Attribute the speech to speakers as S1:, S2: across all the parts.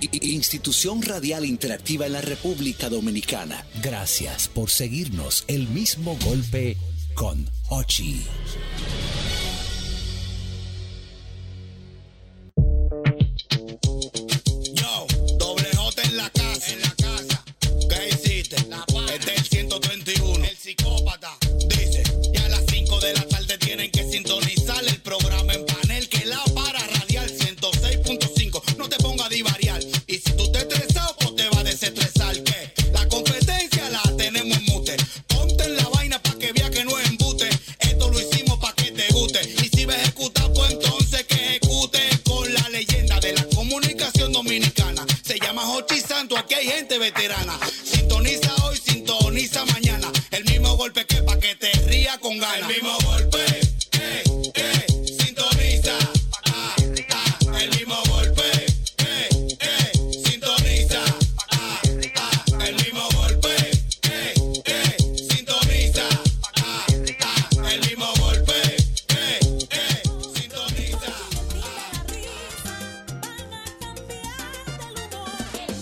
S1: I- Institución Radial Interactiva en la República Dominicana. Gracias por seguirnos, El Mismo Golpe con Ochi.
S2: Yo, doble J en la casa. En la casa. ¿Qué hiciste? La este es el 131. El psicópata. Dice, ya a las 5 de la tarde tienen que sintonizar el programa en panel que la para radial 106.5. No te ponga a divariar. Y si tú te estresado, pues te va a desestresar. Que la competencia la tenemos en mute. Ponte en la vaina para que vea que no es embute. Esto lo hicimos para que te guste. Y si ves ejecutar, pues entonces que ejecute con la leyenda de la comunicación dominicana. Se llama Hochi Santo, aquí hay gente veterana. Sintoniza hoy, sintoniza mañana. El mismo golpe que pa' que te ría con ganas. El mismo golpe, eh, eh, sintoniza. Ah, ah, el mismo golpe, eh, eh, sintoniza. Ah, ah, el mismo golpe, eh, eh, sintoniza. Ah, ah, el mismo golpe, eh, eh, sintoniza.
S3: El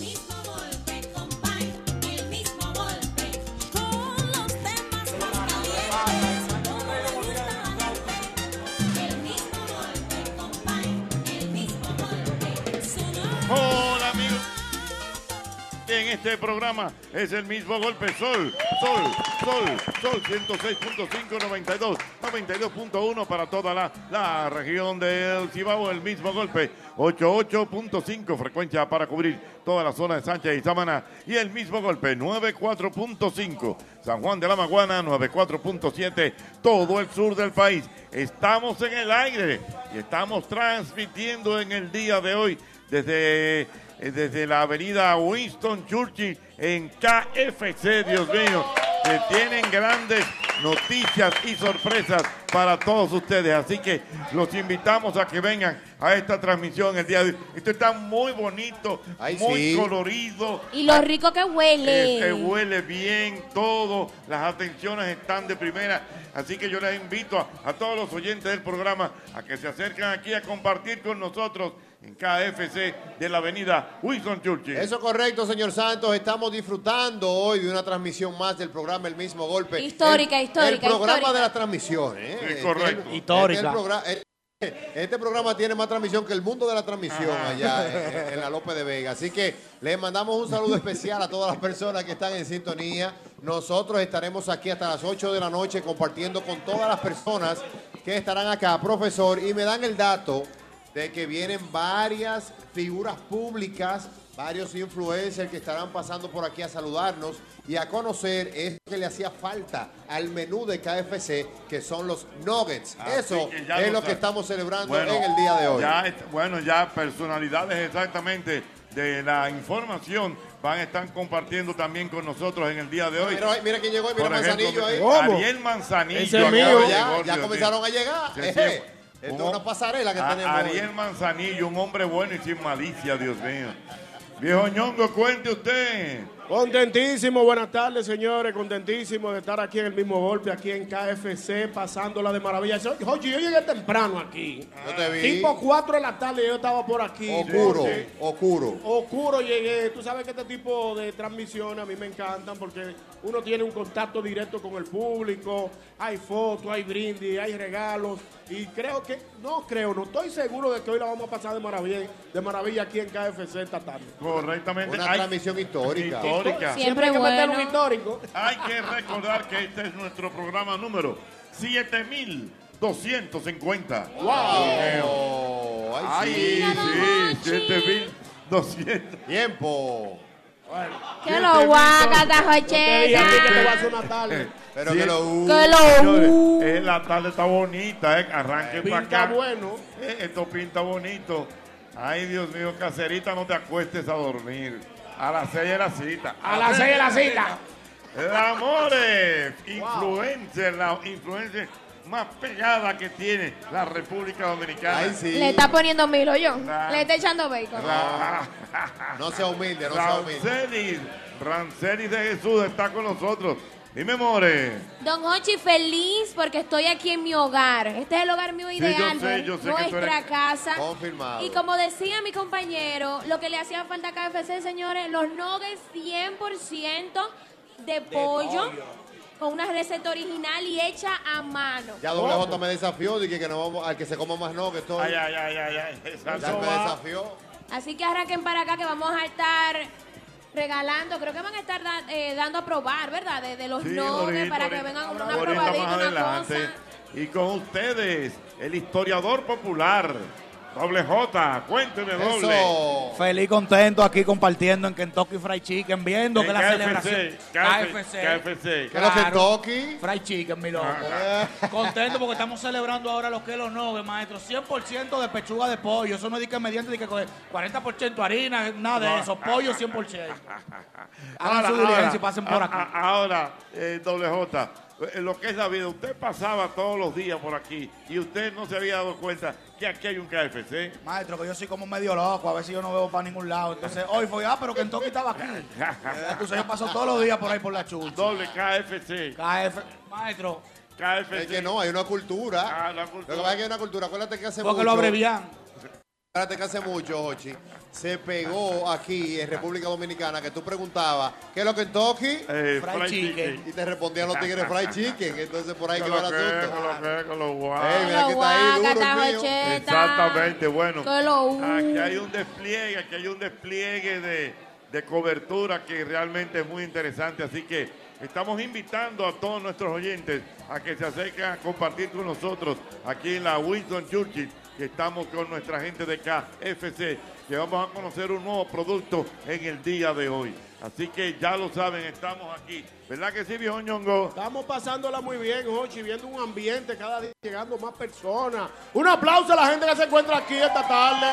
S3: mismo golpe, compay, el mismo golpe, con los temas más calientes, como le gusta a la gente. El mismo golpe, compay, el mismo golpe, sonó.
S4: Hola amigos. En este programa es el mismo golpe sol, sol, sol, sol 106.5, 92, 92.1 para toda la, la región del Cibao, el mismo golpe 88.5 frecuencia para cubrir toda la zona de Sánchez y Samaná y el mismo golpe 94.5 San Juan de la Maguana 94.7 todo el sur del país. Estamos en el aire y estamos transmitiendo en el día de hoy desde, eh, desde la avenida Winston Churchill en KFC, Dios mío, que tienen grandes noticias y sorpresas para todos ustedes. Así que los invitamos a que vengan a esta transmisión el día de hoy. Esto está muy bonito, muy
S5: sí.
S4: colorido.
S6: Y lo rico que huele.
S4: Eh, eh, huele bien todo, las atenciones están de primera. Así que yo les invito a, a todos los oyentes del programa a que se acerquen aquí a compartir con nosotros en KFC de la avenida Wilson Churchill.
S5: Eso es correcto, señor Santos. Estamos disfrutando hoy de una transmisión más del programa El mismo Golpe.
S6: Histórica,
S5: El-
S6: histórica,
S5: El programa
S6: histórica.
S5: de las transmisiones. ¿eh?
S4: Sí, correcto.
S5: Este-
S7: Histórica.
S5: Este, progra- eh, este programa tiene más transmisión que el mundo de la transmisión allá eh, en, la López de Vega. Así que le mandamos un saludo especial a todas las personas que están en sintonía. Nosotros estaremos aquí hasta las 8 de la noche compartiendo con todas las personas que estarán acá, profesor, y me dan el dato de que vienen varias figuras públicas, varios influencers que estarán pasando por aquí a saludarnos y a conocer eso que le hacía falta al menú de KFC, que son los nuggets.
S4: Así
S5: eso
S4: Ah, que ya
S5: es
S4: lo
S5: lo que
S4: sabe.
S5: estamos celebrando
S4: Bueno,
S5: en el día de hoy.
S4: ya est- bueno, ya personalidades exactamente de la información van a estar compartiendo también con nosotros en el día de hoy.
S5: Mira, ahí, mira quién llegó, ahí, mira
S4: Por ejemplo,
S5: Manzanillo ahí.
S4: Ariel Manzanillo.
S7: Ese es
S4: acaba
S7: mío.
S4: de
S5: Ya,
S4: llegar,
S5: ya
S4: Dios
S5: comenzaron
S4: mío.
S5: a llegar.
S4: Sí,
S5: Eje,
S4: sí.
S5: esto
S4: Un-
S5: es una pasarela que
S4: A-
S5: tenemos. hoy.
S4: Ariel Manzanillo, un hombre bueno y sin malicia, Dios mío. Viejo ñongo, cuente usted.
S7: Contentísimo, buenas tardes señores, contentísimo de estar aquí en el mismo golpe, aquí en KFC, pasándola de maravilla. Yo, oye, yo llegué temprano aquí,
S5: Yo te vi.
S7: tipo 4 de la tarde yo estaba por aquí.
S5: Oscuro,
S7: Sí.
S5: oscuro.
S7: Oscuro llegué, tú sabes que este tipo de transmisiones a mí me encantan porque uno tiene un contacto directo con el público, hay fotos, hay brindis, hay regalos y creo que, no creo, no estoy seguro de que hoy la vamos a pasar de maravilla, de maravilla aquí en KFC esta tarde.
S4: Correctamente.
S5: Una transmisión histórica.
S4: Histórica.
S7: Siempre
S6: Siempre
S7: hay que meter un
S6: bueno.
S7: histórico.
S4: Hay que recordar que este es nuestro programa número 7250.
S5: ¡Wow! ¡Ay, sí!
S4: Ay, sí, 7200.
S5: ¡Tiempo!
S6: Que lo guaca,
S7: Te dije a ti que te vas a
S6: tajocheta.
S7: hacer una tarde.
S5: Pero
S4: Sí.
S5: que lo u-
S6: Que lo
S4: Señores, eh, la tarde está bonita, eh. arranque para
S7: Pinta
S4: acá.
S7: bueno.
S4: Eh, esto pinta bonito. Ay, Dios mío, caserita, no te acuestes a dormir. A las 6 de la cita.
S7: A las seis de la cita.
S4: Amores, influencer, la influencer más pegada que tiene la República Dominicana.
S5: ¡Ay, sí!
S6: Le está poniendo mil yo.
S4: Ah.
S6: Le está echando bacon.
S4: La-
S5: No sea humilde, no sea humilde.
S4: Rancelis, Rancelis de Jesús está con nosotros. Dime, More.
S6: Don Hochi, feliz porque estoy aquí en mi hogar. Este es el hogar mío
S4: yo
S6: ideal,
S4: sé,
S6: ¿no?
S4: yo sé que tú
S6: nuestra
S4: eres-
S6: casa.
S5: Confirmado.
S6: Y como decía mi compañero, lo que le hacía falta a KFC, señores, los nuggets 100% de pollo, con una receta original y hecha a mano.
S5: Ya doble J me desafió, dije que no vamos, al que se coma más no, que estoy.
S4: Ay, ay, ay, ay, ay.
S5: Ya
S4: Exacto.
S5: él me desafió.
S6: Así que arranquen para acá que vamos a estar regalando, creo que van a estar da- eh, dando a probar, ¿verdad? De, de los
S4: Sí,
S6: nuggets
S4: ahorita,
S6: para que
S4: ahorita.
S6: vengan una
S4: Ahorita
S6: probadita,
S4: más
S6: una
S4: adelante.
S6: cosa.
S4: Y con ustedes, el historiador popular, Doble J, cuénteme, Doble.
S5: Eso.
S2: Feliz, contento aquí compartiendo en Kentucky Fried Chicken, viendo
S4: En
S2: que la
S4: KFC,
S2: celebración.
S4: KFC.
S5: ¿Qué es lo que toqui?
S2: Fried Chicken, mi loco.
S5: Ah.
S2: Contento porque estamos celebrando ahora los que los noves, maestro. 100% de pechuga de pollo. Eso no es de que mediante, de que coge 40% harina, nada de eso. Pollo 100%. Hagan su diligencia y pasen por
S7: Ah,
S4: a-
S2: aquí.
S4: a- ahora, eh, Doble J, eh, lo que es la vida, usted pasaba todos los días por aquí y usted no se había dado cuenta que aquí hay un KFC.
S2: Maestro, que yo soy como medio loco, a ver si yo no veo para ningún lado. Entonces, hoy fue, ah, pero Kentucky estaba aquí. Entonces, yo paso todos los días por ahí por la chucha.
S4: Doble KFC.
S2: KF, maestro,
S4: KFC.
S5: Es que no, hay una cultura.
S4: Ah, la
S5: Lo
S4: cultura.
S5: que pasa es que hay una cultura. Acuérdate que hace
S2: porque
S5: mucho.
S2: lo abrevian.
S5: Espérate que hace mucho, Ochi, se pegó aquí en República Dominicana que tú preguntabas, ¿qué es lo que Kentucky?
S4: Eh,
S2: Fried
S4: fried
S2: chicken.
S4: chicken.
S5: Y te respondían los tigres fried chicken. Entonces por ahí que
S4: Con
S5: va el
S4: lo que,
S5: asunto.
S4: con lo que, con lo guau.
S5: Ey, mira que está
S6: guaca,
S5: ahí duro el mío.
S6: tajocheta.
S4: Exactamente, bueno.
S6: Que lo u-
S4: Aquí hay un despliegue, aquí hay un despliegue de, de cobertura que realmente es muy interesante. Así que estamos invitando a todos nuestros oyentes a que se acerquen a compartir con nosotros aquí en la Winston Churchill, que estamos con nuestra gente de KFC, que vamos a conocer un nuevo producto en el día de hoy. Así que ya lo saben, estamos aquí. ¿Verdad que sí, viejo ñongo?
S7: Estamos pasándola muy bien, Hochi, viendo un ambiente cada día llegando más personas. Un aplauso a la gente que se encuentra aquí esta tarde.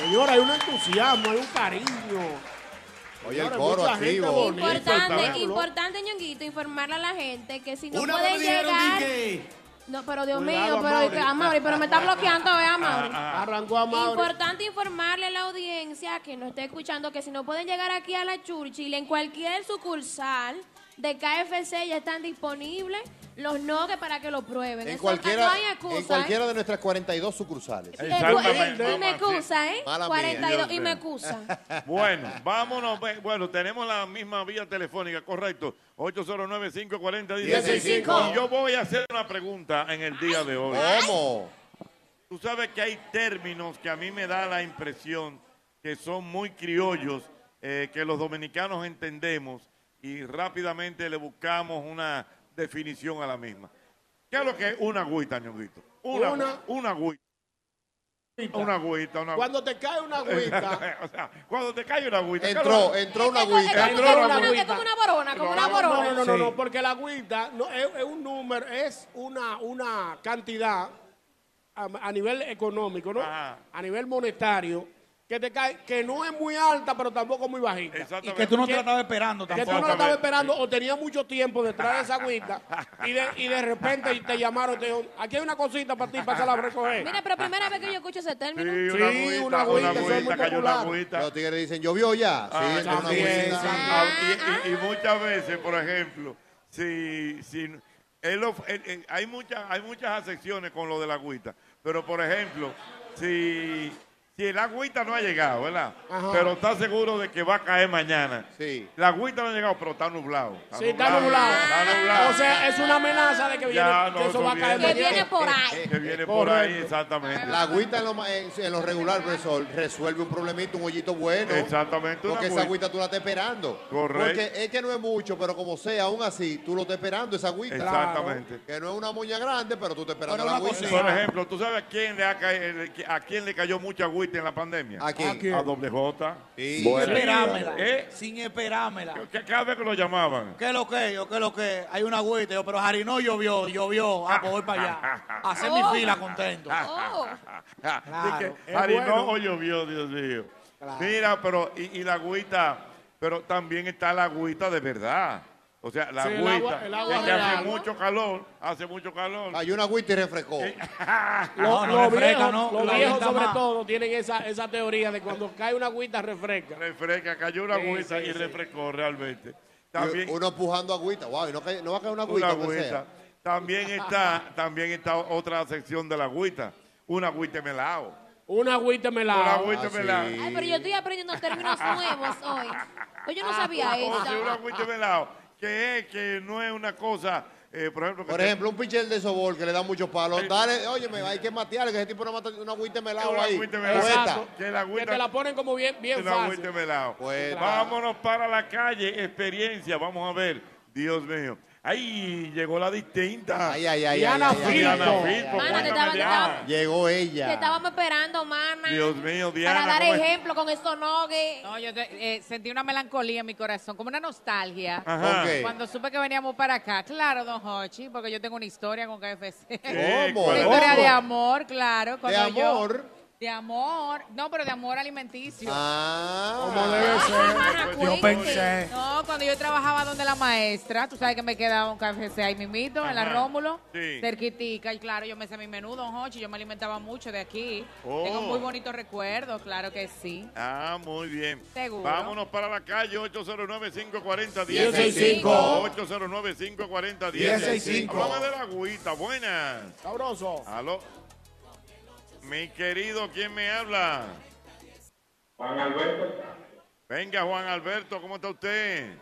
S7: Señora, hay un entusiasmo, hay un cariño.
S5: Oye, el
S7: Señores,
S5: coro
S7: mucha gente
S5: activo.
S7: bonita.
S6: Importante,
S7: Exactamente.
S6: importante, ñonguito, informarle a la gente que si no pueden llegar. No, pero Dios
S7: Cuidado,
S6: mío, pero,
S7: Amaury.
S6: que- Amaury, pero me está bloqueando, ¿eh, Amaury?
S7: Ah, Arrancó a Mauro.
S6: Importante informarle a la audiencia que nos está escuchando que si no pueden llegar aquí a la Churchill, en cualquier sucursal de KFC ya están disponibles los nuggets para que lo prueben.
S5: En
S6: Eso-
S5: cualquiera,
S6: no hay excusa,
S5: en cualquiera de nuestras 42 sucursales.
S6: ¿eh? Eh,
S4: Exactamente,
S6: eh, y me
S4: mamá, sí.
S6: excusa, ¿eh?
S5: Mala mía,
S6: 42, y
S4: Dios
S6: me
S4: mío.
S6: excusa.
S4: Bueno, vámonos. ve- Bueno, tenemos la misma vía telefónica, correcto. 809-540-165.
S5: 15.
S4: Y yo voy a hacer una pregunta en el día de hoy.
S5: ¿Cómo?
S4: Tú sabes que hay términos que a mí me da la impresión que son muy criollos, eh, que los dominicanos entendemos y rápidamente le buscamos una definición a la misma. ¿Qué es lo que es una agüita, ñonguito? Una, una,
S7: Una-
S4: agüita. Una agüita, una agüita.
S7: Cuando te cae una agüita,
S4: o sea, cuando te cae una agüita. ¿qué es lo
S5: Entró,
S4: que-
S5: entró una
S6: Es que- es
S5: agüita.
S6: como-
S4: Entró
S6: es
S4: una
S6: como-
S7: agüita.
S6: es como una borona, como una
S7: No, no,
S6: borona.
S7: no, no, no,
S2: Sí.
S7: porque la agüita no, es, es un número, es una, una cantidad a, a nivel económico, ¿no?
S4: Ajá.
S7: A nivel monetario, que te cae, que no es muy alta, pero tampoco muy bajita.
S2: Y
S4: Exactamente.
S2: que tú no te
S7: ¿Qué?
S2: la estabas esperando
S7: Que tú
S2: tampoco.
S7: no la estabas esperando o tenía mucho tiempo detrás de esa agüita y de, y de repente te llamaron y te dijeron, aquí hay una cosita para ti, pásala a recoger.
S6: Mira, pero primera vez que yo escucho ese
S4: Sí,
S6: término.
S4: una
S7: Sí,
S4: agüita, una
S7: una
S4: agüita,
S7: agüita, son muy
S4: cayó una
S7: populares.
S4: agüita.
S5: Los tigres dicen, llovió ya.
S4: Ah,
S5: Sí, entró una
S7: también,
S5: agüita.
S7: sí.
S4: Ah, y, y- y muchas veces, por ejemplo, si, si él of- él- él- hay, muchas, hay muchas acepciones con lo de la agüita, pero por ejemplo, si, Si el agüita no ha llegado, ¿verdad?
S7: Ajá.
S4: Pero está seguro de que va a caer mañana.
S5: Sí.
S4: La agüita no ha llegado, pero está nublado.
S7: Sí, está nublado.
S4: Está nublado.
S5: Ah.
S7: O sea, es una amenaza de que, viene,
S4: Ya, no,
S7: que eso va a
S4: eso
S7: caer
S6: Que
S7: mañana.
S6: viene por ahí.
S4: Que viene por ahí, exactamente.
S5: La agüita en lo, ma- en- en lo regular, profesor, resuelve un problemita, un hoyito bueno.
S4: Exactamente, una
S5: Porque esa
S4: agüita.
S5: agüita tú la estás esperando.
S4: Correcto.
S5: Porque es que no es mucho, pero como sea, aún así, tú lo estás esperando, esa agüita.
S4: Exactamente.
S5: Que no es una moña grande, pero tú estás esperando
S2: Pero
S5: la
S2: una
S5: agüita.
S4: Por ejemplo, ¿tú sabes a quién le, ha ca- a quién le cayó mucha agüita en la pandemia?
S5: ¿A quién?
S7: ¿A quién?
S4: A doble J.
S5: Sí.
S2: Sin esperármela.
S4: ¿Eh?
S2: Sin esperármela.
S4: Que cada vez que lo llamaban.
S2: ¿Qué es lo que? Yo, ¿Qué es lo que? Hay una agüita. Yo, pero Jarino llovió, llovió. Ah, pues voy para allá. A Hacer mi
S6: Oh.
S2: fila contento.
S6: Oh,
S4: Así que,
S7: es
S4: Ari, no
S7: bueno.
S4: o llovió, Dios mío. Mira, pero, y, y la agüita, pero también está la agüita de verdad. O sea, la
S7: Sí, el
S4: agüita,
S7: agua- el agua
S4: es que hace
S7: real, ¿no?
S4: mucho calor, hace mucho calor.
S5: Hay una agüita y refrescó.
S4: Ah,
S2: Ah, No, no
S7: los
S2: refresca,
S7: viejos,
S2: no.
S7: los
S2: La
S7: viejos
S2: agüita
S7: sobre
S2: más.
S7: todo, tienen esa, esa teoría de cuando cae una agüita refresca.
S4: Refresca, cayó una
S7: Sí,
S4: agüita
S7: sí, sí.
S4: y refrescó realmente. También,
S5: Y Uno pujando agüita. Wow, y no, cae- no va a caer una
S4: una
S5: agüita. aunque sea.
S4: agüita. También está, también está otra sección de la agüita. Una agüita melao.
S7: Una agüita
S4: Una
S7: melada.
S4: agüita
S5: Ah,
S4: melao.
S5: sí.
S6: ay, pero yo estoy aprendiendo términos nuevos hoy. Pues yo no sabía
S4: O sea, Oh,
S6: eso.
S4: una agüita melao. Que es que no es una cosa, eh, por ejemplo, que
S5: Por
S4: te-
S5: ejemplo, un pinche de sobol que le da muchos palos. Dale, óyeme, hay que matear, que ese tipo no mata una agüita melado
S4: Una
S5: ahí.
S4: agüita melao.
S5: Cuesta.
S7: Exacto.
S4: Que la agüita-
S7: te la ponen como bien, bien
S4: Una agüita
S7: fácil.
S4: melao.
S5: Pues-
S4: Vámonos para la calle, experiencia, vamos a ver. Dios mío. Ahí llegó la distinta.
S5: Ay, ay, ay,
S7: Diana
S5: ay, ay, ay,
S7: Filpo.
S5: ay, ay,
S4: Filpo,
S5: ay, ay.
S6: Mana, te
S4: cuéntame,
S6: estaban- te
S4: Diana.
S6: estaban-
S5: Llegó ella.
S6: Te estábamos esperando, mana.
S4: Dios mío, Diana,
S6: Para dar
S4: ¿cómo es?
S6: ejemplo con esos nogues.
S8: No, yo te- eh, sentí una melancolía en mi corazón, como una nostalgia.
S4: Ajá.
S5: Ok.
S8: Cuando supe que veníamos para acá, claro, don Hochi, porque yo tengo una historia con KFC.
S4: ¿Qué?
S5: ¿Cómo?
S8: Una
S4: ¿Cuál?
S8: historia de amor, claro.
S5: De
S8: cuando yo-
S5: amor.
S8: de amor. No, pero de amor alimenticio.
S5: Ah.
S8: Yo
S2: pensé.
S8: No, cuando yo trabajaba donde la maestra, tú sabes que me quedaba un KFC ahí mimito, en la
S4: Ajá.
S8: Rómulo,
S4: Sí.
S8: cerquitica, y claro, yo me sé mi menú, don Hochi, yo me alimentaba mucho de aquí.
S4: Oh.
S8: Tengo muy bonitos recuerdos, claro que sí.
S4: Ah, muy bien.
S8: Seguro.
S4: Vámonos para la calle 809-540-1065.
S5: 1065.
S4: 809-540-1065. Vamos a ver la agüita, buenas.
S7: Sabroso.
S4: Aló. Mi querido, ¿quién me habla?
S9: Juan Alberto,
S4: Venga, Juan Alberto, ¿cómo está usted?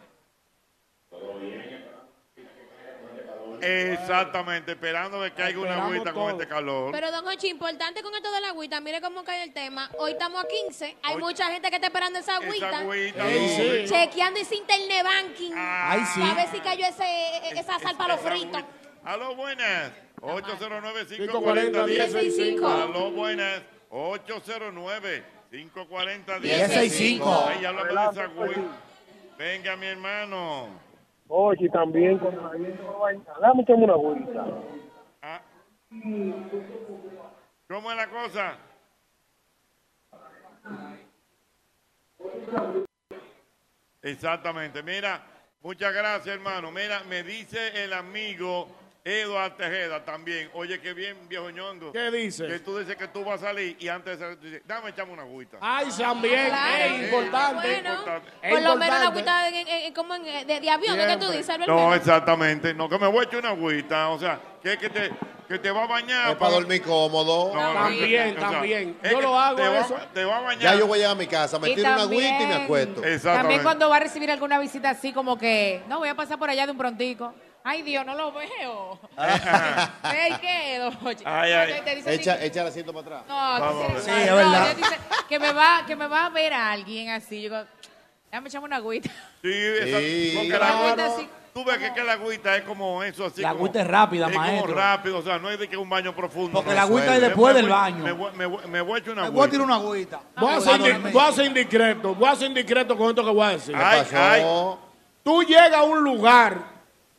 S4: Exactamente, esperando de que caiga una
S7: Esperamos
S4: agüita con
S7: todo.
S4: este calor.
S6: Pero, don Hochi, importante con esto de la agüita, mire cómo cae el tema. Hoy estamos a 15, hay
S4: Hoy-
S6: mucha gente que está esperando esa agüita.
S4: Esa agüita.
S7: Ey,
S4: no.
S7: sí.
S6: Chequeando ese internet banking.
S4: Ay, sí.
S6: Para ver si cayó ese, esa sal para los
S4: Esa
S6: fritos.
S4: agüita. Aló, buenas. 809-540-1065.
S7: 540-1065.
S4: Aló, buenas. 809 540
S5: 1065.
S4: Ahí ya hablamos de esa agüita. Venga, mi hermano.
S9: Oye, también con la Dame echame una agüita.
S4: Ah. ¿Cómo es la cosa? Exactamente. Mira, muchas gracias, hermano. Mira, me dice el amigo Eduardo Tejeda también. Oye, qué bien, viejo ñongo.
S7: ¿Qué
S4: Que
S7: dices?
S4: tú dices que tú vas a salir y antes de salir, tú dices, dame echame una agüita.
S7: Ay, también.
S6: Claro.
S7: Es importante.
S6: Bueno,
S4: importante.
S7: Es
S6: por lo menos la
S7: importante.
S6: agüita en- en- en- como en- eh, de, de avión, ¿no? que tú
S7: Siempre.
S6: dices, Albert
S4: No,
S6: Mena?
S4: exactamente. No, que me voy a echar una agüita. O sea, que, que, te, que te va a bañar.
S5: Es para dormir cómodo.
S4: No, no,
S7: También,
S4: o sea,
S7: también.
S4: es
S7: Yo
S4: que
S7: lo hago
S4: te va-
S7: eso.
S4: te va a bañar.
S5: Ya yo voy a llegar a mi casa, me
S8: Y
S5: tiro una agüita y me acuesto.
S4: Exactamente.
S8: También cuando va a recibir alguna visita así como que, no, voy a pasar por allá de un prontico. Ay, Dios, no lo veo. Ey, ¿qué, don Hochi?
S4: Ay, ay.
S8: Cuando te dicen
S5: Echa, echa el asiento para atrás.
S8: No,
S4: Vamos a ver.
S8: sí, es verdad. que, me va, que me va a ver a alguien así. Yo digo, dame echame una agüita.
S4: Sí, esa-
S5: Sí,
S4: porque la
S8: claro.
S4: agüita así- Tú ves que, que la agüita es como eso así.
S2: La
S4: como-
S2: agüita es rápida,
S4: es
S2: maestro.
S4: como rápido, o sea, no es de que un baño profundo.
S2: Porque
S4: no.
S2: la agüita es
S4: Me-
S2: después
S4: me
S2: del
S4: voy-
S2: baño.
S4: Me voy, me voy- me voy a echar una
S2: Me
S4: agüita.
S2: voy a tirar una agüita.
S4: Ah,
S7: Voy a, ser indi- voy a ser indiscreto, voy a ser indiscreto con esto que voy a decir.
S4: Ay,
S5: Pasó.
S4: ay.
S7: Tú llegas a un lugar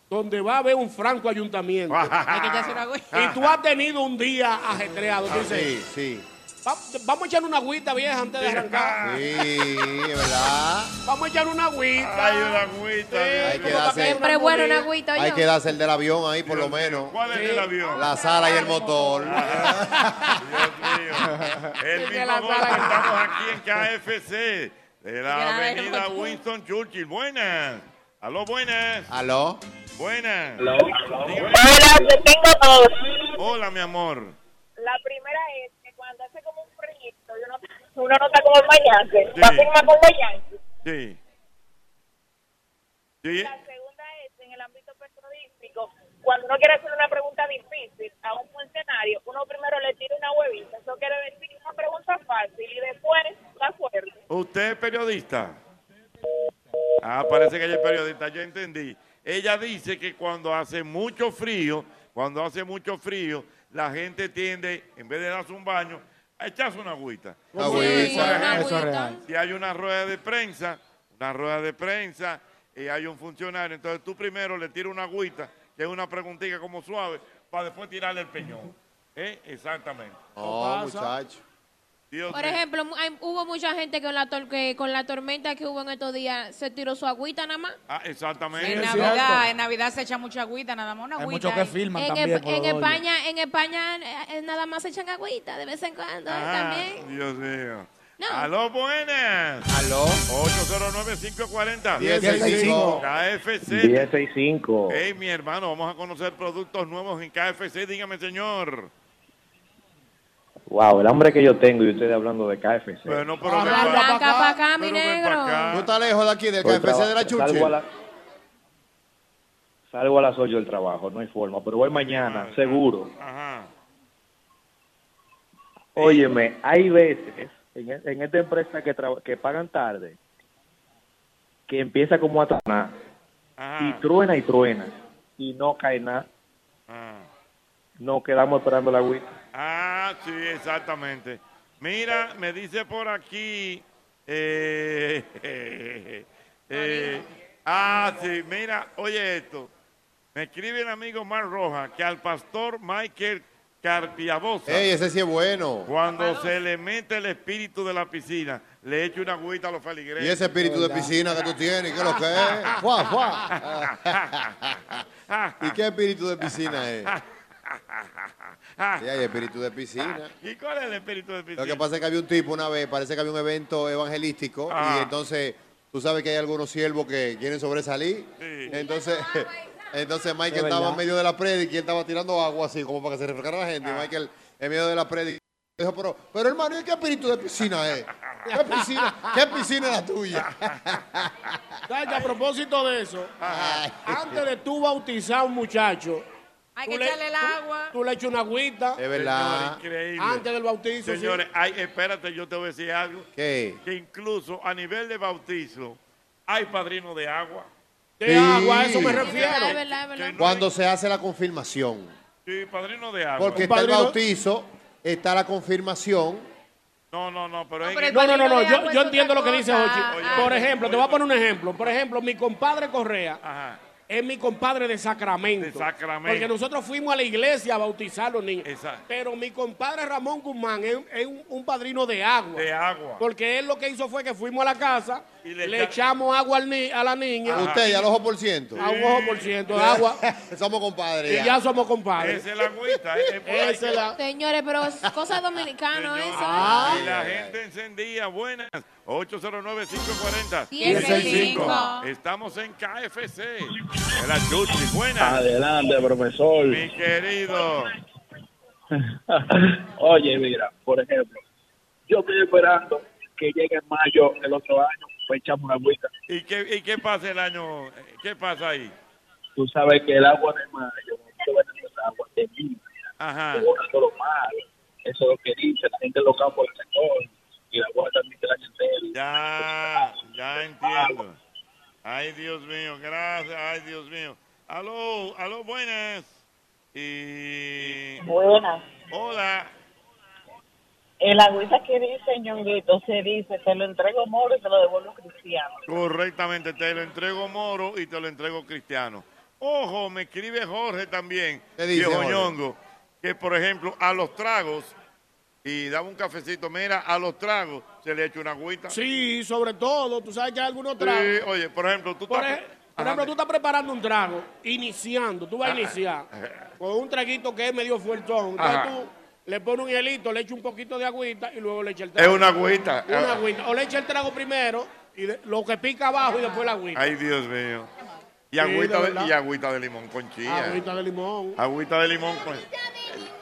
S7: donde va a haber un franco ayuntamiento
S8: Hay que echarse una agüita.
S7: y tú has tenido un día ajetreado.
S4: Ah,
S7: Tú dices,
S5: Ah, Sí, sí.
S7: "Va- vamos a echar una agüita vieja antes de arrancar.
S5: Sí, ¿verdad?
S7: Vamos a echar una agüita.
S4: Ay, una agüita. Dios
S5: Hay que
S4: mío.
S5: darse,
S6: Siempre es bueno una agüita,
S5: hay
S6: oye.
S5: que darse el del avión ahí por lo menos.
S4: ¿Cuál es el avión? Ah,
S5: La sala y el motor.
S4: Dios mío. El
S8: Sí, que
S4: mismo
S8: la
S4: gol
S8: sala-
S4: que estamos aquí en KFC de la
S8: Ya,
S4: avenida
S8: hermano.
S4: Winston Churchill. Buenas. Aló, buenas.
S5: ¿Aló?
S4: Buenas. Dígame.
S9: Hola, yo tengo dos.
S4: Hola, mi amor.
S9: La primera es que cuando hace como un frío, yo no uno no está como el Mayanque.
S4: Sí.
S9: Va a firmar con los Yankees.
S4: Sí. Sí.
S9: La segunda es en el ámbito periodístico. Cuando uno quiere hacer una pregunta difícil a un funcionario, uno primero le tira una huevita. Eso quiere decir una pregunta fácil y después la fuerte.
S4: ¿Usted es periodista? Ah, parece que ella es periodista, ya entendí. Ella dice que cuando hace mucho frío, cuando hace mucho frío, la gente tiende, en vez de darse un baño, a echarse una agüita.
S5: Agüita,
S4: Por ejemplo,
S5: eso es real.
S4: Si hay una rueda de prensa, una rueda de prensa, y hay un funcionario, entonces tú primero le tiras una agüita, que es una preguntita como suave, para después tirarle el peñón. ¿Eh? Exactamente.
S5: Oh, muchacho.
S4: Dios
S6: Por
S4: mío.
S6: ejemplo, mu- hay- hubo mucha gente que con, la tor- que con la tormenta que hubo en estos días se tiró su agüita nada más.
S4: Ah, exactamente.
S8: en Navidad, en Navidad se echa mucha agüita, nada más una agüita. ahí.
S6: en, Esp- en España, en España eh, eh, nada más se echan agüita de vez en cuando eh,
S4: Ah.
S6: también.
S4: Dios mío.
S6: No.
S4: Aló, buenas.
S5: Aló.
S4: 809-540.
S5: 1065.
S4: KFC.
S10: 1065.
S4: Hey, mi hermano, vamos a conocer productos nuevos en KFC. Dígame, señor.
S10: Wow, el hambre que yo tengo y ustedes hablando de KFC.
S4: Bueno, pero
S6: Arranca para acá, mi negro.
S5: Tú estás lejos de aquí, del
S10: Voy
S5: KFC de la
S10: traba- salgo a la-
S5: Chuchi.
S10: Salgo a las 8 del trabajo, no hay forma, pero voy mañana, seguro.
S4: Ajá.
S10: Óyeme, hay veces en, e- en esta empresa que, traba- que pagan tarde que empieza como a tronar
S11: Ah.
S10: y
S12: Ah.
S10: truena y truena y no cae nada.
S4: Ah.
S10: No quedamos esperando la agüita.
S4: Ah, sí, exactamente. Mira, me dice por aquí. eh, eh, eh, ah, sí, mira, oye esto. Me escribe el amigo Mar Roja que al pastor Michael Carpiavosa.
S5: Ey, ese sí es bueno.
S4: Cuando se le mete el espíritu de la piscina, le echa una agüita a los feligreses.
S5: Y ese espíritu de piscina que tú tienes, ¿qué es lo que es? Fuá, fuá. ¿Y qué espíritu de piscina es? Sí, hay espíritu de piscina.
S4: ¿Y cuál es el espíritu de piscina?
S5: Lo que pasa es que había un tipo una vez, parece que había un evento evangelístico
S4: Ah.
S5: y entonces tú sabes que hay algunos siervos que quieren sobresalir. Entonces, entonces Michael estaba
S10: verdad.
S5: en medio de la predica y él estaba tirando agua así como para que se refrescara la gente. Y Michael en medio de la predica dijo, pero, pero hermano, ¿y qué espíritu de piscina es? ¿Qué piscina, qué piscina es la tuya?
S7: ¿Sabes que a propósito de eso, antes de tú bautizar a un muchacho,
S8: Hay
S7: tú
S8: que
S7: le-
S8: echarle el
S7: tú-
S8: agua.
S7: Tú le echas una agüita.
S5: Es verdad.
S4: Señores, increíble.
S7: Antes del bautizo, sí.
S4: Señores, ay, espérate, yo te voy a decir algo.
S5: ¿Qué?
S4: Que incluso a nivel de bautizo, hay padrino de agua.
S7: De
S5: Sí.
S7: agua, a eso me
S5: Es
S7: refiero.
S6: Es verdad, es verdad.
S5: Cuando se hace la confirmación.
S4: Sí, padrino de agua.
S5: Porque está el bautizo, está la confirmación.
S4: No, no, no, pero, es
S8: pero
S4: que-
S8: el
S7: No, no, no, no.
S8: Padrino de
S7: Yo,
S8: agua
S7: yo
S8: es
S7: entiendo
S8: otra
S7: lo que dice
S8: cosa.
S7: Ochi.
S8: Ay.
S7: Por ejemplo, te voy a poner un ejemplo. Por ejemplo, mi compadre Correa
S4: Ajá.
S7: es mi compadre de Sacramento.
S4: De Sacramento.
S7: Porque nosotros fuimos a la iglesia a bautizar a los niños.
S4: Exacto.
S7: Pero mi compadre Ramón Guzmán es, es un, un padrino de agua.
S4: De agua.
S7: Porque él lo que hizo fue que fuimos a la casa,
S4: Y le
S7: le,
S4: echa-
S7: echamos agua al ni- a la niña,
S5: A Usted, ya los ojo por ciento.
S7: a un ojo por ciento de agua,
S5: Somos compadres.
S7: y
S5: ya.
S7: ya somos compadres.
S4: Esa es la agüita.
S7: eh.
S4: es- es por ahí.
S7: Esa es la-
S6: Señores, pero es cosa dominicana eso. ¿eh?
S4: Ah. Y la gente encendía, buenas. 809-540.
S6: 1065.
S4: Estamos en KFC. De la Chuchi, buenas.
S10: Adelante, profesor.
S4: Mi querido.
S10: Oye, mira, por ejemplo, yo estoy esperando que llegue en mayo el otro año, pues echamos una agüita.
S4: ¿Y qué, ¿Y qué pasa el año? eh, ¿Qué pasa ahí?
S10: Tú sabes que el agua de mayo, yo voy a tener esa agua de vida,
S4: Ajá.
S10: te borra todo lo malo. Eso es lo que dice la gente en los campos del sector y la agua también la gente.
S4: Ya, ya entiendo. Ay, Dios mío, gracias. Ay, Dios mío. Aló, aló, buenas. Y...
S9: Buenas.
S4: Hola.
S9: El agüita que dice ñonguito se dice, te lo entrego moro y te lo devuelvo cristiano.
S4: Correctamente, te lo entrego moro y te lo entrego cristiano. Ojo, me escribe Jorge también,
S5: ¿Qué dice,
S4: viejo
S5: Jorge?
S4: ñongo, que por ejemplo a los tragos, y daba un cafecito, mira, a los tragos se le echa una agüita.
S7: Sí, sobre todo, tú sabes que hay algunos
S4: Sí,
S7: tragos.
S4: oye, por ejemplo, tú
S7: Por,
S4: estás...
S7: ej- por ejemplo, tú estás preparando un trago, iniciando, tú vas a iniciar con un traguito que es medio fuertón. Entonces
S4: Ajá.
S7: tú le pones un hielito, le echas un poquito de agüita y luego le echas el
S4: Es
S7: trago.
S4: una agüita. Ah.
S7: Una agüita. O le echas el trago primero, y de- lo que pica abajo y después la agüita.
S4: Ay, Dios mío. Y
S7: de
S4: agüita, de,
S7: verdad.
S4: y agüita de limón con chía.
S7: Agüita de limón.
S4: Agüita de limón con...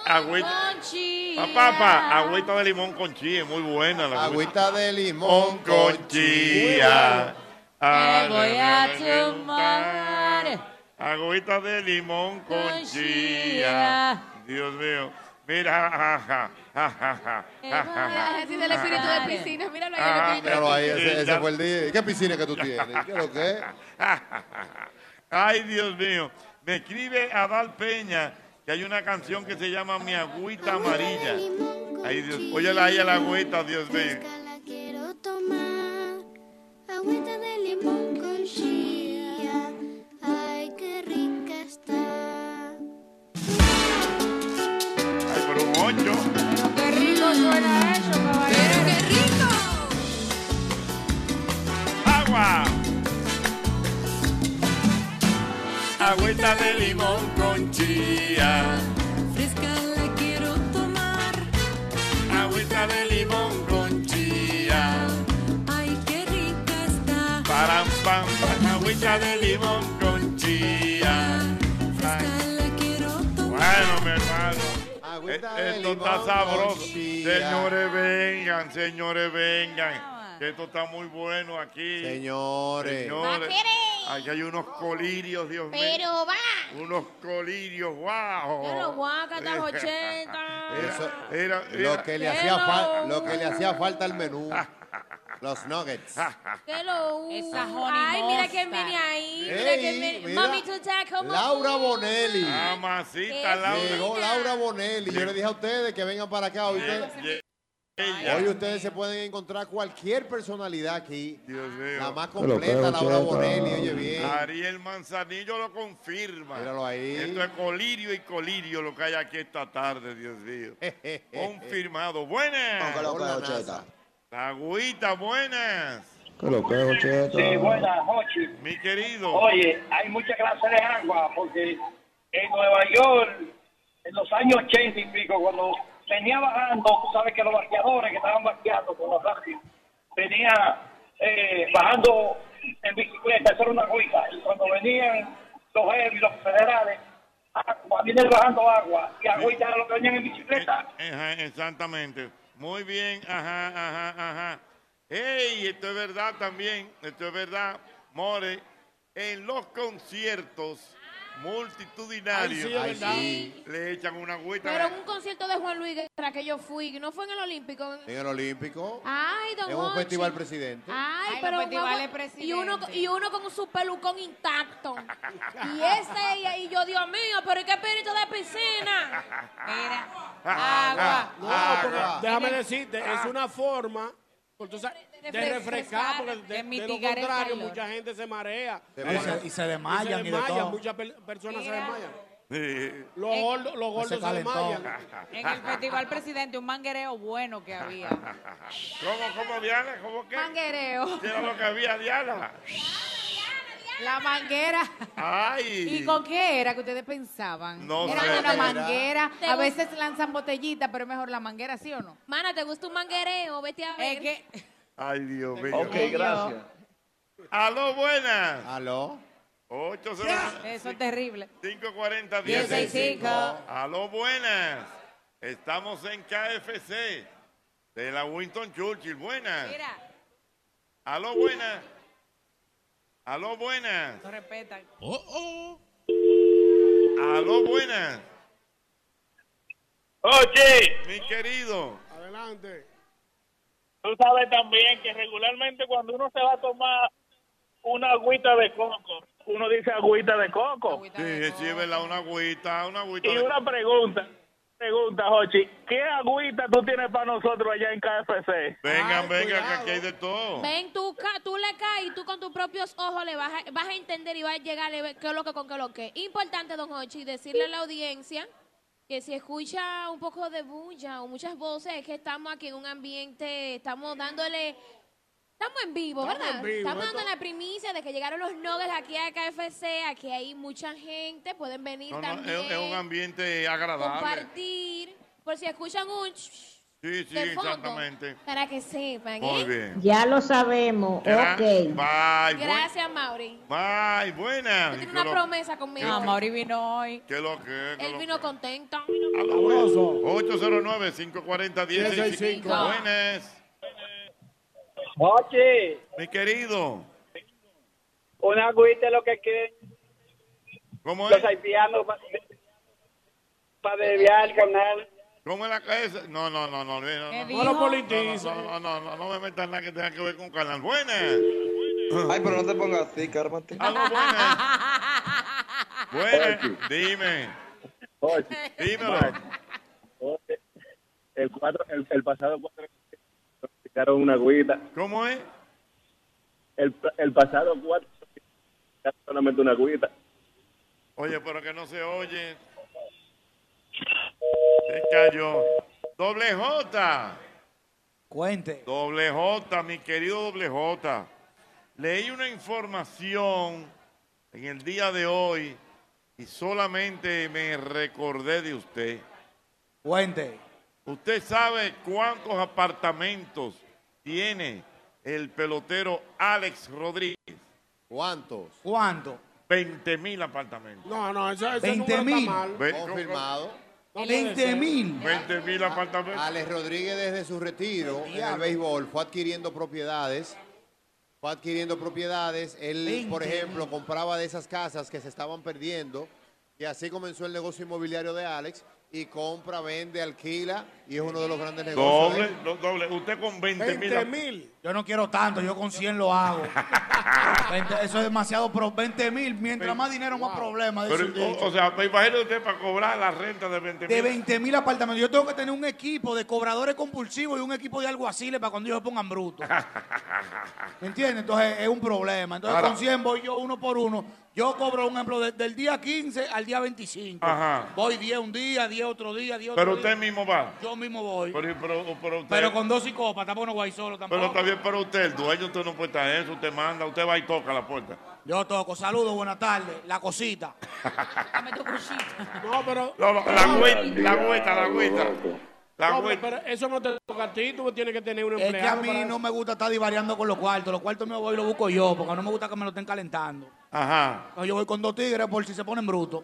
S4: Agüita...
S6: Conchi.
S4: La papa, agüita de limón con chía, muy buena la
S5: Agüita de limón con
S4: chía. Ah,
S3: Me voy a tomar
S4: Agüita de limón con
S3: con
S4: chía. Dios mío. Mira, ja, ja, ja, ja, ja, ja, ja, ja.
S8: Así del espíritu de piscina, míralo ahí.
S4: Ah,
S8: en el
S5: Míralo ahí, ese, ese
S4: Ya.
S5: fue el día. ¿Qué piscina que tú tienes? ¿Qué es lo que es?
S4: Ay, Dios mío. Me escribe Adal Peña que hay una canción que se llama Mi agüita amarilla. Ay, Dios. Óyela ahí a la agüita, Dios mío.
S3: La quiero tomar agüita de limón con chía. Ay, qué rica está.
S4: Ay, pero un ocho.
S3: Qué rico suena eso, caballero. Pero qué rico.
S4: Agua. Agüita de limón con chía.
S3: Fresca la quiero tomar.
S4: Agüita de limón con chía.
S3: Ay, qué rica está.
S4: Param, pam, pam, agüita de limón con chía. Bueno, mi hermano. Eh, Esto está sabroso. Señores, vengan, señores, vengan. Que esto está muy bueno aquí.
S5: Señores.
S4: Señores. Aquí hay unos colirios, Dios mío.
S6: Pero va.
S4: Unos colirios, wow.
S6: Pero guácata, jocheta.
S5: Eso-
S4: Era-
S5: lo,
S4: era-
S5: que le hacía
S6: Hello.
S5: fal- lo que le hacía falta al menú. Los nuggets.
S6: Que lo
S8: Esa honey
S6: Ay, mira
S8: mustard.
S6: quién viene ahí. Mira
S5: Ey,
S6: quién viene.
S5: mira.
S6: Mami, tú estás como.
S5: Laura Bonelli.
S4: Mamacita, Laura.
S5: Llegó Laura Bonelli. Yo le dije a ustedes que vengan para acá. Hoy, ustedes- hoy ustedes se pueden encontrar cualquier personalidad aquí. La más completa, Laura Bonelli. Oye, bien.
S4: Ariel Manzanillo lo confirma.
S5: Míralo ahí.
S4: Esto es colirio y colirio lo que hay aquí esta tarde, Dios mío. Confirmado. Buenas.
S13: Hola, Cheta.
S4: La agüita, buenas.
S13: ¿Qué lo que es, Cheta?
S14: Jochi.
S4: Mi querido.
S14: Oye, hay muchas clases de agua, porque en Nueva York, en los años 80 y pico, cuando venía bajando, tú sabes que los vaqueadores que estaban vaqueando con los radios, venía eh, bajando en bicicleta, eso era una agüita, y cuando venían los heavy, los federales, agua, vienen bajando agua, y agüita era lo que venían en bicicleta.
S4: Ajá, exactamente. Muy bien, ajá, ajá, ajá. Ey, esto es verdad también, esto es verdad, More. En los conciertos multitudinarios
S6: Ay, sí, es verdad. Ay,
S4: le echan una agüita.
S6: Pero en un concierto de Juan Luis Guerra que yo fui, no fue en el Olímpico. en-
S5: En el Olímpico.
S6: Ay, don Ah,
S5: Es un
S6: Hochi.
S5: festival presidente.
S6: Ay,
S8: Ay,
S6: pero
S8: los festivales
S6: guagua- y uno y uno con su pelucón intacto. y ese y, y yo, Dios mío, pero ¿y qué espíritu de piscina?
S4: Ah,
S3: Agua.
S7: No,
S3: Agua.
S7: porque déjame decirte, es una forma pues, tú sabes,
S3: De
S7: de,
S3: refrescar,
S7: refrescar, porque
S3: de
S7: de, de lo
S3: mitigar el
S7: contrario,
S3: calor.
S7: mucha gente se marea.
S2: Se Y se- y se desmayan y de todo.
S7: muchas per- personas se
S8: Mira.
S7: desmayan.
S4: Sí.
S7: Los gordos, los gordos se,
S2: Pues calentó.
S7: desmayan.
S8: En el Festival Presidente, un manguereo bueno que había.
S4: ¿Cómo, cómo, Diana? ¿Cómo qué?
S8: Manguereo.
S4: ¿Qué era lo que había, Diana?
S8: La manguera.
S4: Ay.
S8: ¿Y con qué era que ustedes pensaban?
S4: No
S8: era
S4: sé.
S8: una manguera.
S6: Te
S8: A
S6: gu-
S8: veces lanzan botellitas, pero es mejor la manguera, ¿sí o no?
S6: Mana, ¿te gusta un manguereo? Vete a ver.
S4: Ay, Dios mío.
S3: Ok, gracias.
S4: Aló, buenas.
S5: Aló.
S4: 809.
S8: Eso es terrible.
S4: 540
S8: 1065.
S4: 1065. Aló, buenas. Estamos en KFC de la Winston Churchill. Buenas.
S8: Mira,
S4: Aló, buenas. Aló, buenas.
S8: no respetan.
S4: Aló, buenas.
S14: Oye.
S4: Mi querido.
S7: Adelante.
S14: Tú sabes también que regularmente cuando uno se va a tomar una agüita de coco, uno dice agüita de coco.
S4: Sí, sí, es verdad, una agüita, una agüita.
S14: Y
S4: de-
S14: una pregunta, pregunta, Jochi, ¿qué agüita tú tienes para nosotros allá en KFC?
S4: Vengan, vengan, que aquí hay de todo.
S6: Ven, tú, ca- tú le caes y tú con tus propios ojos le vas a, vas a entender y vas a llegar a ver qué es lo que con qué es lo que. Importante, don Hochi, decirle a la audiencia que si escucha un poco de bulla o muchas voces, es que estamos aquí en un ambiente, estamos dándole... Estamos en vivo,
S3: Estamos
S6: ¿verdad?
S3: en vivo,
S6: estamos dando
S3: esto-
S6: la primicia de que llegaron los nuggets aquí a KFC, aquí hay mucha gente, pueden venir
S4: No, no,
S6: también,
S4: es, es un ambiente agradable.
S6: compartir. Por si escuchan un... ch-
S4: Sí, Sí, sí,
S6: de fondo,
S4: exactamente.
S6: Para que sepan.
S4: Muy
S6: ¿eh?
S4: bien.
S15: Ya lo sabemos.
S4: ¿Ya?
S15: Ok.
S4: Bye, bu-
S6: Gracias, Mauri.
S4: bye, buena.
S6: Tiene una promesa conmigo.
S4: No, Mauri
S6: vino hoy.
S4: ¿Qué lo que? ¿Qué
S6: Él
S4: lo
S6: vino contento.
S4: 809-540-1065. Buenas.
S14: Oye.
S4: Mi querido.
S14: Una agüita es lo que quieren
S4: ¿Cómo
S14: los haitianos para desviar el canal.
S4: ¿Cómo es la cabeza? No, no, no, no. No,
S14: ¿Qué
S4: no,
S14: dijo? No lo politice.
S4: No, no, no, no, no, no me metas nada que tenga que ver con canal. Buenas.
S13: Ay, pero no te pongas así, cármate.
S4: Buenas. Dime. Dímelo.
S12: El, cuatro, el, el pasado 4 quitaron una agüita.
S4: ¿Cómo es?
S12: El, el pasado 4 solamente una agüita.
S4: Oye, pero que no se oye. Se cayó. Doble J.
S2: Cuente.
S4: Doble J, mi querido Doble J. Leí una información en el día de hoy y solamente me recordé de usted.
S2: Cuente.
S4: ¿Usted sabe cuántos apartamentos tiene el pelotero Alex Rodríguez?
S5: ¿Cuántos?
S2: ¿Cuánto?
S4: 20 mil apartamentos.
S7: No, no, eso, ese
S4: 20
S7: número
S4: mil.
S7: está mal.
S4: Ve-
S5: Confirmado.
S7: No puede 20 ser. mil.
S4: 20 mil apartamentos.
S5: Alex Rodríguez desde su retiro en el
S4: diablo.
S5: béisbol fue adquiriendo propiedades. Fue adquiriendo propiedades. Él, por
S4: 20 mil.
S5: ejemplo, compraba de esas casas que se estaban perdiendo. Y así comenzó el negocio inmobiliario de Alex. Y compra, vende, alquila. Y es uno de los grandes negocios.
S4: Doble, do- doble. Usted con 20 mil.
S2: 20 Yo no quiero tanto, yo con 100 lo hago. 20, eso es demasiado, pero 20 mil, mientras más dinero, más problemas.
S4: Pero, oh, o, o sea, me imagino usted para cobrar la renta de 20 mil.
S2: de 20 mil apartamentos. Yo tengo que tener un equipo de cobradores compulsivos y un equipo de alguaciles para cuando ellos se pongan brutos. ¿Me entiendes? Entonces es un problema. Entonces
S4: Ahora-
S2: con 100 voy yo uno por uno. Yo cobro, un ejemplo, de- del día 15 al día 25.
S4: Ajá.
S2: Voy 10 un día, 10 otro día, 10 otro
S4: Pero
S2: día.
S4: usted mismo va.
S2: Yo mismo voy. Pero,
S4: Pero, pero, pero usted-
S2: con dos psicópatas, tampoco no voy solo tampoco.
S4: Pero está bien, pero usted, el dueño, usted no puede estar en eso. Usted manda, usted va y toca la puerta.
S2: Yo toco, saludos, buenas tardes. La cosita.
S7: No, pero.
S4: No, no, la agüita, la agüita, la agüita. La
S7: No,
S4: agüita.
S7: pero eso no te toca a ti, tú tienes que tener un
S2: Es
S7: empleado.
S2: que a mí
S7: para
S2: no me gusta estar divariando con los cuartos. Los cuartos me voy y los busco yo, porque no me gusta que me lo estén calentando.
S4: Ajá.
S2: No, yo voy con dos tigres por si se ponen brutos.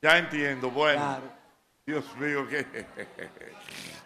S4: Ya entiendo, bueno.
S2: Claro.
S4: Dios mío, qué, qué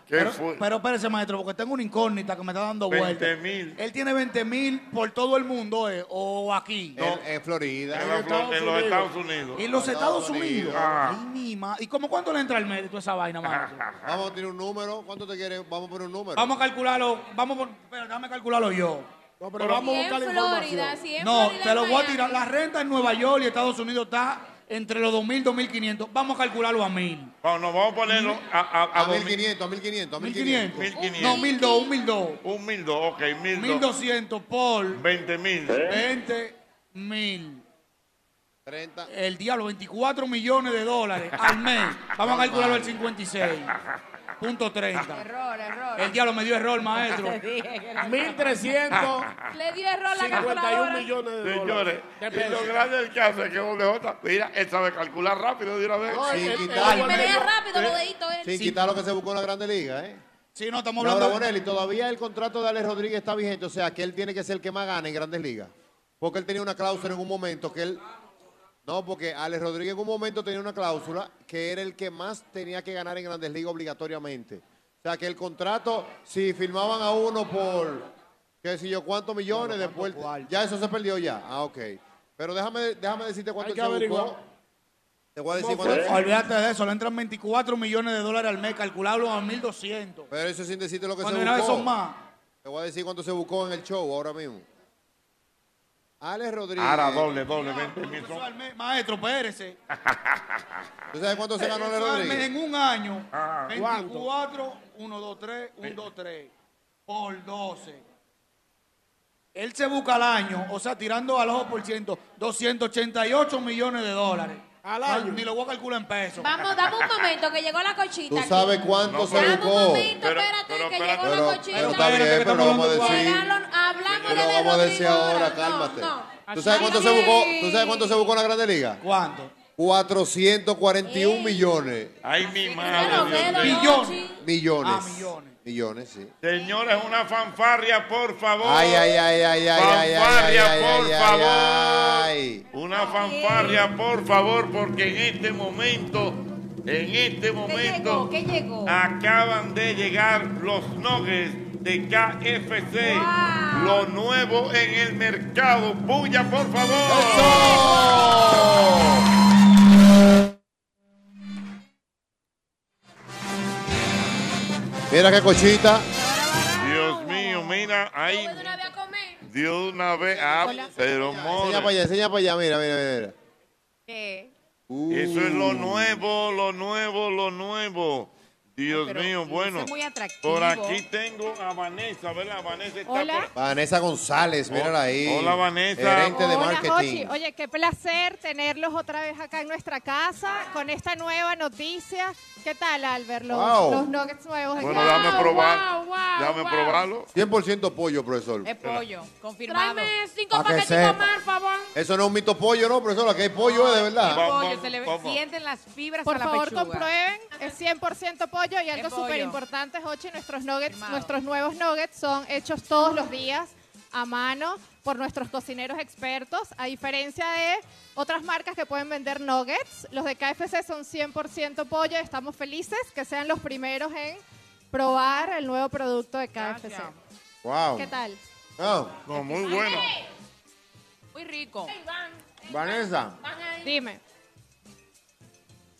S2: Pero,
S4: fue.
S2: pero espérese, maestro, porque tengo una incógnita que me está dando vuelta.
S4: 20.000.
S2: Él tiene 20 mil por todo el mundo, ¿eh? O aquí.
S5: en Florida.
S4: En, la Flor- en los Estados Unidos.
S2: En los Estados Unidos.
S4: Ah.
S2: Ay, mi ma- ¿Y cómo cuánto le entra el mérito a esa vaina, maestro?
S5: Vamos a tirar un número. ¿Cuánto te quieres? Vamos a poner un número.
S2: Vamos a calcularlo. Vamos por, pero déjame calcularlo yo.
S7: No,
S5: pero vamos
S6: a buscar la Florida, información. si es
S2: no,
S6: Florida,
S2: te lo voy a
S6: Miami.
S2: tirar. La renta en Nueva York y Estados Unidos está entre los 2.000 y 2.500. Vamos a calcularlo a 1.000.
S4: No, no, vamos a ponerlo a, a,
S5: A 1500, a 1500, a
S2: 1.500.
S5: 1500.
S2: No, 1.200, 1.200.
S4: Un mil dos, ok, mil dos.
S2: 1.200 por
S4: Veinte mil.
S2: 20 mil. El diablo, 24 millones de dólares al mes. Vamos a calcularlo al 56. Punto 30.
S8: Error, error.
S2: El diablo me dio error, maestro.
S8: Te dije que era-
S2: 1300.
S6: Le dio error la
S7: 51
S6: calculadora.
S7: millones de
S4: Señores,
S7: dólares. De
S4: y lo
S7: pesos.
S4: grande del caso es que Doble J, mira, él sabe calcular rápido de una vez.
S5: No, Sin él- él- quitar. él-
S6: Pelea rápido, los deditos. él.
S5: Sin quitar lo que se buscó en la Grande Liga, ¿eh?
S2: Sí, no, estamos
S5: Laura
S2: hablando.
S5: Bonelli, todavía el contrato de Alex Rodríguez está vigente, o sea que él tiene que ser el que más gana en Grandes Ligas. Porque él tenía una cláusula en un momento que él. No, porque Alex Rodríguez en un momento tenía una cláusula que era el que más tenía que ganar en Grandes Ligas obligatoriamente. O sea que el contrato, si firmaban a uno por qué sé yo cuántos millones, después. Ya eso se perdió ya. Ah, ok. Pero déjame, déjame decirte cuánto
S7: Hay que
S5: él se buscó.
S7: averiguar.
S5: Te voy a decir cuánto.
S2: Olvídate de eso, le entran 24 millones de dólares al mes, calcularlo a 1.200.
S5: Pero eso sin decirte lo que
S2: Cuando
S5: se
S2: era
S5: buscó.
S2: eso más.
S5: Te voy a decir cuánto se buscó en el show ahora mismo. Alex Rodríguez.
S4: Ahora doble, doble, veinte mil. son-
S2: Eso al mes, Eh, Maestro, espérese.
S5: ¿Tú sabes cuánto se ganó Alex
S2: Eh, Eso al mes
S5: Rodríguez?
S2: En un año,
S4: Ah.
S2: 24, 1, 2, 3, 1, 2, 3, por 12. Él se busca al año, o sea, tirando al ojo por ciento, 288 millones de dólares. Al año. Ni lo voy a calcular en pesos.
S6: Vamos, dame un momento que llegó la cochita.
S5: ¿Tú
S6: aquí.
S5: sabes cuánto
S2: No,
S5: se
S2: pero-
S5: buscó?
S6: Pero, espérate, que llegó la cochita.
S5: Pero está bien, pero lo vamos a decir.
S6: Llegaron, hablamos
S5: Pero
S6: de
S5: lo vamos
S6: Rodrigo
S5: a decir ahora,
S6: No,
S5: cálmate.
S6: no.
S5: ¿Tú sabes cuánto se buscó? ¿Tú sabes cuánto se buscó en la Grande Liga?
S2: ¿Cuánto?
S5: 441 millones.
S4: Ay, mi madre.
S5: Millones.
S2: Ah, millones.
S5: Millones, sí.
S4: Señores, una fanfarria, por favor.
S5: Ay, ay, ay, ay, ay, ay, ay,
S4: Fanfarria,
S5: ay, ay,
S4: por
S5: ay,
S4: favor.
S5: ay.
S4: Una fanfarria, por favor, porque en este momento, en este momento,
S8: ¿Qué llegó?
S4: acaban de llegar los nuggets de KFC. Lo nuevo en el mercado. Bulla, por favor.
S5: Mira qué cochita.
S4: Dios mío, mira, ahí. De una
S16: vez a comer.
S4: De una vez ah, pero more.
S5: Enseña para allá, enseña para allá, mira, mira, mira.
S4: Eso es lo nuevo, lo nuevo, lo nuevo. Dios mío, bueno.
S8: muy atractivo.
S4: Por aquí tengo a Vanessa, ¿verdad? Vanessa está
S17: Hola.
S4: por-
S5: Vanessa González, mírala ahí.
S4: Hola, Vanessa.
S5: Gerente de
S17: Hola,
S5: marketing.
S17: Jochi. Oye, qué placer tenerlos otra vez acá en nuestra casa con esta nueva noticia. ¿Qué tal, Albert? Los,
S5: Wow.
S17: los nuggets nuevos.
S5: Bueno, dame Wow, probar.
S17: Wow,
S4: Dame probarlo.
S5: 100% pollo, profesor.
S8: confirmado.
S16: Tráeme cinco
S5: Pa' que
S16: paquetitos
S5: sepa.
S16: más, por favor.
S5: Eso no es un mito pollo, no, profesor. Aquí hay pollo, eh, de verdad.
S8: pollo, se le
S5: vamos.
S8: sienten las fibras
S17: Por
S8: a la
S17: favor,
S8: pechuga.
S17: comprueben. Es 100% pollo y algo
S8: pollo.
S17: súper importante, Jochi, nuestros nuggets, nuestros nuevos nuggets son hechos todos los días a mano por nuestros cocineros expertos, a diferencia de otras marcas que pueden vender nuggets. Los de KFC son 100% pollo. Estamos felices que sean los primeros en probar el nuevo producto de KFC.
S5: Wow.
S17: ¿Qué tal?
S4: No, muy bueno.
S8: Muy rico.
S5: Vanessa,
S17: Dime.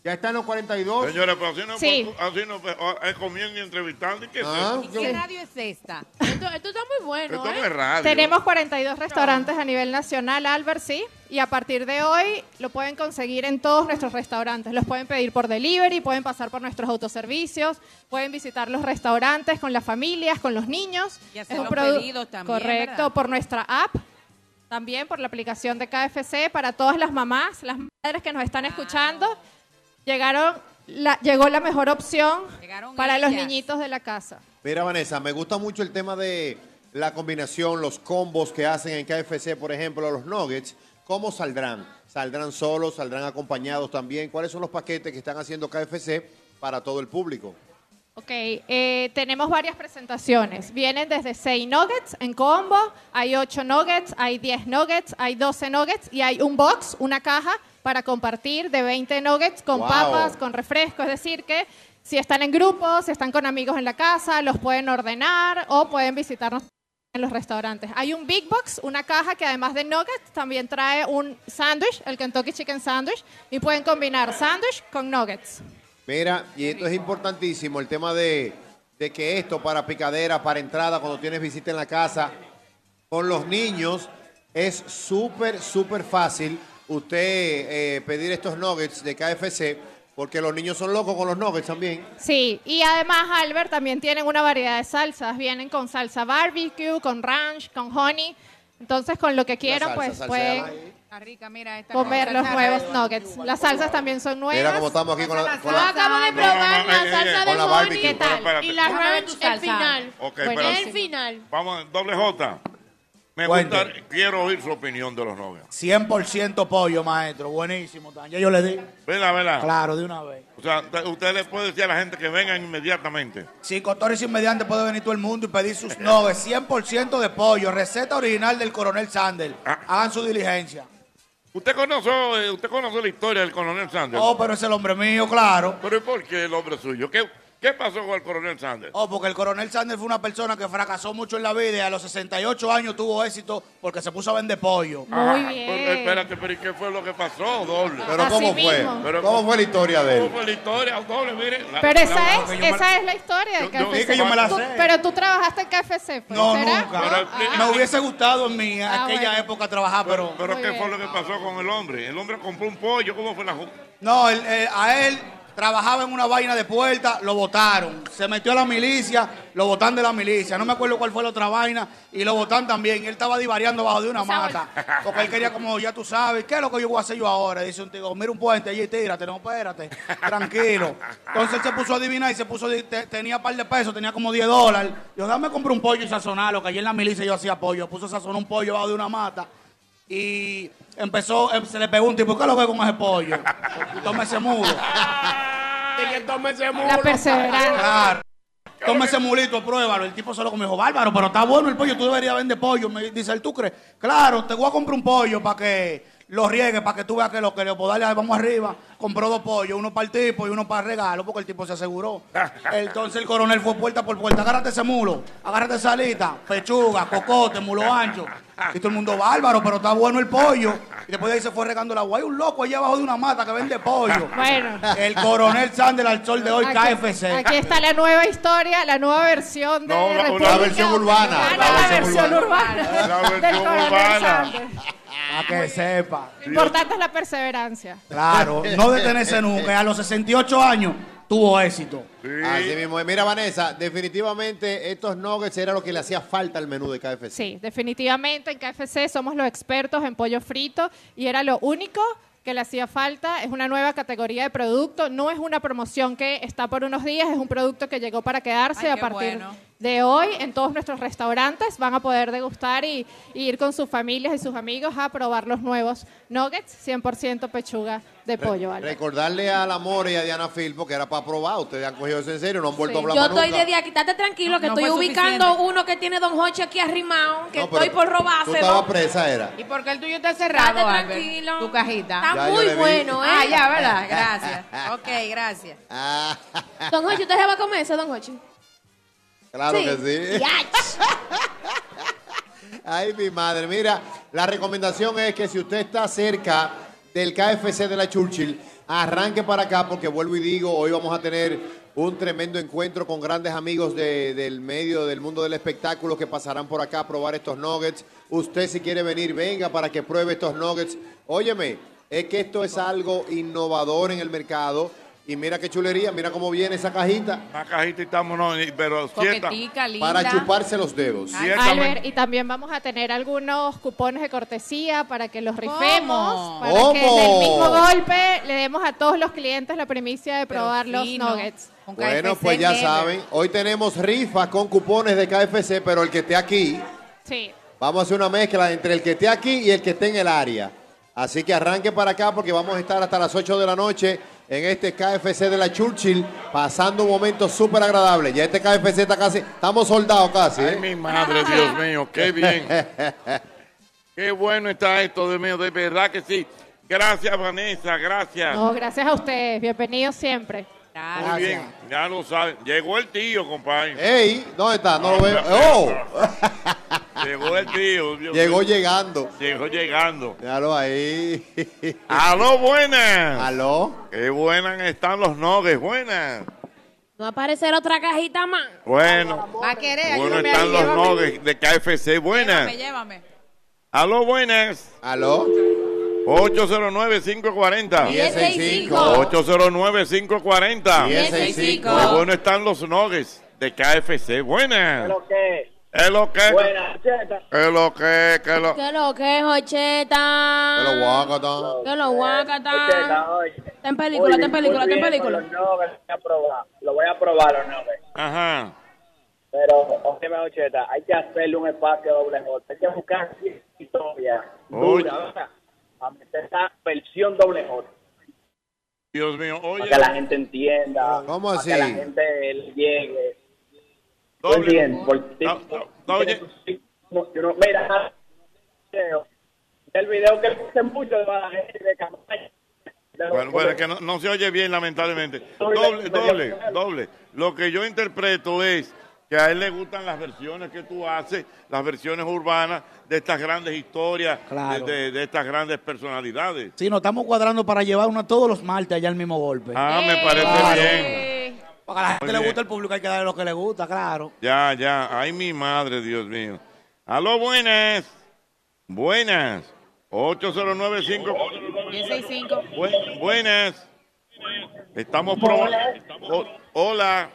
S5: ya están los 42.
S4: Señores, pero así no,
S8: Sí.
S4: así no es comiendo y entrevistando. ¿Y qué es
S8: Ah, ¿Y
S4: eso?
S8: qué radio es esta? Esto, está muy bueno, eh.
S4: Esto no es radio.
S17: Tenemos 42 restaurantes a nivel nacional, Albert, sí. Y a partir de hoy lo pueden conseguir en todos nuestros restaurantes. Los pueden pedir por delivery, pueden pasar por nuestros autoservicios, pueden visitar los restaurantes con las familias, con los niños.
S8: Y hacer los
S17: produ-
S8: pedidos también,
S17: Correcto,
S8: ¿verdad?
S17: por nuestra app. También por la aplicación de KFC para todas las mamás, las madres que nos están escuchando. Llegaron, la- llegó la mejor opción para los
S8: ellas.
S17: niñitos de la casa.
S5: Mira, Vanessa, me gusta mucho el tema de la combinación, los combos que hacen en KFC, por ejemplo, los nuggets. ¿Cómo saldrán? ¿Saldrán solos? ¿Saldrán acompañados también? ¿Cuáles son los paquetes que están haciendo KFC para todo el público?
S17: Ok, eh, tenemos varias presentaciones. Vienen desde 6 nuggets en combo, hay 8 nuggets, hay 10 nuggets, hay 12 nuggets y hay un box, una caja para compartir de 20 nuggets con
S8: Wow.
S17: papas, con refresco. Es decir, que si están en grupos, si están con amigos en la casa, los pueden ordenar o pueden visitarnos en los restaurantes. Hay un big box, una caja que además de nuggets también trae un sándwich, el Kentucky Chicken Sandwich, y pueden combinar sándwich con nuggets.
S5: Mira, y esto es importantísimo, el tema de, de que esto para picadera, para entrada, cuando tienes visita en la casa, con los niños, es súper, súper fácil usted eh, pedir estos nuggets de KFC, porque los niños son locos con los nuggets también.
S17: Sí, y además, Albert, también tienen una variedad de salsas. Vienen con salsa barbecue, con ranch, con honey. Entonces, con lo que quieran,
S5: salsa,
S17: pues
S5: salsa de
S17: pueden
S8: Está rica, mira esta.
S17: comer
S8: cosa
S17: los
S8: está
S17: nuevos
S8: rica.
S17: nuggets. Las salsas también son nuevas.
S5: Mira cómo estamos aquí con la... con
S17: Yo
S5: la-
S17: acabo Pues, de probar
S4: no, no,
S17: la
S4: eh,
S17: salsa
S4: eh, con
S17: de
S4: la
S17: honey.
S4: barbecue,
S17: ¿Qué
S4: pero
S17: tal?
S4: espérate.
S17: Y la
S4: Déjame ver
S17: ranch,
S4: tu
S17: el
S4: salsa.
S17: final.
S4: Ok,
S17: Buenísimo.
S4: espérate. Vamos, doble J. Me gusta, quiero oír su opinión de los novios.
S2: 100% pollo, maestro. Buenísimo. tan- Ya yo le di.
S4: Vela, vela.
S2: Claro, de una vez.
S4: O sea, te- usted le puede decir a la gente que vengan inmediatamente.
S2: Sí, Cotores y mediante puede venir todo el mundo y pedir sus nuggets. 100% de pollo. Receta original del coronel Sanders. Hagan su diligencia.
S4: ¿Usted conoce, eh, usted conoce la historia del coronel Sanders?
S2: Oh, pero es el hombre mío, claro.
S4: ¿Pero ¿y por qué el hombre suyo? ¿Qué, qué pasó con el coronel Sanders?
S2: Oh, porque el coronel Sanders fue una persona que fracasó mucho en la vida y a los 68 años tuvo éxito porque se puso a vender pollo.
S4: Ah,
S17: Eh.
S4: pero espérate, pero ¿y qué fue lo que pasó, doble?
S5: Pero ¿cómo fue?
S4: Pero
S5: ¿Cómo fue la historia de
S4: ¿Cómo
S5: él?
S4: fue la historia, doble? Mire, la-
S17: Pero
S4: la-
S17: esa
S4: la-
S17: es, esa es la historia de KFC.
S2: que yo me la
S17: Tú-
S2: sé.
S17: pues. Pero tú trabajaste en KFC, pues,
S2: No,
S17: ¿será?
S2: nunca. Me hubiese gustado en mi aquella
S4: bueno.
S2: época trabajar, pero.
S4: Ah. Pero ¿qué fue lo que pasó con el hombre? El hombre compró un pollo, ¿cómo fue la ju-
S2: No, él- él- a él trabajaba en una vaina de puerta, lo votaron. Se metió a la milicia, lo votaron de la milicia. No me acuerdo cuál fue la otra vaina y lo votaron también. Él estaba divariando bajo de una mata. Porque él quería, como ya tú sabes, ¿qué es lo que yo voy a hacer yo ahora? Dice un tío, mira un puente allí, tírate, no, espérate, tranquilo. Entonces él se puso a adivinar y se puso, a di- te- tenía un par de pesos, tenía como 10 dólares. Yo, dame comprar un pollo y sazonarlo, que ayer en la milicia yo hacía pollo. Puso a sazonar un pollo bajo de una mata. Y empezó, eh, se le pegó un tipo, ¿qué es lo que es con ese pollo? Tómese mudo.
S7: Y que tome ese muro.
S2: Claro. Toma ese mulito, pruébalo. El tipo solo me dijo, bárbaro, pero está bueno el pollo, tú deberías vender pollo. Me dice él, ¿tú crees? Claro, te voy a comprar un pollo para que lo riegue, para que tú veas que lo que le puedo darle, vamos arriba. Compró dos pollos, uno para el tipo y uno para el regalo, porque el tipo se aseguró. Entonces el coronel fue puerta por puerta, agárrate ese mulo, agárrate esa alita, pechuga, cocote, mulo ancho. Y todo el mundo, bárbaro, pero está bueno el pollo. Y después de ahí se fue regando el agua. Hay un loco allá abajo de una mata que vende pollo.
S17: Bueno.
S2: El coronel Sander al sol de hoy,
S17: Aquí-
S2: KFC.
S17: Aquí está la nueva historia, la nueva versión de
S2: No, una- una
S17: República
S2: versión urbana,
S17: Dominicana,
S2: una
S17: la
S2: versión
S17: versión
S2: urbana.
S17: urbana.
S2: La
S17: del
S2: versión
S17: coronel
S2: urbana.
S17: Sanders.
S2: Para que sepa.
S17: Lo importante es la perseverancia.
S2: Claro, no detenerse nunca. A los 68 años tuvo éxito.
S5: Así mismo. es. Mira, Vanessa, definitivamente estos nuggets era lo que le hacía falta al menú de KFC.
S17: Sí, definitivamente en KFC somos los expertos en pollo frito y era lo único que le hacía falta. Es una nueva categoría de producto, no es una promoción que está por unos días, es un producto que llegó para quedarse
S8: Ay,
S17: a
S8: qué
S17: partir
S8: bueno.
S17: de hoy en todos nuestros restaurantes. Van a poder degustar y, y ir con sus familias y sus amigos a probar los nuevos nuggets 100% pechuga
S2: Eh,
S17: de
S5: Re-
S17: pollo. Álvaro.
S5: Recordarle al amor y a Diana Filpo que era para probar. Ustedes han cogido eso en serio, no han vuelto a hablar
S6: Yo
S5: más
S6: estoy
S5: nunca.
S6: de día, aquí, estate tranquilo, que
S8: No
S6: estoy
S8: fue
S6: ubicando uno que tiene Don Hoche aquí arrimado, que
S5: No, pero
S6: estoy por
S5: Tú estabas
S6: robárselo.
S5: presa, era.
S8: ¿Y por qué el tuyo está cerrado,
S6: Date
S8: Albert?
S6: tranquilo.
S8: Tu cajita.
S6: Está
S5: Ya yo
S6: muy
S5: le vi.
S6: bueno, ¿eh?
S8: Ah, ya, ¿verdad? Gracias. ok, gracias.
S6: Don Hoche, ¿usted se va a comer eso, Don Hoche?
S5: Claro
S6: Sí.
S5: que sí. Ay, mi madre. Mira, la recomendación es que si usted está cerca del KFC de la Churchill, arranque para acá porque vuelvo y digo, hoy vamos a tener un tremendo encuentro con grandes amigos de- del medio, del mundo del espectáculo que pasarán por acá a probar estos nuggets. Usted si quiere venir, venga para que pruebe estos nuggets. Óyeme, es que esto es algo innovador en el mercado. Y mira qué chulería, mira cómo viene esa cajita.
S4: La cajita y estamos, no, ni- pero cierta.
S17: Coquetica, linda.
S5: Para chuparse los dedos.
S17: Albert, y también vamos a tener algunos cupones de cortesía para que los rifemos, para
S5: ¿Cómo?
S17: que del mismo golpe le demos a todos los clientes la primicia de
S8: Pero
S17: probar los
S8: fino.
S17: nuggets.
S5: Bueno, pues ya saben, hoy tenemos rifas con cupones de KFC, pero el que esté aquí,
S17: Sí.
S5: vamos a hacer una mezcla entre el que esté aquí y el que esté en el área. Así que arranque para acá porque vamos a estar hasta las 8 de la noche en este KFC de la Churchill, pasando un momento súper agradable. Ya este KFC está casi, estamos soldados casi. ¿eh?
S4: Mi madre, Dios mío, qué bien. Qué bueno está esto, Dios mío, de verdad que sí. Gracias, Vanessa, gracias.
S17: No, gracias a ustedes, bienvenidos siempre.
S4: Muy bien, ya lo saben. Llegó el tío, compadre.
S5: ¡Ey! ¿Dónde está? No lo veo. Oh.
S4: Llegó el tío. Dios
S5: Llegó
S4: mío.
S5: llegando.
S4: Llegó llegando.
S5: Míralo ahí.
S4: Aló, buenas.
S5: Aló.
S4: Qué buenas están los nogues, buenas.
S6: No va a aparecer otra cajita más.
S4: Bueno,
S8: Va a querer,
S4: bueno
S8: ayúdame
S4: están
S8: ahí,
S4: los
S8: llévame.
S4: nogues de KFC, buenas.
S8: Llévame, llévame.
S4: Aló, buenas.
S5: Aló.
S4: 809-540.
S5: 1065.
S4: 809-540.
S5: 1065.
S4: Qué bueno están los nogues de KFC, buenas. Es lo que.
S6: Buenas,
S4: Es lo que, que lo.
S6: ¿Qué lo que es, Ocheta?
S5: Hello, Wakata.
S6: ¿Qué lo guacata?
S12: Ocheta, oye.
S6: Está en película, está en
S12: Muy
S6: película, está en
S12: bien,
S6: película.
S12: con los nuggets, Lo voy a probar, lo voy a probar los nuggets.
S4: Ajá.
S12: Pero, óyeme, Ocheta, hay que hacerle un espacio a doble J. Hay que buscar historia dura,
S4: Oye.
S12: ¿verdad? A meter esa versión doble J.
S4: Dios mío, oye.
S12: Para que la gente entienda.
S5: Ah, ¿Cómo
S12: para
S5: así?
S12: que la gente le llegue. ¿Tú
S4: Doble-
S12: entiendes? Porque
S4: No, no, no, oye.
S12: no- yo no- mira, video. el video que le puse mucho de la gente de campaña. De los-
S4: Bueno, bueno, es que no, no se oye bien, lamentablemente.
S12: Doble, doble.
S4: Doble, doble, doble. Lo que yo interpreto es que a él le gustan las versiones que tú haces, las versiones urbanas de estas grandes historias,
S2: Claro.
S4: de, de- de estas grandes personalidades.
S2: Sí, nos estamos cuadrando para llevar uno todos los martes allá al mismo golpe.
S4: Ah, me parece
S2: Claro.
S4: bien.
S2: Porque a la gente
S4: Muy
S2: le
S4: bien.
S2: gusta el público, hay que darle lo que le gusta, claro.
S4: Ya, ya. Ay, mi madre, Dios mío. Aló, buenas. Buenas. 809-5.
S8: 165.
S4: Bu- buenas. Estamos probando. O- Hola.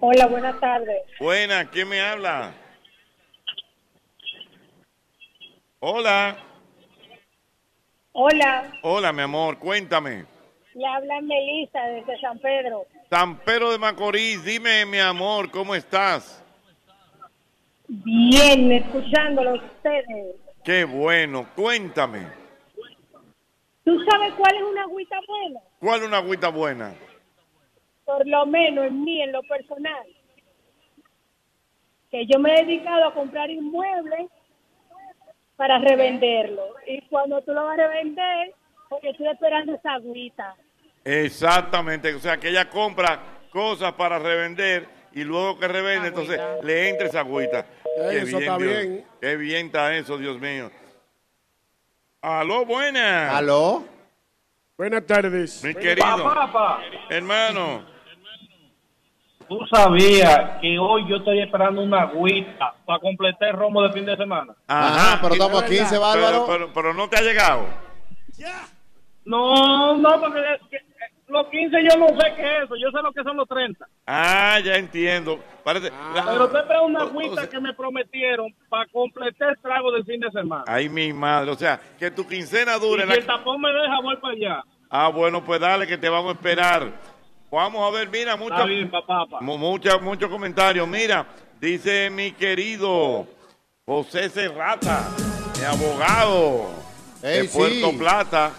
S18: Hola, buenas tardes.
S4: Buenas, ¿quién me habla? Hola,
S18: Hola,
S4: hola mi amor, cuéntame.
S18: le habla Melissa desde San Pedro.
S4: San Pedro de Macorís, dime mi amor, ¿cómo estás?
S18: Bien, escuchándolo a ustedes.
S4: Qué bueno, cuéntame.
S18: ¿Tú sabes cuál es una agüita buena?
S4: ¿Cuál es una agüita buena?
S17: por lo menos en mí, en lo personal, que yo me he dedicado a comprar inmuebles para revenderlo. Y cuando tú lo vas a revender, porque estoy esperando esa agüita.
S4: Exactamente, o sea que ella compra cosas para revender y luego que revende, entonces le entra esa agüita.
S7: Ey, eso está
S4: Dios.
S7: bien.
S4: Qué bien está eso, Dios mío. Aló, buenas.
S5: Aló.
S7: Buenas tardes.
S4: Mi querido.
S14: Papá, papá.
S4: Hermano.
S14: Tú sabías que hoy yo estoy esperando una agüita para completar el romo de fin de semana.
S5: Ajá, pero estamos a
S14: aquí,
S5: 15, Bárbaro.
S4: Pero, pero no te ha llegado.
S14: No, no, porque que- eh, los 15 yo no sé qué es eso. Yo sé lo que son los 30.
S4: Ah, ya entiendo. Parece.
S7: Ah.
S4: la-
S14: Pero te trae una agüita que me prometieron para completar el trago del fin de semana.
S4: Ay, mi madre. O sea, que tu quincena
S14: Y
S4: dure.
S14: si
S4: la-
S14: el tapón me deja, voy para allá.
S4: Ah, bueno, pues dale, que te vamos a esperar. Vamos a ver, mira, mucho,
S14: Está bien, papá. papá.
S4: mu- mucha- muchos comentarios. Mira, dice mi querido José Serrata, mi abogado de
S5: Ey, sí.
S4: Puerto Plata.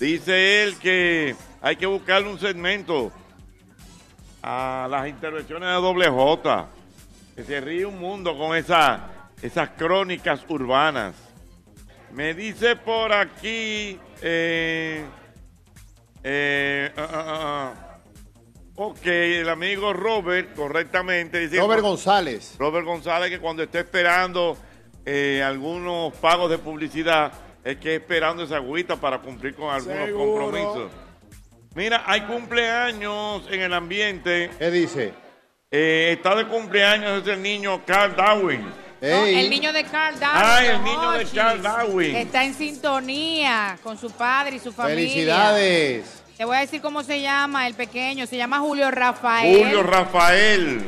S4: Dice él que hay que buscarle un segmento a las intervenciones de doble J. Que se ríe un mundo con esa, esas crónicas urbanas. Me dice por aquí. eh, eh, ah, ah, ah. ok, el amigo Robert, correctamente. Dice
S5: Robert González.
S4: Robert González, que cuando está esperando eh, algunos pagos de publicidad, es que esperando esa agüita para cumplir con algunos
S7: Seguro.
S4: compromisos. Mira, hay cumpleaños en el ambiente. Eh,
S5: ¿Qué dice?
S4: está de cumpleaños es el niño Carl Darwin.
S8: No, el niño de Carl Darwin.
S4: Ay, el
S8: don
S4: niño de
S8: Hochi,
S4: Charles Darwin.
S8: Está en sintonía con su padre y su familia.
S5: Felicidades.
S8: Te voy a decir cómo se llama el pequeño. Se llama Julio Rafael.
S4: Julio Rafael.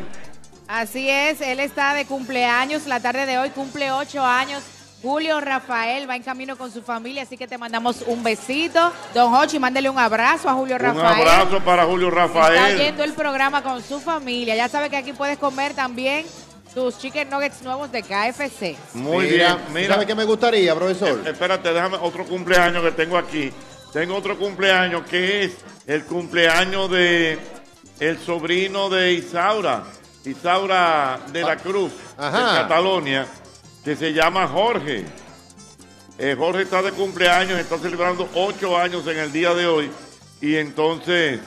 S8: Así es, él está de cumpleaños la tarde de hoy, cumple ocho años. Julio Rafael va en camino con su familia, así que te mandamos un besito. Don Hochi, mándele un abrazo a Julio
S4: Un
S8: Rafael.
S4: abrazo para Julio
S8: Está
S4: Rafael.
S8: yendo el programa con su familia. Ya sabe que aquí puedes comer también tus chicken nuggets nuevos de KFC.
S4: Muy
S5: Mira,
S4: bien.
S5: ¿tú
S4: Mira,
S5: sabes qué me gustaría, profesor?
S4: espérate, déjame otro cumpleaños que tengo aquí. Tengo otro cumpleaños que es el cumpleaños de el sobrino de Isaura, Isaura de la Cruz,
S5: Ah. Ajá.
S4: de Catalonia, que se llama Jorge. Eh, Jorge está de cumpleaños, está celebrando ocho años en el día de hoy y entonces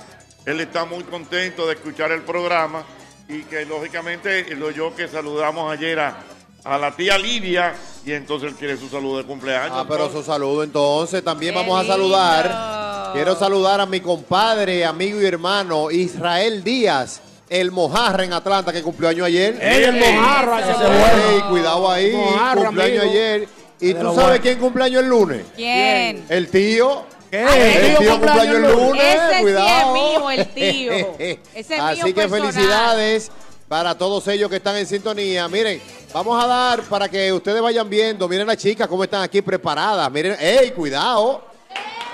S4: él está muy contento de escuchar el programa y que lógicamente lo yo que saludamos ayer a, a la tía Lidia y entonces él quiere su saludo de cumpleaños.
S5: Ah, pero su saludo entonces. También
S4: Qué
S5: vamos a
S4: lindo.
S5: saludar. Quiero saludar a mi compadre, amigo y hermano Israel Díaz, el mojarra en Atlanta que cumplió año ayer.
S7: Ey, Eh, el mojarra, ese
S5: Ey,
S7: bueno.
S5: cuidado ahí,
S7: Mojarra,
S5: cumpleaños
S7: amigo.
S5: ayer. ¿Y
S7: De
S5: tú
S7: lo
S5: sabes
S7: bueno.
S5: quién cumpleaños el lunes?
S8: ¿Quién?
S5: El tío.
S8: el
S5: El
S8: tío
S5: tío cumpleaños el lunes.
S8: Ese sí es
S5: cuidado.
S8: mío, el tío. Ese es mío
S5: Así que
S8: personal.
S5: felicidades para todos ellos que están en sintonía. Miren, vamos a dar para que ustedes vayan viendo. Miren las chicas cómo están aquí preparadas. Miren, ¡ey, cuidado!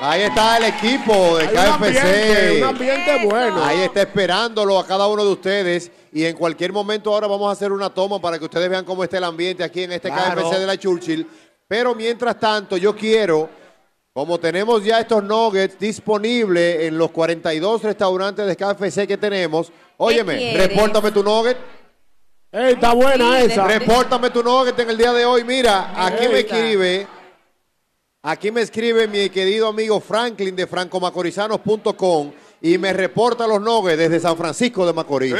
S5: Ahí está el equipo de
S7: Hay
S5: KFC.
S7: un ambiente, un ambiente bueno.
S5: Ahí está esperándolo a cada uno de ustedes. Y en cualquier momento ahora vamos a hacer una toma para que ustedes vean cómo está el ambiente aquí en este
S7: Claro.
S5: KFC de la Churchill. Pero mientras tanto, yo quiero, como tenemos ya estos nuggets disponibles en los 42 restaurantes de KFC que tenemos, óyeme,
S7: quieres?
S5: repórtame tu nugget.
S7: está buena
S5: Sí,
S7: esa.
S5: de- Repórtame tu nugget en el día de hoy. Mira, aquí me escribe. Aquí me escribe mi querido amigo Franklin de francomacorizanos.com y me reporta los nuggets desde San Francisco de Macorís.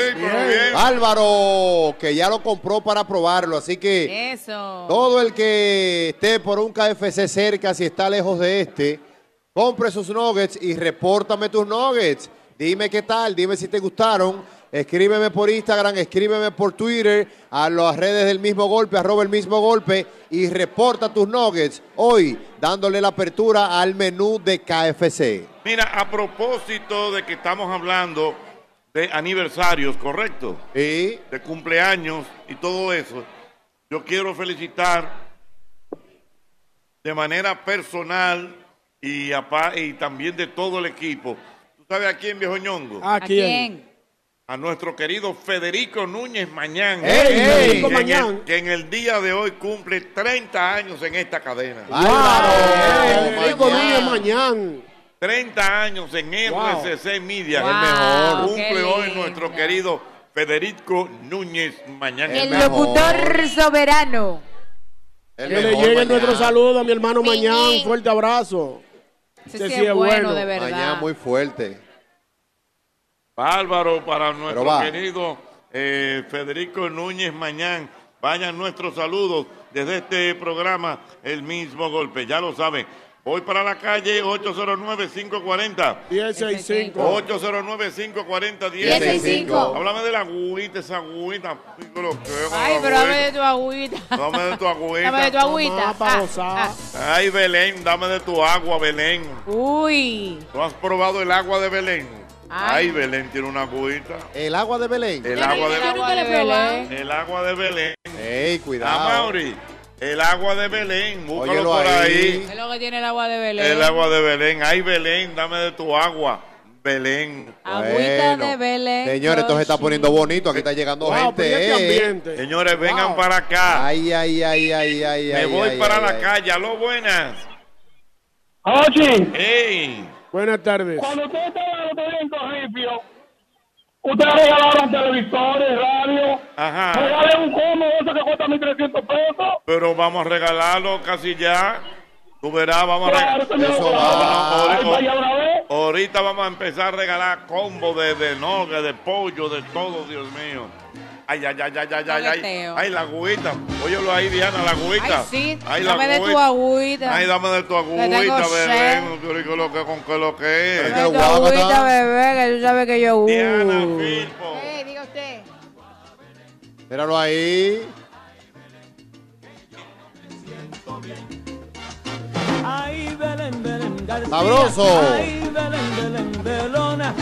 S5: Álvaro, que ya lo compró para probarlo, así que
S8: Eso.
S5: todo el que esté por un KFC cerca, si está lejos de este, compre sus nuggets y repórtame tus nuggets. Dime qué tal, dime si te gustaron. Escríbeme por Instagram, escríbeme por Twitter, a las redes del mismo golpe, arroba el mismo golpe y reporta tus nuggets hoy dándole la apertura al menú de KFC.
S4: Mira, a propósito de que estamos hablando de aniversarios, ¿correcto?
S5: Sí.
S4: De cumpleaños y todo eso, yo quiero felicitar de manera personal y, apa- y también de todo el equipo. ¿Tú sabes a quién, viejo ñongo?
S2: Ah,
S7: ¿A ¿A quién? quién?
S4: A nuestro querido Federico Núñez Mañán.
S7: ¡Ey, Federico
S4: que en el-
S7: Mañán!
S4: que en el día de hoy cumple 30 años en esta cadena.
S7: Álvaro, Federico Núñez Mañán.
S4: 30 años en
S7: Wow.
S4: RCC Media.
S7: El mejor.
S4: Cumple
S7: qué
S4: hoy
S7: lindo.
S4: nuestro querido Federico Núñez mañana.
S8: El locutor soberano.
S7: Que
S4: El
S7: le
S4: mejor
S7: llegue
S4: mañana.
S7: nuestro saludo a mi hermano
S8: Piñín.
S7: Mañán. Fuerte abrazo.
S8: Ese
S7: Ese
S8: sí es bueno, de verdad.
S5: Mañana muy fuerte.
S4: Bárbaro para nuestro
S5: va.
S4: querido eh, Federico Núñez Mañán. Vayan nuestros saludos desde este programa, El mismo golpe, ya lo saben. Voy para la calle 809-540.
S7: 1065.
S4: 809-540-1065.
S8: Dieciséiscinco.
S4: Háblame de la agüita, esa agüita. pico, lo que es,
S8: Ay, pero
S4: agüita.
S8: dame de tu agüita.
S4: Dame de tu agüita.
S8: Dame de tu agüita. Ah, ah.
S4: Ay, Belén, dame de tu agua, Belén.
S8: Uy.
S4: ¿Tú has probado el agua de Belén? Ay,
S8: Ay.
S4: Belén tiene una agüita.
S5: El agua de Belén.
S4: El agua de
S8: Yo nunca la he
S4: Belén.
S8: probado.
S4: El agua de Belén.
S5: Ey, cuidado.
S4: Amaury, el agua de Belén. Búscalo
S5: Óyelo
S4: por ahí.
S8: Es lo que tiene el agua de Belén.
S4: El agua de Belén. Ay, Belén, dame de tu agua. Belén.
S8: Agüita de Belén.
S5: Señores, esto se está poniendo bonito. Aquí está llegando
S4: pues
S5: gente. eh.
S4: Señores, vengan para acá.
S5: Ay, ay, ay, ay, ay.
S4: Me
S5: ay,
S4: voy
S5: ay,
S4: para
S5: ay,
S4: la
S5: ay.
S4: calle. Aló, buenas.
S12: Oye.
S4: Ey.
S7: Buenas tardes.
S12: Cuando ustedes estaban los en Corripio, ustedes regalaron televisores, radio.
S4: Ajá.
S12: Regalen un combo, eso que cuesta 1.300 pesos.
S4: Pero vamos a regalarlo casi ya. Tú verás, vamos a
S12: Claro,
S4: regalar.
S12: señor, claro. Ahí
S4: ahorita,
S12: vaya una vez.
S4: ahorita vamos a empezar a regalar combo de, de nogga, de pollo, de todo, Dios mío. Ay, ay, ay, ay, ay, ay, ay.
S8: Coqueteo.
S4: Ay, la agüita. Óyelo ahí, Diana, la agüita.
S8: Ay, sí.
S4: Ay, la
S8: dame de tu
S4: agüita.
S8: agüita.
S4: Ay, dame de tu agüita,
S8: tengo
S4: bebé.
S8: sed.
S4: No te digo lo que, con que lo que es.
S8: Dame de tu agüita, bebé, que tú sabes que yo... uh.
S4: Diana,
S8: Eh, diga usted.
S5: Míralo ahí.
S11: Ay, Belén, Belén, García.
S5: Sabroso.
S11: Ay, Belén, Belén, Belona.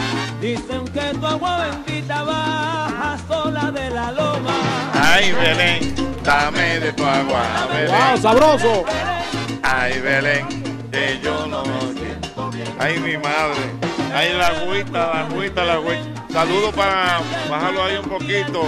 S11: Dicen que tu agua bendita va sola de la loma.
S4: Ay, Belén, dame de tu agua, Belén.
S5: Ah,
S7: Wow, sabroso.
S4: Ay, Belén, que yo no Ay, mi madre. Ay, la agüita, la agüita, la agüita. Saludos para bajarlo ahí un poquito.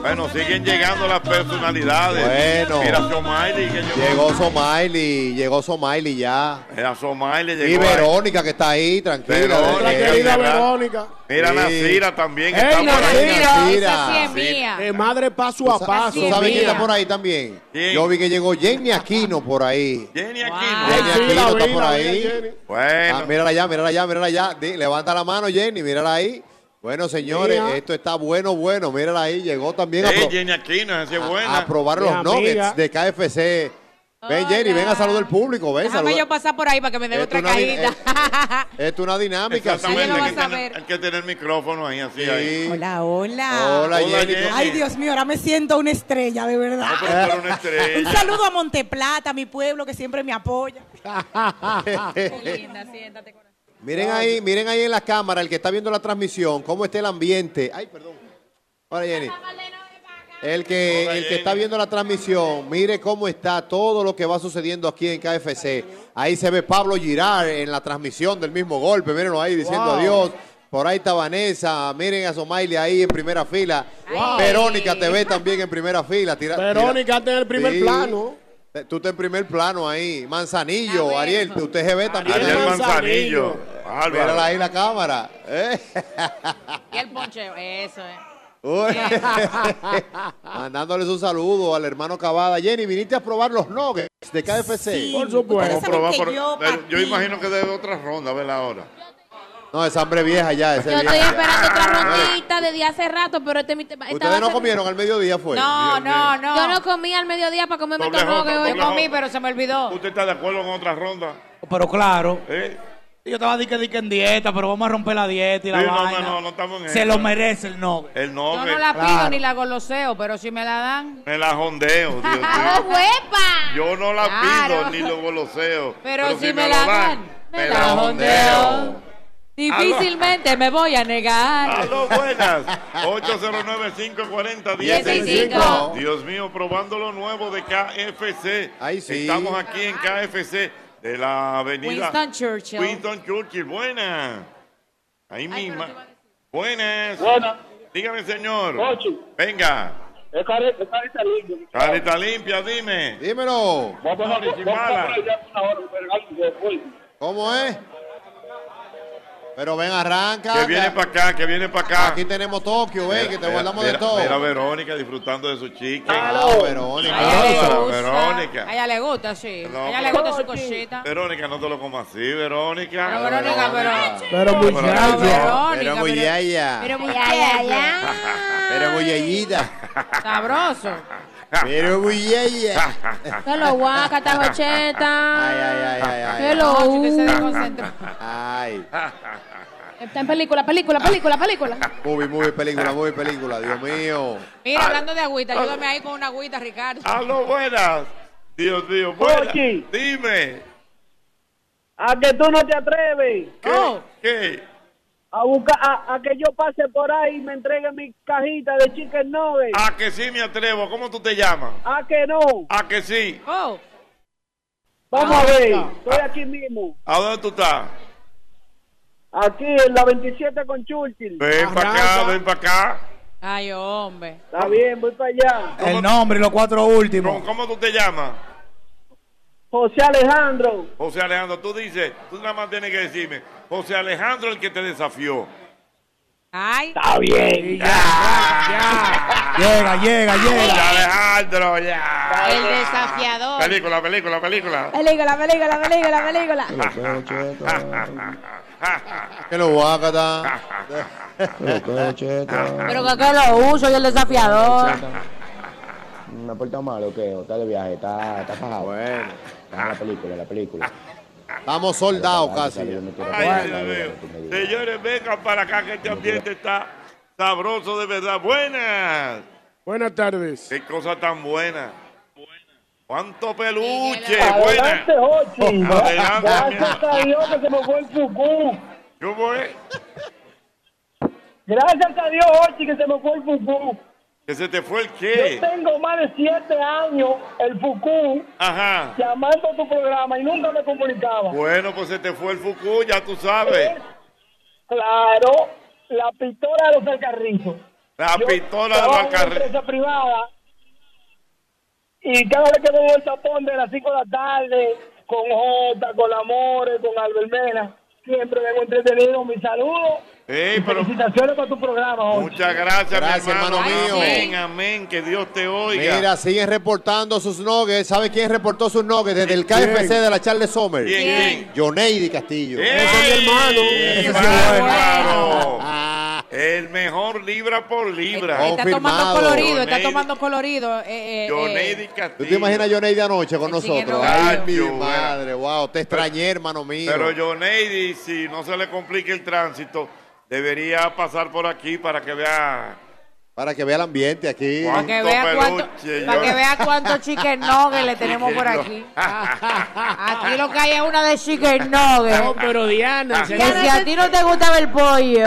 S4: Bueno, siguen llegando las personalidades.
S5: Bueno.
S4: Mira, Somaili, que yo.
S5: Llegó Somaili. Llegó Somaili ya.
S4: Mira, Somaili
S5: Y
S4: llegó. ahí.
S5: Verónica que está ahí, tranquila.
S4: Verónica,
S5: Eh,
S4: querida
S7: Verónica.
S4: Mira,
S5: Sí.
S4: Nasira también.
S5: Ey,
S4: está por ahí.
S5: Nasira,
S8: Esa sí es mía.
S7: De Eh, madre paso a paso.
S5: ¿Tú sabes quién está por ahí también? Yo vi que llegó Jenny Aquino por ahí.
S4: Jenny
S5: Aquino.
S7: Ay, sí, la
S5: Aquino está
S7: vi,
S5: por
S7: la vi a Jenny.
S5: ahí.
S4: Bueno.
S5: Ah, mírala ya, mírala ya, mírala ya. Di- levanta la mano, Jenny, mírala ahí. Bueno, señores,
S4: Mía.
S5: esto está bueno, bueno. Mírala ahí, llegó también a,
S4: Ey,
S5: pro-
S4: Jenny Aquino, esa sí es buena.
S5: a probar los nuggets de KFC. Ven, Jenny, ven a saludar al público. Ven,
S8: Déjame
S5: saluda.
S8: yo pasar por ahí para que me dé
S5: Esto
S8: otra
S5: es una di-
S8: cajita.
S5: Esto es una dinámica. así.
S4: Exactamente, hay que tener- hay que tener el micrófono ahí, así. ahí.
S19: Hola, hola.
S4: Hola, Jenny.
S19: Ay, Dios mío, ahora me siento una estrella, de verdad.
S4: No, pero tú eres una estrella.
S19: Un saludo a Monteplata, a mi pueblo que siempre me apoya.
S5: Miren ahí, miren ahí en la cámara, el que está viendo la transmisión, cómo está el
S20: Eh,
S5: ambiente. Ay, perdón. Hola, Jenny. El que, el que está viendo la transmisión, mire cómo está todo lo que va sucediendo aquí en KFC. Ahí se ve Pablo Girar en la transmisión del mismo golpe. Mírenlo ahí diciendo
S7: Wow.
S5: adiós. Por ahí está Vanessa. Miren a Somaile ahí en primera fila.
S7: Wow.
S5: Verónica te ve también en primera fila. Tira- tira-
S7: Verónica está en el primer
S5: Sí.
S7: plano.
S5: Eh, Tú estás en primer plano ahí. Manzanillo, Ariel, tú- usted se ve también.
S4: Ariel
S5: ahí.
S4: Manzanillo. Álvaro.
S5: Mírala ahí la cámara. ¿eh?
S8: Y el poncheo, eso es.
S5: Uy. Mandándoles un saludo al hermano Cavada. Jenny, viniste a probar los nuggets de KFC.
S4: Por supuesto. yo, imagino que debe otra ronda, ¿verdad? Ahora.
S5: No, es hambre vieja ya. ese
S6: Yo
S5: vieja
S6: estoy
S5: ya.
S6: esperando otra
S5: Señores,
S6: rondita desde hace rato, pero este mi tema.
S5: Ustedes no comieron al mediodía, fue.
S6: No, no,
S8: no.
S6: Yo no comí al mediodía para comerme
S4: Doble
S6: estos
S4: J,
S6: nuggets hoy.
S4: doble J.
S6: Comí,
S8: pero se me olvidó.
S4: ¿Usted está de acuerdo con otra ronda?
S2: Pero claro.
S4: ¿Eh?
S2: Yo estaba di que, di que en dieta, pero vamos a romper la dieta y la
S4: Sí, no,
S2: vaina.
S4: no, no, no estamos en
S2: Se
S4: eso.
S2: lo merece el Nobel.
S4: El
S8: Yo
S4: nombre.
S8: no la pido ni la goloseo, pero si me la dan.
S4: Me la jondeo, Dios mío. Yo no la pido
S8: Claro.
S4: ni lo goloseo.
S8: Pero si me la dan,
S4: me la jondeo.
S8: Difícilmente me voy a negar.
S4: Aló, buenas. 809-540-1065.
S8: 1065.
S4: Dios mío, probando lo nuevo de KFC.
S5: sí.
S4: Estamos aquí en KFC de la avenida
S8: Winston Churchill.
S4: Winston Churchill, buenas. Ahí misma. Buenas.
S12: Buenas.
S4: Dígame, señor.
S12: Ocho.
S4: Venga.
S12: Es carita, es carita limpia.
S4: Carita limpia, dime.
S5: Dímelo.
S12: Vamos a
S4: Mauricio Mala.
S12: poner ya una hora, pero algo que fue.
S5: ¿Cómo es? Pero ven, arranca.
S4: Que viene para acá, que viene para acá.
S5: Aquí tenemos Tokio, ven, que te
S4: Mira,
S5: guardamos
S4: mira,
S5: de todo.
S4: Mira a Verónica disfrutando de su chicken.
S5: Ah, Verónica.
S4: Ah,
S5: Ay,
S4: para
S5: le gusta.
S4: Verónica.
S21: A ella le gusta, sí.
S4: No,
S21: a ella le
S4: pero-
S21: gusta su cosita.
S4: Verónica, no te lo comas así, Verónica.
S21: Pero Verónica, pero-
S5: Pero muchacha.
S21: Verónica,
S5: Pero muchacha.
S21: Pero muy
S5: Pero muchachita.
S21: Sabroso.
S5: Pero muchacha.
S6: Que lo guaca, esta jocheta.
S5: Ay, ay, ay, ay, ay.
S6: Que lo
S5: Ay.
S6: Está en película, película, película, película.
S5: Movie, movie, película, movie, película. Dios mío.
S21: Mira, hablando de agüita, ayúdame ahí con una agüita, Ricardo.
S4: Aló, buenas. Dios mío, buenas.
S12: Ochi.
S4: Dime.
S12: A que tú no te atreves.
S4: ¿Qué?
S12: A, buscar, a, a que yo pase por ahí y me entregue mi cajita de chicken nuggets.
S4: A que sí me atrevo. ¿Cómo tú te llamas?
S12: A que no.
S4: A que sí.
S21: Oh.
S12: Vamos a ver.
S4: Ah.
S12: Estoy aquí mismo.
S4: ¿A dónde tú estás?
S12: Aquí en la 27 con Churchill.
S4: Ven para acá, ven para acá.
S21: Ay, hombre.
S12: Está bien, voy para allá.
S2: El nombre y los cuatro últimos.
S4: ¿Cómo tú te llamas?
S12: José Alejandro.
S4: José Alejandro, tú dices, tú nada más tienes que decirme, José Alejandro el que te desafió.
S21: Ay.
S12: Está bien.
S2: Llega, Ah, llega,
S4: José
S2: llega.
S4: Alejandro, ya.
S21: El desafiador.
S4: Película, película, película.
S21: Película, película, película, película.
S5: Que lo guacata.
S21: Pero que, que lo uso, yo el desafiador.
S22: ¿Me porta mal o qué? ¿O está de viaje? ¿Está, está fajado? Bueno. la película, la película.
S5: Estamos soldados casi.
S4: Ay, Dios mío. Señores, vengan para acá que este ambiente está sabroso de verdad. Buenas.
S7: Buenas tardes.
S4: Qué cosa tan buena. ¿Cuánto peluche? Buenas.
S12: Adelante, Jochi.
S4: Adelante,
S12: Gracias a Dios que se me fue el fucú.
S4: ¿Cómo es?
S12: Gracias a Dios, Jochi, que se me fue el fucú.
S4: Que se te fue el
S12: Yo
S4: qué.
S12: tengo más de siete años el fucú
S4: Ajá.
S12: llamando a tu programa y nunca me comunicaba.
S4: Bueno, pues se te fue el Fuku, ya tú sabes.
S12: Claro, la pistola de los alcarrizos.
S4: La
S12: Yo
S4: pistola de
S12: trabajo en
S4: Valcarri-
S12: una empresa privada y cada vez que veo el tapón de las 5 de la tarde con Jota, con Amores, con Albermena, siempre vengo entretenido. Mis saludos.
S4: Ey, pero
S12: Felicitaciones por tu programa, Jorge.
S4: muchas gracias,
S5: Gracias,
S4: mi hermano,
S5: hermano mío.
S4: Amén, amén, que Dios te oiga.
S5: Mira, siguen reportando sus nuggets. ¿Sabe quién reportó sus nuggets? Desde el KFC de la Charles Sommer.
S4: ¿Quién? ¿Quién?
S5: Yoneidi Castillo.
S4: Ey, bárbaro. El mejor libra por libra.
S5: Oh,
S21: Está tomando colorido, está tomando colorido. Eh, eh, eh.
S4: Yoneidi
S5: ¿Tú te
S4: Castillo.
S5: imaginas a Yoneidi anoche con
S21: chiquero.
S5: nosotros? Ay, mi
S4: Cacho,
S5: madre, wow, te extrañé, hermano mío.
S4: Pero Yoneidi, si no se le complica el tránsito, debería pasar por aquí para que vea
S5: Para que vea el ambiente aquí.
S21: Para que vea cuánto, para que vea cuánto chicken nugget le tenemos por aquí. Ah, Aquí lo que hay es una de chicken nugget.
S3: No, pero Diana,
S21: que
S3: Diana,
S21: si a ti no te gusta el pollo,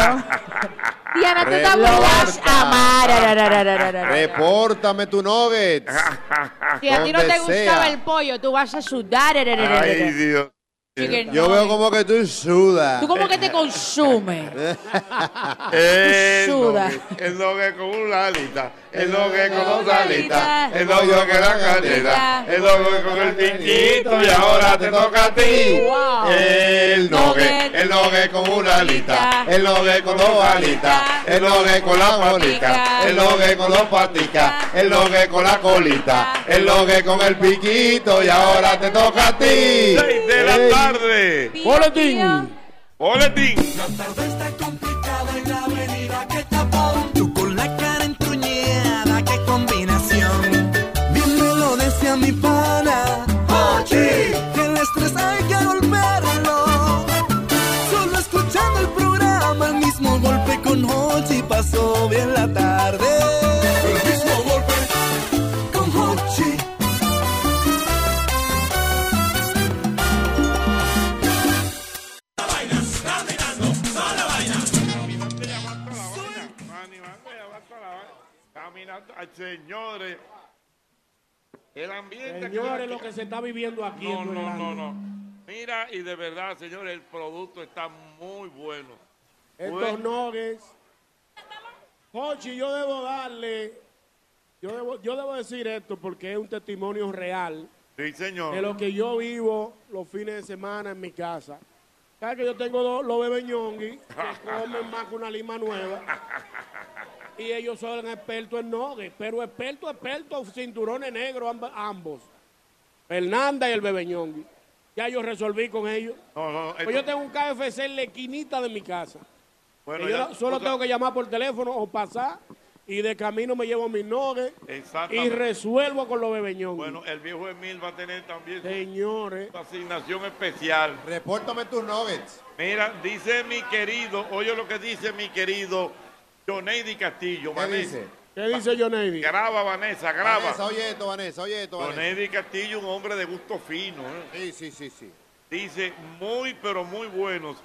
S21: Diana, tú estás
S5: Reporta.
S21: lo vas a amar.
S5: Repórtame tu nuggets.
S21: Si a ti no te
S5: Donde
S21: gustaba
S5: sea.
S21: el pollo, tú vas a sudar.
S5: Ay, Dios.
S21: Chicken
S5: Yo
S21: nugget.
S5: veo como que tú sudas.
S21: Tú como que te consumes.
S4: El
S21: Suda.
S4: nogue- El nogue con una alita, el nogue con
S21: con
S4: otra
S21: una
S4: alita,
S21: alita,
S4: el nogue con la
S21: alita,
S4: carrera, el nogue con el piquito y ahora te toca a ti.
S21: Wow.
S4: El nogue, el nogue con una alita, el nogue con dos alitas, el nogue con la patica, el nogue con dos paticas, el nogue con la colita, el nogue con el piquito y ahora te toca a ti. Seis de la tarde.
S3: Boletín.
S4: Boletín.
S3: Tú con la cara entruñada, qué combinación. Bien me lo decía mi pana. Que el estrés hay que golpearlo. Solo escuchando el programa, el mismo golpe con Hochi pasó bien la tarde. El mismo golpe con Hochi.
S4: Caminando, ay, señores. El ambiente. que-
S7: Señores, lo que se está viviendo aquí.
S4: No,
S7: en
S4: no,
S7: Orlando.
S4: no, no. Mira, y de verdad, señores, el producto está muy bueno.
S7: Estos
S4: Bueno.
S7: nuggets. Jochi, yo debo darle. Yo debo, yo debo decir esto porque es un testimonio real
S4: Sí, señor.
S7: de lo que yo vivo los fines de semana en mi casa. ¿Sabes que yo tengo dos, los bebés ñongui que comen más que una lima nueva? Y ellos son expertos en nuggets, pero expertos, expertos, cinturones negros amb- ambos. Fernanda y el bebé ñongui. Ya yo resolví con ellos. Pues yo tengo un KFC en la esquinita de mi casa.
S4: Bueno,
S7: Que yo
S4: ya-
S7: no- solo
S4: otra-
S7: tengo que llamar por teléfono o pasar y de camino me llevo mis nogues y
S4: Exactamente.
S7: resuelvo con los bebeñones.
S4: Ah, Bueno, el viejo Emil va a tener también su-
S7: Señores.
S4: su asignación especial.
S5: Repórtame tus nuggets.
S4: Mira, dice mi querido, oye lo que dice mi querido Joneidi Castillo. ¿Qué
S5: dice?
S7: ¿Qué dice Joneidi?
S4: Graba, Vanessa, graba.
S5: Vanessa, oye esto, Vanessa, oye esto, Vanessa.
S4: Joneidi Castillo, un hombre de gusto fino. ¿eh?
S5: Sí, sí, sí, sí.
S4: Dice, muy, pero muy buenos,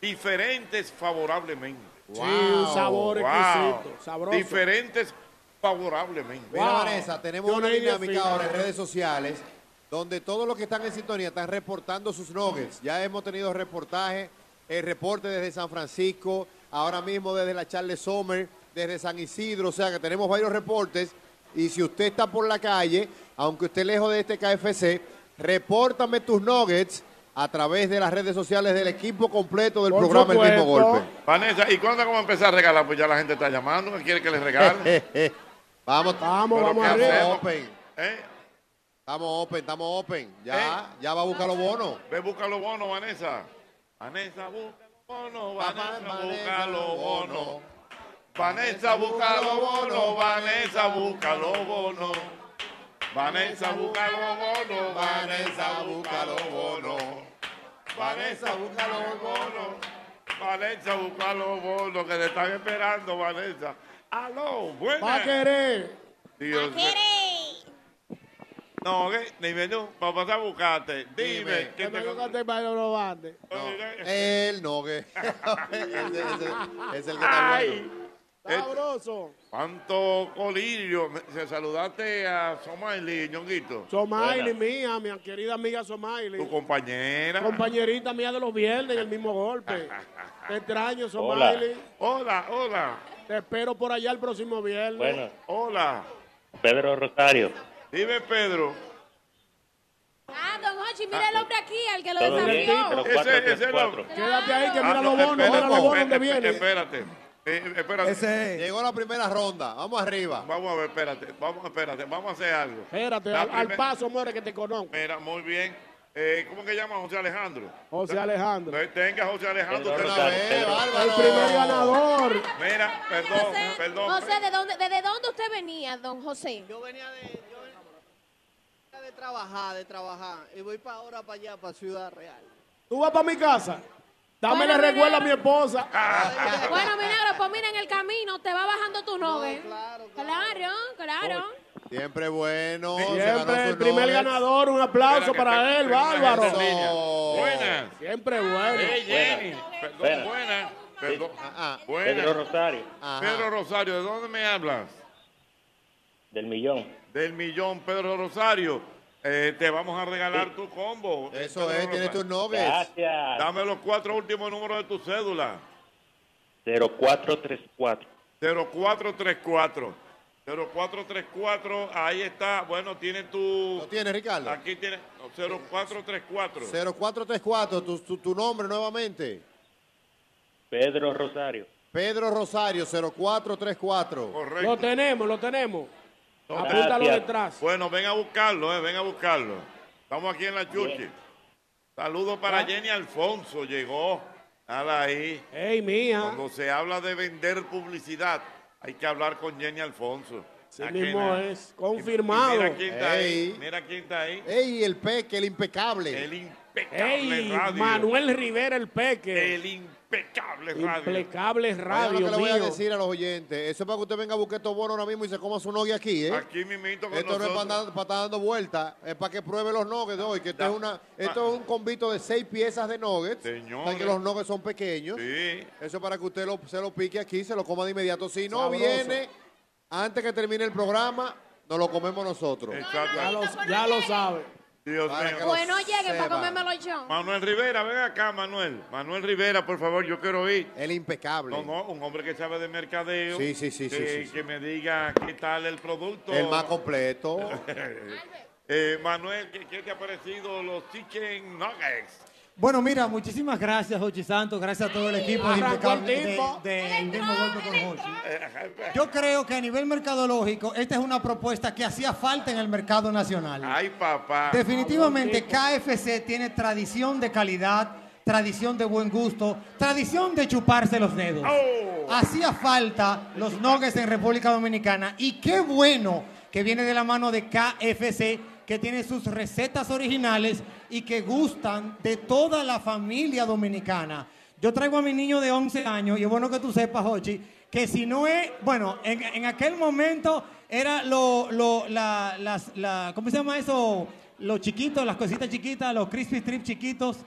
S4: diferentes favorablemente.
S5: Sí, un Wow. sabor exquisito, sabroso.
S4: Diferentes favorablemente.
S5: Mira, Vanessa, tenemos una dinámica ahora en redes sociales donde todos los que están en sintonía están reportando sus nuggets. Ya hemos tenido reportaje, el reporte desde San Francisco, ahora mismo desde la Charles Sommer, desde San Isidro, o sea que tenemos varios reportes. Y si usted está por la calle, aunque esté lejos de este KFC, repórtame tus nuggets a través de las redes sociales del equipo completo del programa El Mismo Golpe.
S4: Vanessa, ¿y cuándo vamos a empezar a regalar? Pues ya la gente está llamando, que quiere que les regale.
S5: vamos,
S7: vamos,
S5: Estamos
S4: vamos arriba. ¿Eh?
S5: open. Estamos open, estamos open. Ya, ya va a buscar los bonos.
S4: Ve, busca los bonos, Vanessa. Vanessa, busca los bonos, Vanessa, busca los bonos. Vanessa, busca los bonos, Vanessa, busca los bonos. Vanessa, busca los bonos, Vanessa, busca los bonos. Vanessa, busca los bonos. Vanessa, busca los bonos que te están esperando, Vanessa. Aló, buenas.
S7: Va a querer.
S4: Dios mío. No, ¿qué? Dime tú, para pasar a buscarte. Dime, ¿qué
S7: Que me
S4: te
S7: tocaste para los robantes.
S5: Eh,
S4: eh,
S5: El nogue. es el que
S7: está
S4: Ay,
S23: Eh,
S7: Sabroso.
S4: ¿Cuánto colillo? Me- Se saludaste a Somaili, ñonguito.
S7: Somaili,
S4: Buena.
S7: mía, mi querida amiga Somaili.
S4: Tu compañera.
S7: Compañerita mía de los viernes en el mismo golpe. Te extraño,
S4: Hola.
S7: Somaili.
S4: Hola, hola.
S7: Te espero por allá el próximo viernes.
S24: Bueno.
S4: Hola.
S24: Pedro Rosario.
S4: Dime, Pedro.
S6: Ah, don Hochi, mira el hombre aquí, al que lo
S24: Todo bien,
S6: desafió.
S24: pero cuatro,
S4: Ese-
S24: tres,
S4: ese
S24: cuatro.
S4: nombre.
S7: Quédate ahí, que
S4: Ah,
S7: mira
S4: no,
S7: los bonos, mira
S4: espérate,
S7: los bonos donde
S4: espérate,
S7: viene.
S4: Espérate. Eh, espérate.
S5: Llegó la primera ronda. Vamos arriba.
S4: Vamos a ver, espérate. Vamos, espérate. Vamos a hacer algo.
S7: Espérate,
S4: La
S7: al, al
S4: primer-
S7: paso, more, que te conozco.
S4: Mira, muy bien. Eh, ¿Cómo que llama José Alejandro?
S7: José Alejandro.
S4: No Tenga José Alejandro.
S24: Pedro
S4: de una
S24: Rosario,
S4: vez,
S24: Pedro.
S4: bárbaro.
S7: El primer ganador.
S4: Mira, perdón, perdón.
S6: José, ¿de dónde, ¿desde dónde usted venía, don José? Yo venía de...
S1: de trabajar, de trabajar. Y voy para ahora para allá, para Ciudad Real.
S7: Tú vas para mi casa. Dame
S6: Bueno,
S7: la recuerda a mi
S6: mira.
S7: esposa.
S6: Bueno, Milagro, pues mira, en el camino te va bajando tu nogue. claro, claro.
S5: Siempre bueno.
S7: Siempre el primer ganador, un
S5: Espera,
S7: aplauso
S5: que
S7: para
S5: te-
S7: él,
S5: tengo una gente
S7: bárbaro.
S5: en línea.
S4: Buenas.
S7: Siempre bueno.
S4: Eh, Jenny. Perdón,
S24: Buenas.
S4: buenas. Perdón.
S5: Ah,
S4: Buenas.
S24: Pedro Rosario.
S4: Pedro Rosario, ¿de dónde me hablas?
S24: Del millón.
S4: Del millón, Pedro Rosario. Eh, te vamos a regalar tu combo.
S5: Eso
S4: Pedro
S5: es,
S4: Rosario.
S5: tienes tus nuggets.
S24: Gracias.
S4: Dame los cuatro últimos números de tu cédula.
S24: 0434.
S4: 0434. 0434, ahí está. Bueno, tiene tu. ¿Lo
S5: tiene, Ricardo?
S4: Aquí tiene. no, 0434.
S5: 0434, tu, tu, tu nombre nuevamente.
S24: Pedro Rosario.
S5: Pedro Rosario, 0434.
S7: Lo tenemos, lo tenemos. Apúntalo
S4: Gracias.
S7: detrás.
S4: Bueno, ven a buscarlo, eh, ven a buscarlo. Estamos aquí en la chuchi. Saludos
S7: Ah.
S4: para Jenny Alfonso, llegó. Nada ahí.
S7: Ey, mía.
S4: Cuando se habla de vender publicidad, hay que hablar con Jenny Alfonso.
S7: Sí
S4: Aquí
S7: mismo
S4: na-
S7: es.
S4: Y
S7: Confirmado.
S4: Mira quién está ahí.
S5: Ey.
S4: Mira quién está ahí.
S5: Ey, el Peque, el impecable.
S4: El impecable
S7: Ey,
S4: radio.
S7: Manuel Rivera el Peque.
S4: El impecable radio.
S7: Impecable
S5: Oigan
S7: radio.
S5: lo que le voy a
S7: mío.
S5: decir a los oyentes. Eso es para que usted venga a buscar estos bonos ahora mismo y se coma su nogue aquí, ¿eh?
S4: Aquí mismito con
S5: Esto no es para,
S4: nosotros. Ah,
S5: andar- para estar dando vueltas, es para que pruebe los nuggets de hoy, que esto, es, una, esto es un convito de seis piezas de nuggets,
S4: Señores.
S5: para que los nuggets son pequeños. Eso es para que usted lo- se lo pique aquí, se lo coma de inmediato. Si no
S7: Sabroso.
S5: viene, antes que termine el programa, nos lo comemos nosotros.
S7: Ya lo, ya lo sabe.
S4: Dios mío.
S6: Bueno, Pues lleguen para comérmelo yo.
S4: Manuel Rivera, ven acá, Manuel. Manuel Rivera, por favor, yo quiero ir.
S5: El impecable.
S4: No, no, un hombre que sabe de mercadeo.
S5: Sí, sí, sí,
S4: que,
S5: sí, sí, sí.
S4: que me diga qué tal el producto.
S5: El más completo.
S4: Eh, Manuel, ¿qué, qué te ha parecido los chicken nuggets?
S25: Bueno, mira, muchísimas gracias, Jochi Santos. Gracias a todo el equipo de
S7: Arrancó
S25: Impecable
S7: el
S25: de-
S7: tipo.
S25: de, El mismo golpe con Jochi.
S4: Eh,
S25: Yo creo que a nivel mercadológico, esta es una propuesta que hacía falta en el mercado nacional.
S4: Ay, papá.
S25: Definitivamente KFC tiene tradición de calidad, tradición de buen gusto, tradición de chuparse los dedos. Hacía falta los nuggets en República Dominicana y qué bueno que viene de la mano de KFC que tiene sus recetas originales y que gustan de toda la familia dominicana. Yo traigo a mi niño de 11 años y es bueno que tú sepas, Hochi, que si no es, bueno, en, en aquel momento era lo, lo- la- las, la- ¿cómo se llama eso? Los chiquitos, las cositas chiquitas, los crispy strip chiquitos.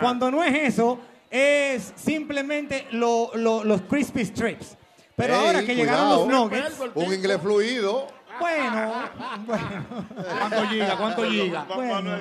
S25: Cuando no es eso, es simplemente lo- lo- los crispy strips. Pero
S5: Ey,
S25: ahora que llegaron los
S5: cuidado.
S25: nuggets,
S5: Un inglés fluido.
S25: bueno, bueno. ¿Cuánto
S5: giga? ¿Cuánto giga?
S25: Bueno,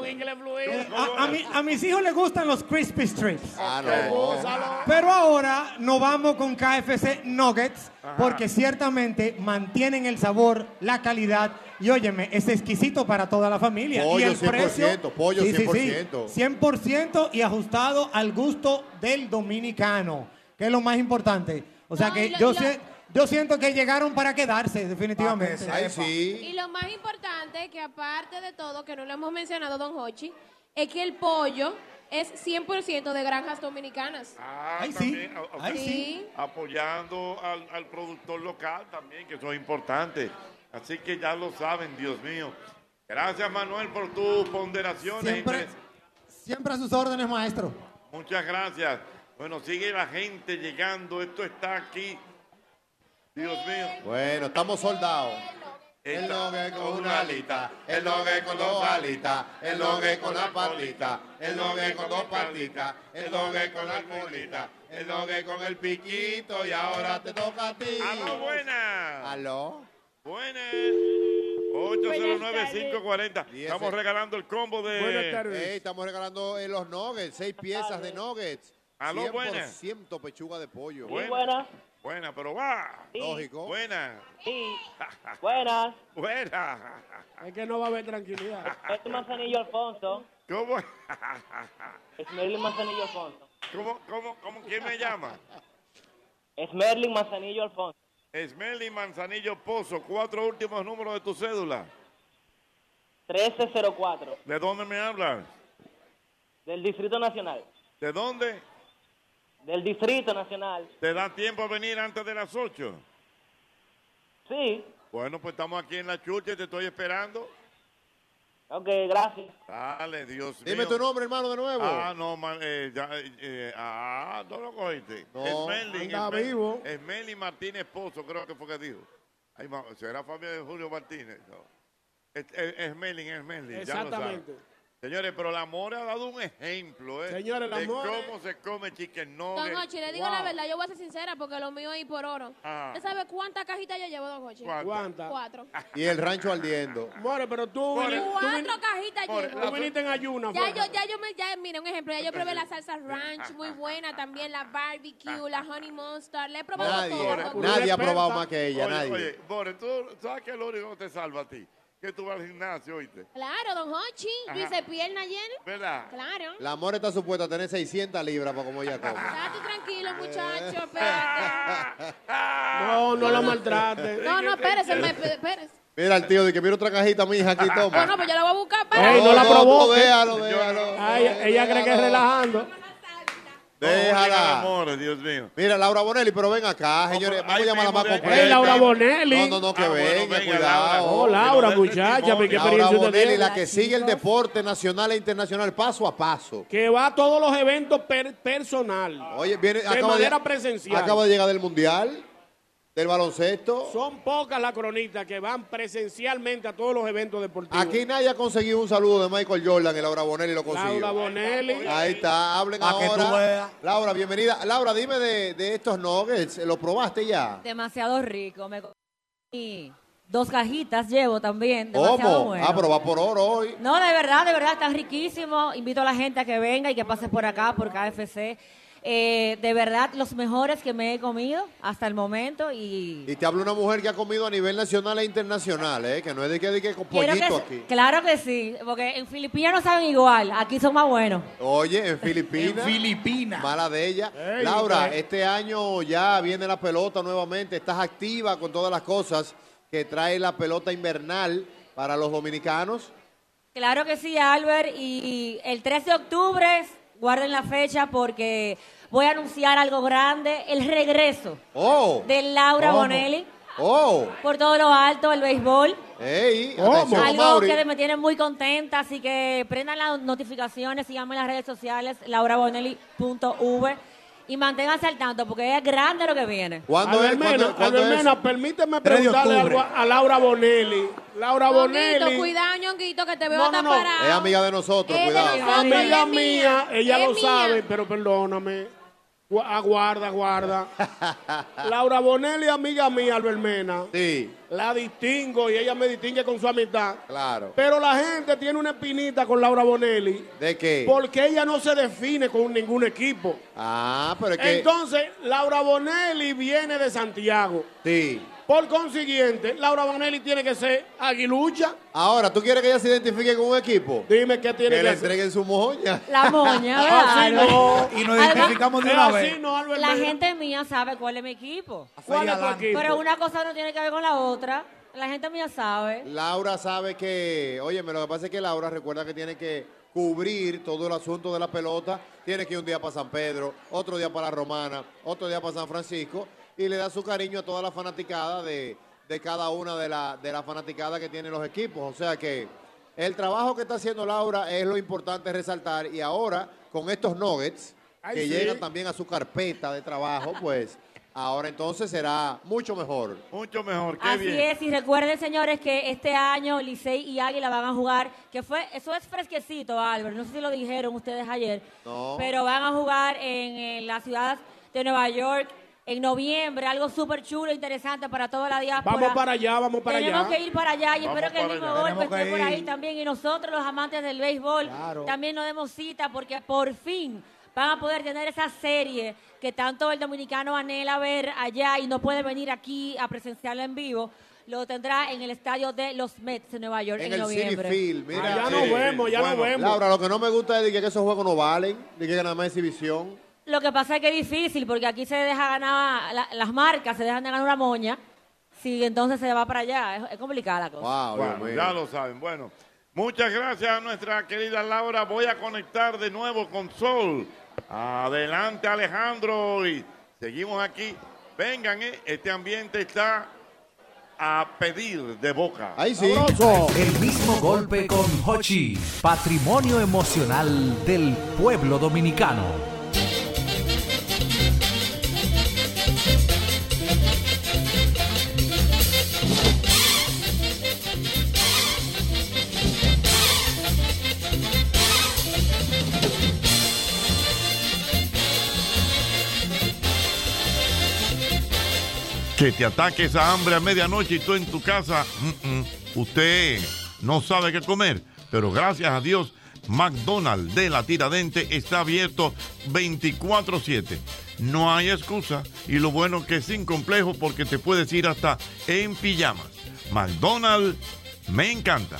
S7: Un inglés fluido.
S26: Ah,
S25: a, a mi- a mis hijos les gustan los crispy strips.
S5: Ah,
S7: no. Gózalo.
S25: Pero ahora nos vamos con KFC Nuggets porque ciertamente mantienen el sabor, la calidad y óyeme, es exquisito para toda la familia. y
S5: Pollo
S25: el
S5: 100%,
S25: precio,
S5: pollo
S25: Sí, sí, sí.
S5: 100%.
S25: 100% y ajustado al gusto del dominicano, que es lo más importante. O sea
S6: No,
S25: que
S6: y lo-
S25: yo,
S6: y lo-
S25: sie- yo siento que llegaron para quedarse definitivamente.
S5: Ay, sí.
S6: Y lo más importante, que aparte de todo, que no lo hemos mencionado, don Hochi, es que el pollo es 100% de granjas dominicanas.
S4: Ay, sí.
S6: Ay, sí.
S4: Apoyando al, al productor local también, que eso es importante. Así que ya lo saben, Dios mío. Gracias, Manuel, por tus ponderaciones.
S25: Siempre- Siempre a sus órdenes, maestro.
S4: Muchas gracias. Bueno, sigue la gente llegando. Esto está aquí. Dios mío.
S5: Bueno, estamos soldados.
S4: El
S5: nogue con una alita, el nogue con dos alitas, el nogue con la patita, el nogue con dos patitas, el nogue con la colita, el nogue con el piquito y ahora te toca a ti.
S4: ¡Aló, buenas!
S5: ¿Aló?
S4: Ah. Buenas.
S5: Buenas tardes.
S4: 809-540. Estamos regalando el combo de...
S5: Ey, estamos regalando eh, los nuggets, seis piezas de nuggets.
S4: Aló,
S5: 100%
S4: buenas.
S5: pechuga de pollo.
S4: Buenas. buenas. pero va.
S5: Sí. Lógico.
S4: Buenas.
S26: Sí. Buenas.
S4: Buenas.
S26: Es que no va a haber tranquilidad. Es ah. Este Manzanillo Alfonso.
S4: ¿Cómo?
S26: Es Merlin Manzanillo Alfonso.
S4: ¿Cómo, cómo, cómo? ¿Quién me llama?
S26: Es Merlin Manzanillo Alfonso.
S4: Esmerly Manzanillo Pozo, cuatro últimos números de tu cédula.
S26: Este 1304.
S4: ¿De dónde me hablas?
S26: Del Distrito Nacional.
S4: ¿De dónde?
S26: Del Distrito Nacional.
S4: ¿Te da tiempo a venir antes de las 8?
S26: Sí.
S4: Bueno, pues estamos aquí en la chucha y te estoy esperando.
S26: Ok, gracias.
S4: Dale, Dios mío.
S5: Dime tu nombre, hermano, de nuevo.
S4: Ah, no, man, eh, ya, eh, eh, ah, no lo cogiste.
S5: No,
S4: Esmerly,
S5: anda
S4: Esmerly-
S5: vivo.
S4: Esmerly Martínez Pozo, creo que fue que dijo. Ay, ma- ¿Será familia de Julio Martínez? No. Es, es- Esmerly, Esmerly, ya lo saben.
S7: Exactamente.
S4: Señores, pero la More ha dado un ejemplo, ¿eh?
S7: Señores, la
S4: de
S7: More-
S4: cómo se come chicken nugget.
S6: Don Hochi, le digo la verdad, yo voy a ser sincera porque lo mío es ir por oro.
S4: Ah.
S6: ¿Usted sabe cuántas cajitas yo llevo, don Hochi?
S4: ¿Cuántas? ¿Cuántas?
S6: Cuatro.
S7: Ah,
S5: Y el rancho ardiendo.
S7: More, pero tú,
S5: More,
S7: viniste- tú
S6: Cuatro cajitas
S7: More,
S6: llevo.
S7: tú viniste en ayunas.
S6: Ya
S7: fue.
S6: yo, ya yo me, ya, mira, un ejemplo, ya yo probé la salsa ranch, muy buena también, la barbecue, la honey monster, le he probado todo.
S5: Nadie,
S6: don
S5: nadie ha
S4: Experta.
S5: probado más que ella,
S4: Oye,
S5: nadie.
S4: Oye, More, tú sabes que es lo único que te salva a ti. Que tú vas al gimnasio, ¿oíste?
S6: Claro, don Hochi, yo
S5: Ajá.
S6: hice pierna llena.
S4: ¿Verdad?
S6: Claro.
S5: La amor está supuesta a tener 600 libras para como ella come.
S6: Estate tranquilo, muchacho,
S5: Eh.
S6: espérate.
S7: No, no la maltrates.
S6: No, no, espérese, me- espérese.
S5: Mira el tío, de que mira otra cajita, mija, aquí toma.
S6: Bueno, pues yo la voy a buscar para.
S5: Ey, ah, no la
S7: probó.
S5: provoques. déjalo, déjalo.
S7: Ay, ella cree que es relajando.
S5: Déjala.
S4: More, Dios mío.
S5: Mira, Laura Bonelli, pero ven acá, señores. Vamos a llamarla más completa.
S7: Ey, Laura Bonelli.
S5: No, no, no, que venga, cuidado.
S7: Oh, Ah, Laura, muchacha, pero qué
S5: Laura
S7: experiencia usted
S5: Bonelli,
S7: tiene.
S5: la que sigue el deporte nacional e internacional paso a paso.
S7: Que va a todos los eventos per- personal.
S5: Oye, viene
S7: de
S5: acaba
S7: manera presencial.
S5: Acaba de llegar del mundial, del baloncesto.
S7: Son pocas las cronistas que van presencialmente a todos los eventos deportivos.
S5: Aquí nadie ha conseguido un saludo de Michael Jordan y Laura Bonelli lo consiguió.
S7: Laura Bonelli.
S5: Ahí está, hablen
S7: Pa' que tú
S5: ahora.
S7: veas.
S5: Laura, bienvenida. Laura, dime de, de estos nuggets, ¿lo probaste ya?
S27: Demasiado rico. Me comí dos cajitas llevo también. Demasiado
S5: ¿Cómo?
S27: bueno.
S5: Ah, pero va por oro hoy.
S27: No, de verdad, de verdad, están riquísimos. Invito a la gente a que venga y que pase por acá, por KFC. eh, de verdad los mejores que me he comido hasta el momento y
S5: Y te habla una mujer que ha comido a nivel nacional e internacional, ¿eh? Que no es de que, de que con
S27: Quiero
S5: pollito
S27: que-
S5: aquí.
S27: Claro que sí, porque en Filipinas no saben igual, aquí son más buenos.
S5: Oye, en Filipinas.
S2: Filipinas.
S5: Mala de ella.
S27: Ey,
S5: Laura,
S27: usted.
S5: este año ya viene la pelota nuevamente. Estás activa con todas las cosas que trae la pelota invernal para los dominicanos.
S27: Claro que sí, Albert, y el 3 de octubre, guarden la fecha porque voy a anunciar algo grande, el regreso
S5: ¡Oh!
S27: de Laura
S5: ¿Cómo?
S27: Bonelli
S5: ¡Oh!
S27: por todo lo alto, el béisbol.
S5: ¡Ey!
S27: Algo
S5: atención, Mauri.
S27: que me tiene muy contenta, así que prendan las notificaciones, síganme en las redes sociales, laurabonelli.v y manténganse al tanto porque es grande lo que viene.
S5: ¿Cuándo
S7: Albert
S5: es? ¿Cuándo-
S7: Mena,
S5: cuándo
S7: Albert
S5: es?
S7: Mena, permíteme
S5: 3 de
S7: preguntarle
S5: octubre.
S7: algo a a Laura Bonelli. Laura
S6: Ñonguito,
S7: Bonelli.
S6: cuidado, Ñonguito, que te veo
S7: No,
S6: hasta
S7: no, no.
S6: parado.
S5: Es amiga de
S6: Es
S5: nosotros,
S6: de
S5: cuidado.
S7: Ah,
S6: nosotros,
S7: amiga
S6: es mía,
S7: mía, ella
S6: es
S7: lo
S6: mía.
S7: sabe, pero perdóname. Gua- Aguarda, aguarda. Laura Bonelli, amiga mía, Albert Mena.
S5: Sí.
S7: La distingo y ella me distingue con su amistad.
S5: Claro.
S7: Pero la gente tiene una espinita con Laura Bonelli
S5: ¿De qué?
S7: porque ella no se define con ningún equipo.
S5: Ah, pero es que.
S7: Entonces, Laura Bonelli viene de Santiago.
S5: sí.
S7: Por consiguiente, Laura Bonelli tiene que ser aguilucha.
S5: Ahora, ¿tú quieres que ella se identifique con un equipo?
S7: Dime qué tiene
S5: que
S7: que
S5: le
S7: hacer.
S5: entreguen su moña.
S27: La moña, eh,
S5: Así
S27: ¿verdad?
S5: no.
S27: Albert?
S5: Y nos identificamos de una
S27: Albert,
S5: vez.
S27: La gente mía sabe cuál es mi equipo.
S5: ¿Cuál es tu equipo?
S27: Pero una cosa no tiene que ver con la otra. La gente mía
S7: ¿eh?
S27: sabe.
S5: Laura sabe que, oye, lo que pasa es que Laura recuerda que tiene que cubrir todo el asunto de la pelota. Tiene que ir un día para San Pedro, otro día para la Romana, otro día para San Francisco. Y le da su cariño a toda la fanaticada de, de cada una de las de la fanaticadas que tienen los equipos. O sea que el trabajo que está haciendo Laura es lo importante resaltar. Y ahora, con estos nuggets,
S7: Ay,
S5: que
S7: sí.
S5: llegan también a su carpeta de trabajo, pues ahora entonces será mucho mejor.
S4: Mucho mejor,
S27: Así es, y recuerden, señores, que este año Licey y Águila van a jugar, que fue, eso es fresquecito, Albert, no sé si lo dijeron ustedes ayer,
S5: No.
S27: pero van a jugar en, eh, la ciudad de Nueva York en noviembre, algo súper chulo, interesante para toda la
S6: Ah,
S27: diáspora.
S7: Vamos para allá, vamos para
S27: Tenemos
S7: allá.
S27: que ir para allá y
S7: Vamos
S27: espero que el
S7: para
S27: mismo
S7: allá.
S27: golpe
S7: Tenemos
S27: esté
S7: que
S27: por ahí
S7: ir.
S27: también. Y nosotros, los amantes del béisbol,
S7: Claro.
S27: también nos demos cita porque por fin van a poder tener esa serie que tanto el dominicano anhela ver allá y no puede venir aquí a presenciarla en vivo. Lo tendrá en el estadio de los Mets de Nueva York en,
S5: En el City
S27: noviembre.
S5: Field, mira.
S7: Ah, ya nos
S5: Sí,
S7: vemos, ya nos vemos.
S5: Laura, lo que no me gusta es de que esos juegos no valen, de que nada más exhibición.
S27: Lo que pasa es que es difícil porque aquí se deja ganar la- las marcas, se dejan de ganar una moña. Si entonces se va para allá, es, es complicada la cosa.
S4: Bueno, ya lo saben. Bueno, muchas gracias a nuestra querida Laura. Voy a conectar de nuevo con Sol. Adelante, Alejandro. Y seguimos aquí. Vengan, ¿eh? este ambiente está a pedir de boca.
S5: Ahí sí.
S10: El mismo golpe con Hochi, patrimonio emocional del pueblo dominicano.
S4: Que te ataque esa hambre a medianoche y tú en tu casa, mm, mm, usted no sabe qué comer. Pero gracias a Dios, McDonald's de la Tiradente está abierto 24-7. No hay excusa y lo bueno que es sin complejo porque te puedes ir hasta en pijamas. McDonald's me encanta.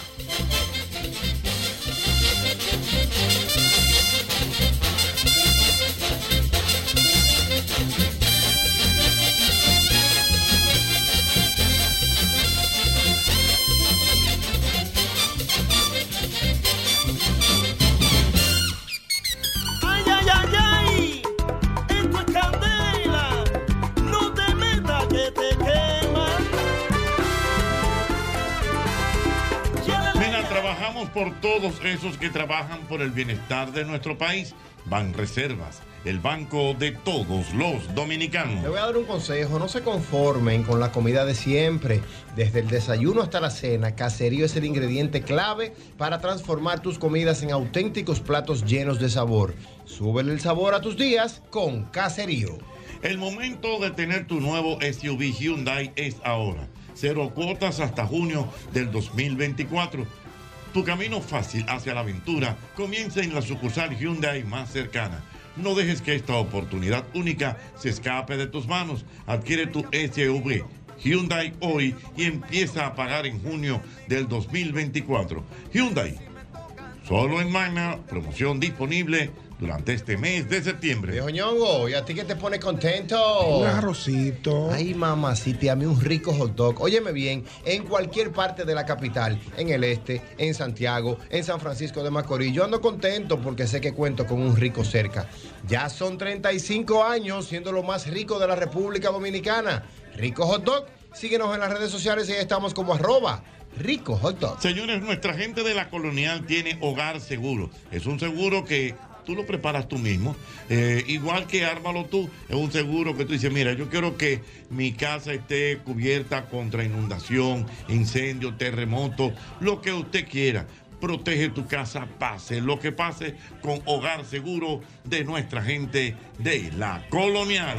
S3: Ay, ay, ay, ay, esto es candela, no te metas que te quema.
S4: Mira, trabajamos por todos esos que trabajan por el bienestar de nuestro país. Banreservas, el banco de todos los dominicanos.
S13: Le voy a dar un consejo, no se conformen con la comida de siempre. Desde el desayuno hasta la cena, Caserío es el ingrediente clave para transformar tus comidas en auténticos platos llenos de sabor. Súbele el sabor a tus días con Caserío.
S4: El momento de tener tu nuevo SUV Hyundai es ahora. Cero cuotas hasta junio del 2024. Tu camino fácil hacia la aventura comienza en la sucursal Hyundai más cercana. No dejes que esta oportunidad única se escape de tus manos. Adquiere tu SUV Hyundai hoy y empieza a pagar en junio del 2024. Hyundai, solo en Magna, promoción disponible durante este mes de septiembre.
S5: Viejo Ñongo, ¿y a ti qué te pone contento?
S4: Un
S5: arrocito. Oh. Ay, mamacita, y a mí un rico hot dog. Óyeme bien, en cualquier parte de la capital, en el este, en Santiago, en San Francisco de Macorís, yo ando contento porque sé que cuento con un rico cerca. Ya son 35 años siendo lo más rico de la República Dominicana. Rico hot dog, síguenos en las redes sociales y ahí estamos como arroba. Rico hot dog.
S4: Señores, nuestra gente de la colonial tiene hogar seguro. Es un seguro que tú lo preparas tú mismo. Eh, igual que ármalo tú, es un seguro que tú dices, mira, yo quiero que mi casa esté cubierta contra inundación, incendio, terremoto, lo que usted quiera. Protege tu casa, pase lo que pase con hogar seguro de nuestra gente de la colonial.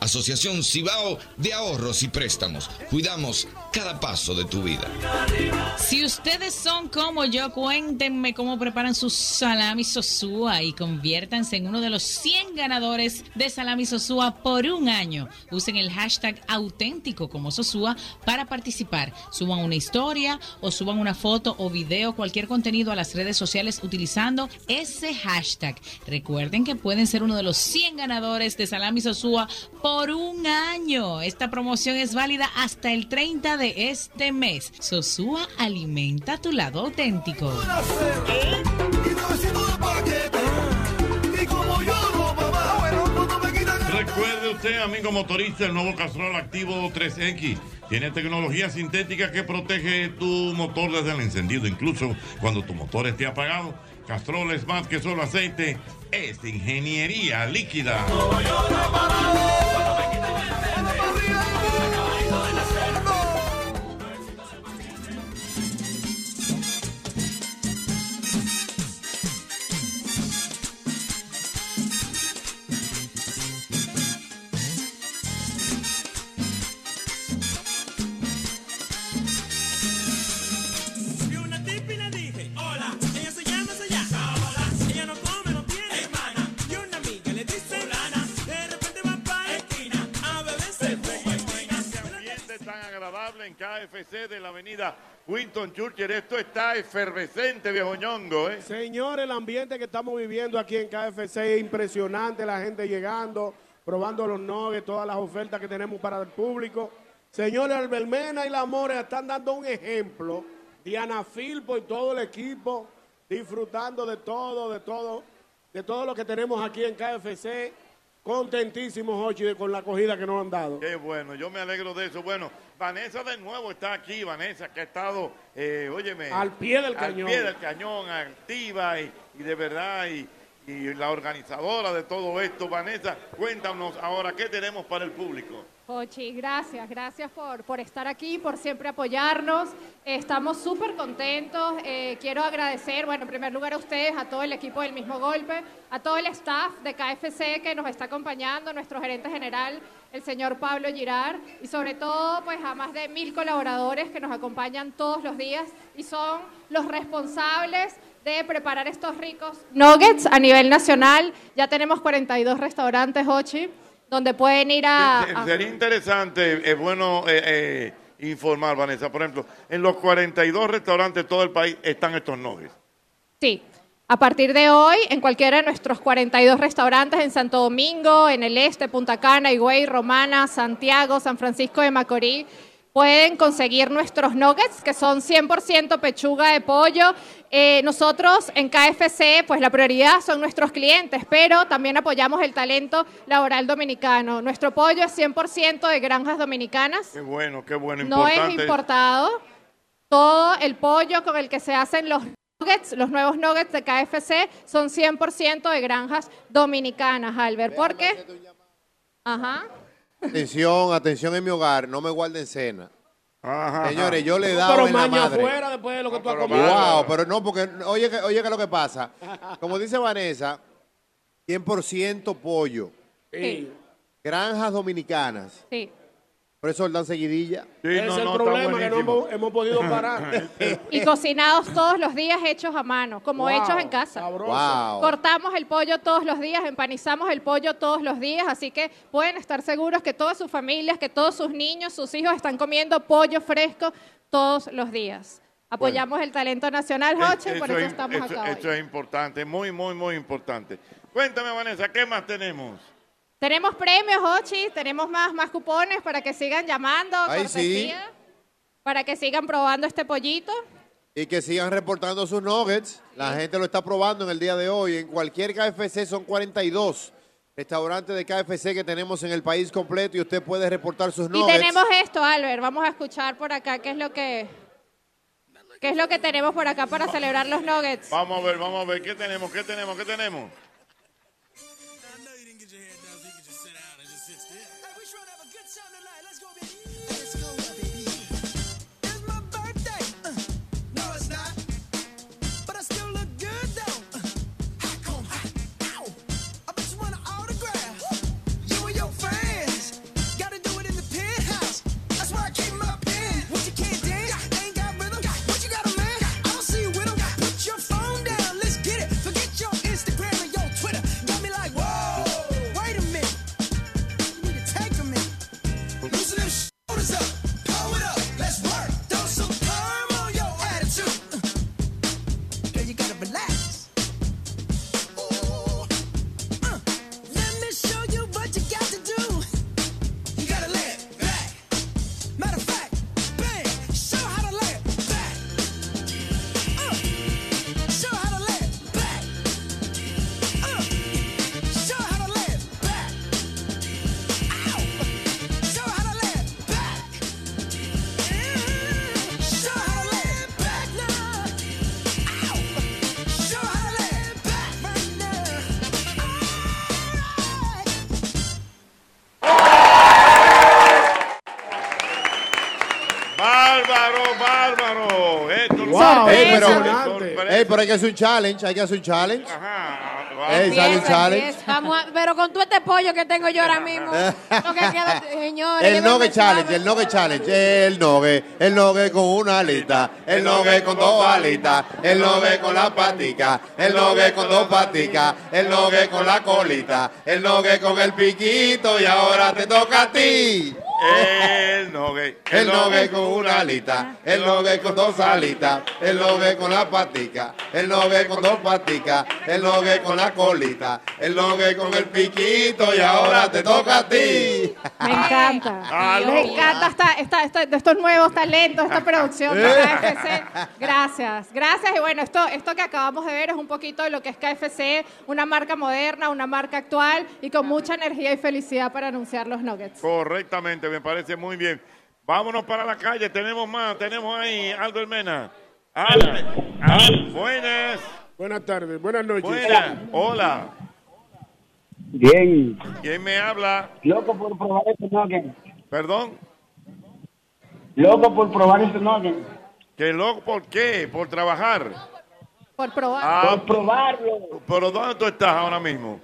S9: Asociación Cibao de Ahorros y Préstamos. Cuidamos cada paso de tu vida.
S8: Si ustedes son como yo, cuéntenme cómo preparan su salami sosúa y conviértanse en uno de los 100 ganadores de salami sosúa por un año. Usen el hashtag auténtico como sosúa para participar. Suban una historia o suban una foto o video, cualquier contenido a las redes sociales utilizando ese hashtag. Recuerden que pueden ser uno de los 100 ganadores de salami sosúa por un año. Esta promoción es válida hasta el 30 de este mes. Sosúa alimenta tu lado auténtico.
S4: Recuerde usted, amigo motorista, el nuevo Castrol Activo 3X. Tiene tecnología sintética que protege tu motor desde el encendido, incluso cuando tu motor esté apagado. Castrol es más que solo aceite, es ingeniería líquida.
S12: Vi una tipa y le dije, hola, ella se llama Sayá. Hola, ella no come, no tiene hermana. Y una amiga le dice, lana, de repente va para esquina, a beberse
S4: ambiente tan agradable en KFC de la avenida Winston Churchill. Esto está efervescente, viejo ñongo, ¿eh?
S7: Señor, el ambiente que estamos viviendo aquí en KFC es impresionante, la gente llegando, probando los nuggets, todas las ofertas que tenemos para el público. Señores, Albermena y la More están dando un ejemplo. Diana Filpo y todo el equipo disfrutando de todo, de todo, de todo lo que tenemos aquí en KFC. Contentísimos, Hochi, de- con la acogida que nos han dado.
S4: Qué bueno, yo me alegro de eso. Bueno, Vanessa de nuevo está aquí, Vanessa, que ha estado, eh, óyeme...
S7: Al pie del
S4: Al
S7: cañón.
S4: pie del cañón, activa y, y de verdad, y, y la organizadora de todo esto. Vanessa, cuéntanos ahora, ¿qué tenemos para el público?
S17: Ochi, gracias, gracias por, por estar aquí, por siempre apoyarnos. Estamos súper contentos. Eh, quiero agradecer, bueno, en primer lugar a ustedes, a todo el equipo del mismo golpe, a todo el staff de KFC que nos está acompañando, nuestro gerente general, el señor Pablo Girar, y sobre todo, pues a más de mil colaboradores que nos acompañan todos los días y son los responsables de preparar estos ricos nuggets a nivel nacional. Ya tenemos 42 restaurantes, Ochi, donde pueden ir a...
S4: Eh,
S17: a-
S4: Sería interesante, es bueno eh, eh, informar, Vanessa. Por ejemplo, en los 42 restaurantes de todo el país están estos nuggets.
S17: Sí. A partir de hoy, en cualquiera de nuestros 42 restaurantes en Santo Domingo, en el Este, Punta Cana, Higüey, Romana, Santiago, San Francisco de Macorís, pueden conseguir nuestros nuggets, que son 100% pechuga de pollo. Eh, nosotros en KFC, pues la prioridad son nuestros clientes, pero también apoyamos el talento laboral dominicano. Nuestro pollo es 100% de granjas dominicanas.
S4: Qué bueno, qué bueno,
S17: No
S4: importante.
S17: es importado. Todo el pollo con el que se hacen los nuggets, los nuevos nuggets de KFC, son 100% de granjas dominicanas, Albert. ¿Por qué? Ajá.
S28: Atención, atención en mi hogar, no me guarden cena.
S4: Ajá.
S5: Señores, yo le he
S2: No,
S5: dado
S2: pero
S5: en la
S2: maña
S5: madre.
S2: afuera después de lo que tú has comido.
S5: Wow, pero no, porque oye, que- oye que lo que pasa. Como dice Vanessa, 100% pollo.
S2: Sí.
S5: Granjas dominicanas.
S17: Sí.
S5: Por eso dan seguidilla.
S2: Ese es el problema que no hemos, hemos podido parar.
S17: Y cocinados todos los días, hechos a mano, como
S2: Wow,
S17: hechos en casa.
S5: Wow.
S17: Cortamos el pollo todos los días, empanizamos el pollo todos los días, así que pueden estar seguros que todas sus familias, que todos sus niños, sus hijos están comiendo pollo fresco todos los días. Apoyamos el talento nacional, Hochi, por eso
S4: es-
S17: estamos
S4: Eh, eso-
S17: acá hoy.
S4: eso es importante, muy, muy, muy importante. Cuéntame, Vanessa, ¿qué más tenemos?
S17: Tenemos premios, Hochi, tenemos más, más cupones para que sigan llamando,
S5: Ay, sí.
S17: cortesía, para que sigan probando este pollito.
S5: Y que sigan reportando sus nuggets. La gente lo está probando en el día de hoy. En cualquier KFC son 42 restaurantes de KFC que tenemos en el país completo y usted puede reportar sus
S17: Y
S5: nuggets.
S17: tenemos esto, Albert. Vamos a escuchar por acá qué es lo que qué es lo que tenemos por acá para celebrar los Nuggets.
S4: Vamos a ver, vamos a ver, ¿qué tenemos? ¿Qué tenemos? ¿Qué tenemos?
S12: Wait a minute. You need to take a minute. Loosen them shoulders up, pull it up, let's work. Throw some perm on your attitude. Uh, Girl, you gotta relax. Ooh, uh, let me show you what you got to do. You gotta lay it back. Matter of fact, bang, show how to lay it back. Uh, show how to lay it back. Uh, show how to lay it back. Show how to lay it back. Show how to lay it back now. Ow. Show how to lay it back right now.
S4: Bárbaro, bárbaro. Esto
S5: Wow, ey, pero,
S4: Sorpresa.
S5: ey, pero hay que hacer un challenge, hay que hacer un challenge. Ey, sale un
S6: Empieza,
S5: challenge.
S6: empieza. Vamos a- pero con todo este pollo que tengo yo ahora mismo. lo que queda, señores,
S5: El
S6: llévenme
S5: Nogue
S6: suave.
S5: Challenge, el Nogue Challenge, el Nogue, el Nogue con una alita, el Nogue con dos alitas, el Nogue con la patica, el Nogue con dos paticas, el Nogue con la colita, el Nogue con el piquito y ahora te toca a ti.
S4: El nogue.
S5: El Nogue con una alita, el Nogue con dos alitas, el Nogue con la patica, el Nogue con dos paticas, el Nogue con la colita, el Nogue con el piquito y ahora te toca a ti.
S17: Me encanta. Me encanta esta, esta- esta- de estos nuevos talentos, esta producción de
S5: Eh.
S17: KFC. Gracias, gracias. Y bueno, esto, esto que acabamos de ver es un poquito de lo que es KFC, una marca moderna, una marca actual y con mucha energía y felicidad para anunciar los Nuggets.
S4: Correctamente, me parece muy bien. Vámonos para la calle, tenemos más, tenemos ahí Aldo Hermena. Aldo, Al- buenas.
S2: Buenas tardes, buenas noches.
S4: Buenas, hola.
S7: Bien,
S4: ¿Quién me habla?
S7: loco por probar este nugget.
S4: Perdón,
S7: Loco por probar este nugget.
S4: ¿qué loco? ¿Por qué? ¿Por trabajar?
S17: Por probar.
S4: por probarlo. ¿Pero dónde tú estás ahora mismo?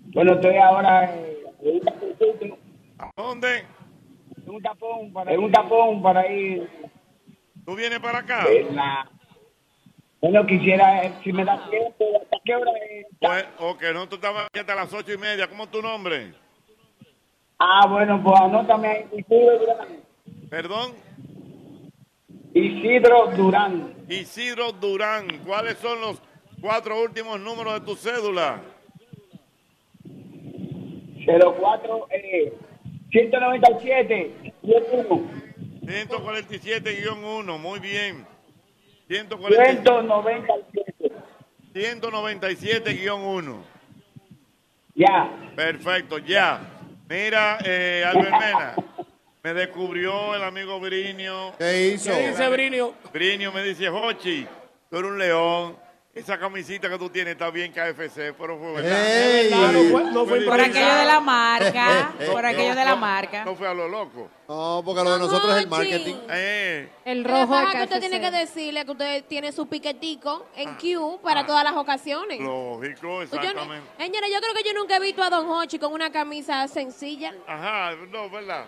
S7: Bueno, estoy ahora eh, en
S4: ¿Dónde?
S7: un tapón para, en un tapón Eh, para ir.
S4: ¿Tú vienes para acá?
S7: Bueno, quisiera, eh, si me da tiempo, ¿hasta qué hora es?
S4: Pues, ok, nosotros estamos aquí hasta las ocho y media. ¿Cómo es tu nombre?
S7: Ah, bueno, pues anótame ahí. Isidro Durán.
S4: Perdón.
S7: Isidro Durán.
S4: Isidro Durán. ¿Cuáles son los cuatro últimos números de tu cédula?
S7: 04 eh, 197 101.
S4: 147-1. Muy bien. 147.
S7: 197.
S4: 197-1.
S7: Ya.
S4: Perfecto, ya. Mira, eh, Albert Mena, me descubrió el amigo Brinio.
S5: ¿Qué hizo? ¿Qué dice
S4: Brinio? Brinio me dice, Jochi, tú eres un león. Esa camisita que tú tienes está bien KFC, pero fue
S5: Ey.
S4: verdad.
S5: No fue- no fue
S8: Por aquello de la marca,
S4: No,
S8: por
S4: no,
S8: aquello de la
S4: no,
S8: marca.
S4: No fue a lo loco.
S5: No, porque lo de nosotros es el marketing.
S4: Eh.
S6: El
S8: rojo de
S6: que usted
S8: KFC.
S6: tiene que decirle que usted tiene su piquetico en
S5: Ah.
S6: Q para todas las ocasiones.
S4: Lógico,
S6: Pues yo, no-
S4: exactamente.
S6: señora, yo creo que yo nunca he visto a Don Hochi con una camisa sencilla.
S4: Ajá, no, ¿verdad?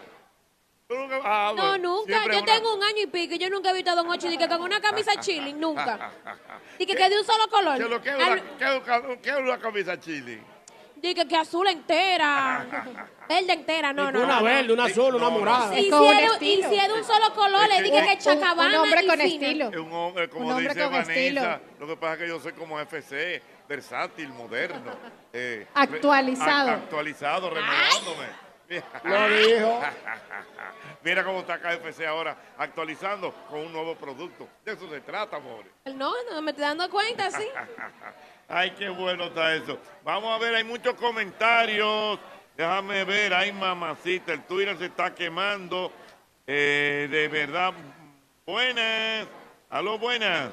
S4: Tú nunca- ah,
S6: No,
S4: bueno,
S6: nunca.
S4: siempre
S6: Yo
S4: una-
S6: tengo un año y pico y yo nunca he visto a Don Hochi de que con una camisa chilling, nunca. Y que, que de un solo color.
S4: ¿Qué es lo que es
S6: Al-
S4: una, qué es una- qué es una camisa chili?
S6: Dije que, que azul entera, verde entera, Ah. no, no.
S7: Una
S6: no.
S7: verde, una azul, una morada.
S6: Y si,
S17: con
S6: es de, y
S17: estilo.
S6: si es de un solo color, le dije
S4: Un-
S6: que es chacabana.
S17: un hombre
S6: y
S17: con
S6: fina.
S17: estilo.
S4: Es un hombre, como
S17: Un hombre
S4: dice
S17: con
S4: Vanessa.
S17: estilo.
S4: Lo que pasa es que yo soy como FC, versátil, moderno. eh,
S17: Actualizado.
S4: a- actualizado, renovándome.
S7: Lo dijo.
S4: Mira cómo está KFC ahora, actualizando con un nuevo producto. De eso se trata, amores.
S6: No, no me estoy dando cuenta, sí.
S4: Ay, qué bueno está eso. Vamos a ver, hay muchos comentarios. Déjame ver, ay mamacita, el Twitter se está quemando. Eh, de verdad, buenas. Aló, buenas.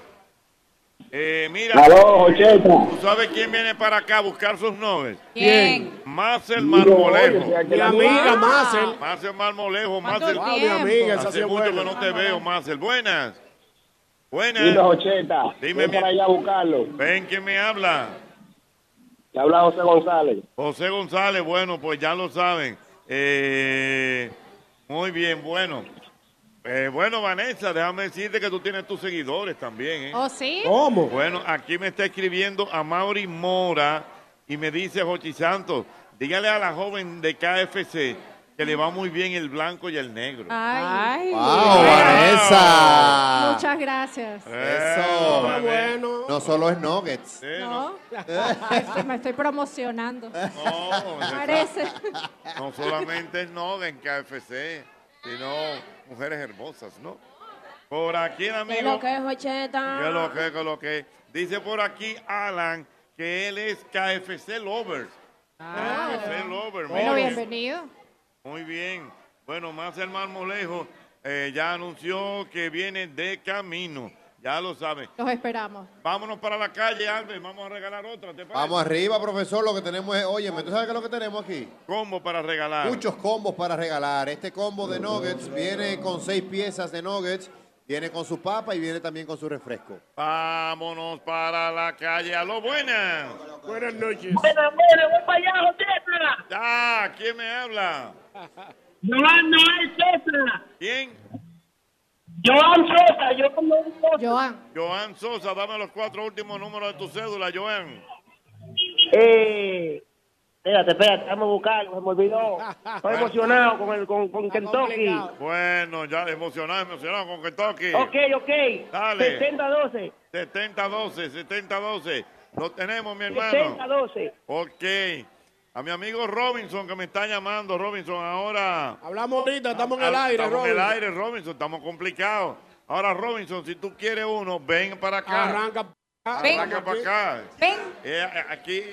S4: Eh, mira,
S12: Aló, Jocheta.
S4: ¿tú sabes quién viene para acá a buscar sus noves?
S12: ¿Quién?
S4: Más el
S12: Mira,
S4: marmolejo.
S12: oye, si aquí la Mi amiga,
S7: Ah. Marcel.
S4: Más el marmolejo, más
S12: ¿Cuánto
S4: el.
S12: Wow, mi tiempo? amiga, esa sí
S4: Hace
S12: es
S4: mucho
S12: buena.
S4: que no te veo, más el. Buenas.
S12: Dime,
S4: Buenas.
S12: Jocheta.
S4: Dime,
S12: Ven para
S4: mi-
S12: allá a buscarlo.
S4: Ven, ¿quién me habla?
S12: Te habla José González.
S4: José González, bueno, pues ya lo saben. Eh, muy bien, bueno. Eh, bueno, Vanessa, déjame decirte que tú tienes tus seguidores también. ¿eh?
S17: ¿Oh, sí?
S7: ¿Cómo?
S4: Bueno, aquí me está escribiendo a Mauri Mora y me dice, Jochi Santos, dígale a la joven de KFC que le va muy bien el blanco y el negro.
S17: Ay.
S5: ¡Wow, Vanessa!
S17: Muchas gracias.
S5: Eso.
S4: Está bueno.
S5: No solo es nuggets.
S17: No. Estoy- Me estoy promocionando. Parece.
S4: No solamente es no en KFC, sino mujeres hermosas, ¿no? Por aquí el
S6: ¿Qué es
S4: amigo.
S6: lo que es, Jocheta?
S4: ¿Qué es lo que, qué es lo que? Dice por aquí Alan que él es KFC Lovers.
S5: Ah,
S4: KFC Lovers.
S17: Ah, Bueno,
S4: muy bien.
S17: bienvenido.
S4: Muy bien. Bueno, más el marmolejo eh, ya anunció que viene de camino. Ya lo saben.
S17: Los esperamos.
S4: Vámonos para la calle, Albert. Vamos a regalar otra. ¿te parece?
S5: Vamos arriba, profesor. Lo que tenemos es, oye, ¿tú sabes qué es lo que tenemos aquí?
S4: Combo para regalar.
S5: Muchos combos para regalar. Este combo de nuggets viene con seis piezas de nuggets, viene con su papa y viene también con su refresco.
S4: Vámonos para la calle. Aló, buenas. Buenas noches.
S12: Buenas, buenas, voy para allá, Jocheta.
S4: Ah, ¿quién me habla?
S12: Yolanda es Sosa.
S4: ¿Quién?
S12: Joan Sosa, yo como un
S17: Joan.
S4: Joan Sosa, dame los cuatro últimos números de tu cédula, Joan.
S12: Eh, espérate, espérate, vamos a buscarlo, se me olvidó. Estoy emocionado con, el, con, con Kentucky.
S4: Bueno, ya emocionado, emocionado con Kentucky.
S12: Ok, ok.
S4: Dale.
S12: 60-12.
S4: 70-12, 70-12. Lo tenemos, mi hermano.
S12: 60-12.
S4: Ok. A mi amigo Robinson que me está llamando, Robinson, ahora.
S7: Hablamos ahorita, estamos en el
S4: Ah,
S7: aire,
S4: Estamos en el
S7: Robinson.
S4: aire, Robinson, estamos complicados. Ahora, Robinson, si tú quieres uno, ven para acá.
S7: Arranca
S4: para
S7: Ven.
S4: para acá. Eh,
S8: Ven.
S4: aquí.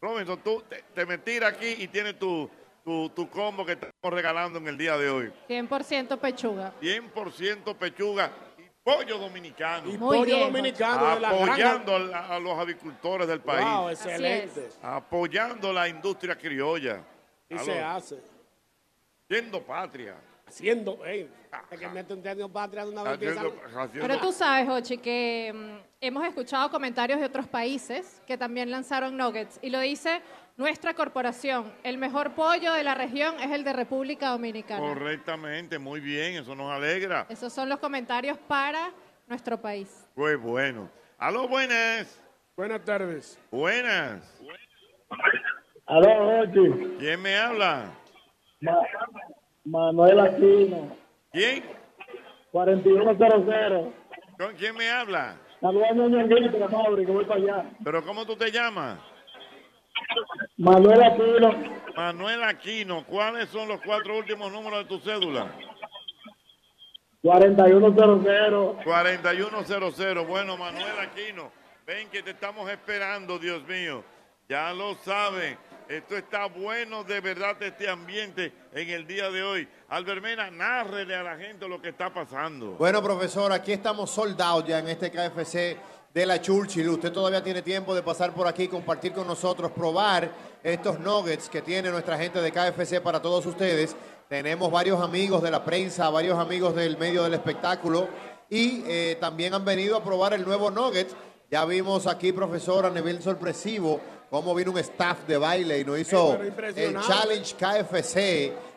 S4: Robinson, tú te, te me tiras aquí y tienes tu, tu, tu combo que estamos regalando en el día de hoy.
S17: 100% pechuga.
S4: 100% pechuga y pollo dominicano.
S17: Y Muy pollo bien.
S7: dominicano de la granja.
S4: Apoyando a, la- a los avicultores del país.
S7: Wow, excelente.
S4: Apoyando la industria criolla.
S7: Y
S4: Aló.
S7: se hace.
S4: Siendo patria.
S7: Haciendo, ey, es que me estoy entendiendo patria de una vez
S4: Haciendo-
S7: empieza-
S4: haciendo-
S17: Pero tú sabes, Ochi, que mm, hemos escuchado comentarios de otros países que también lanzaron nuggets y lo dice nuestra corporación. El mejor pollo de la región es el de República Dominicana.
S4: Correctamente, muy bien, eso nos alegra.
S17: Esos son los comentarios para nuestro país.
S4: Pues bueno. Aló, buenas.
S7: Buenas tardes.
S4: Buenas.
S12: Aló, Jochi.
S4: ¿Quién me habla?
S12: Ma- Manuel Aquino.
S4: ¿Quién?
S12: 4100.
S4: ¿Con quién me habla?
S12: Saludando a Ñanguito, la fábrica, voy para allá.
S4: ¿Pero cómo tú te llamas?
S12: Manuel Aquino.
S4: Manuel Aquino, ¿cuáles son los cuatro últimos números de tu cédula?
S12: 4100.
S4: 4100. Bueno, Manuel Aquino, ven que te estamos esperando, Dios mío. Ya lo saben, esto está bueno de verdad este ambiente en el día de hoy. Albermena, nárrele a la gente lo que está pasando.
S5: Bueno, profesor, aquí estamos soldados ya en este KFC de la Churchill. Usted todavía tiene tiempo de pasar por aquí, compartir con nosotros, probar estos nuggets que tiene nuestra gente de KFC para todos ustedes. Tenemos varios amigos de la prensa, varios amigos del medio del espectáculo y eh, también han venido a probar el nuevo nugget. Ya vimos aquí, profesor, a nivel sorpresivo, cómo vino un staff de baile y nos hizo
S7: pero
S5: el
S7: impresionante.
S5: challenge KFC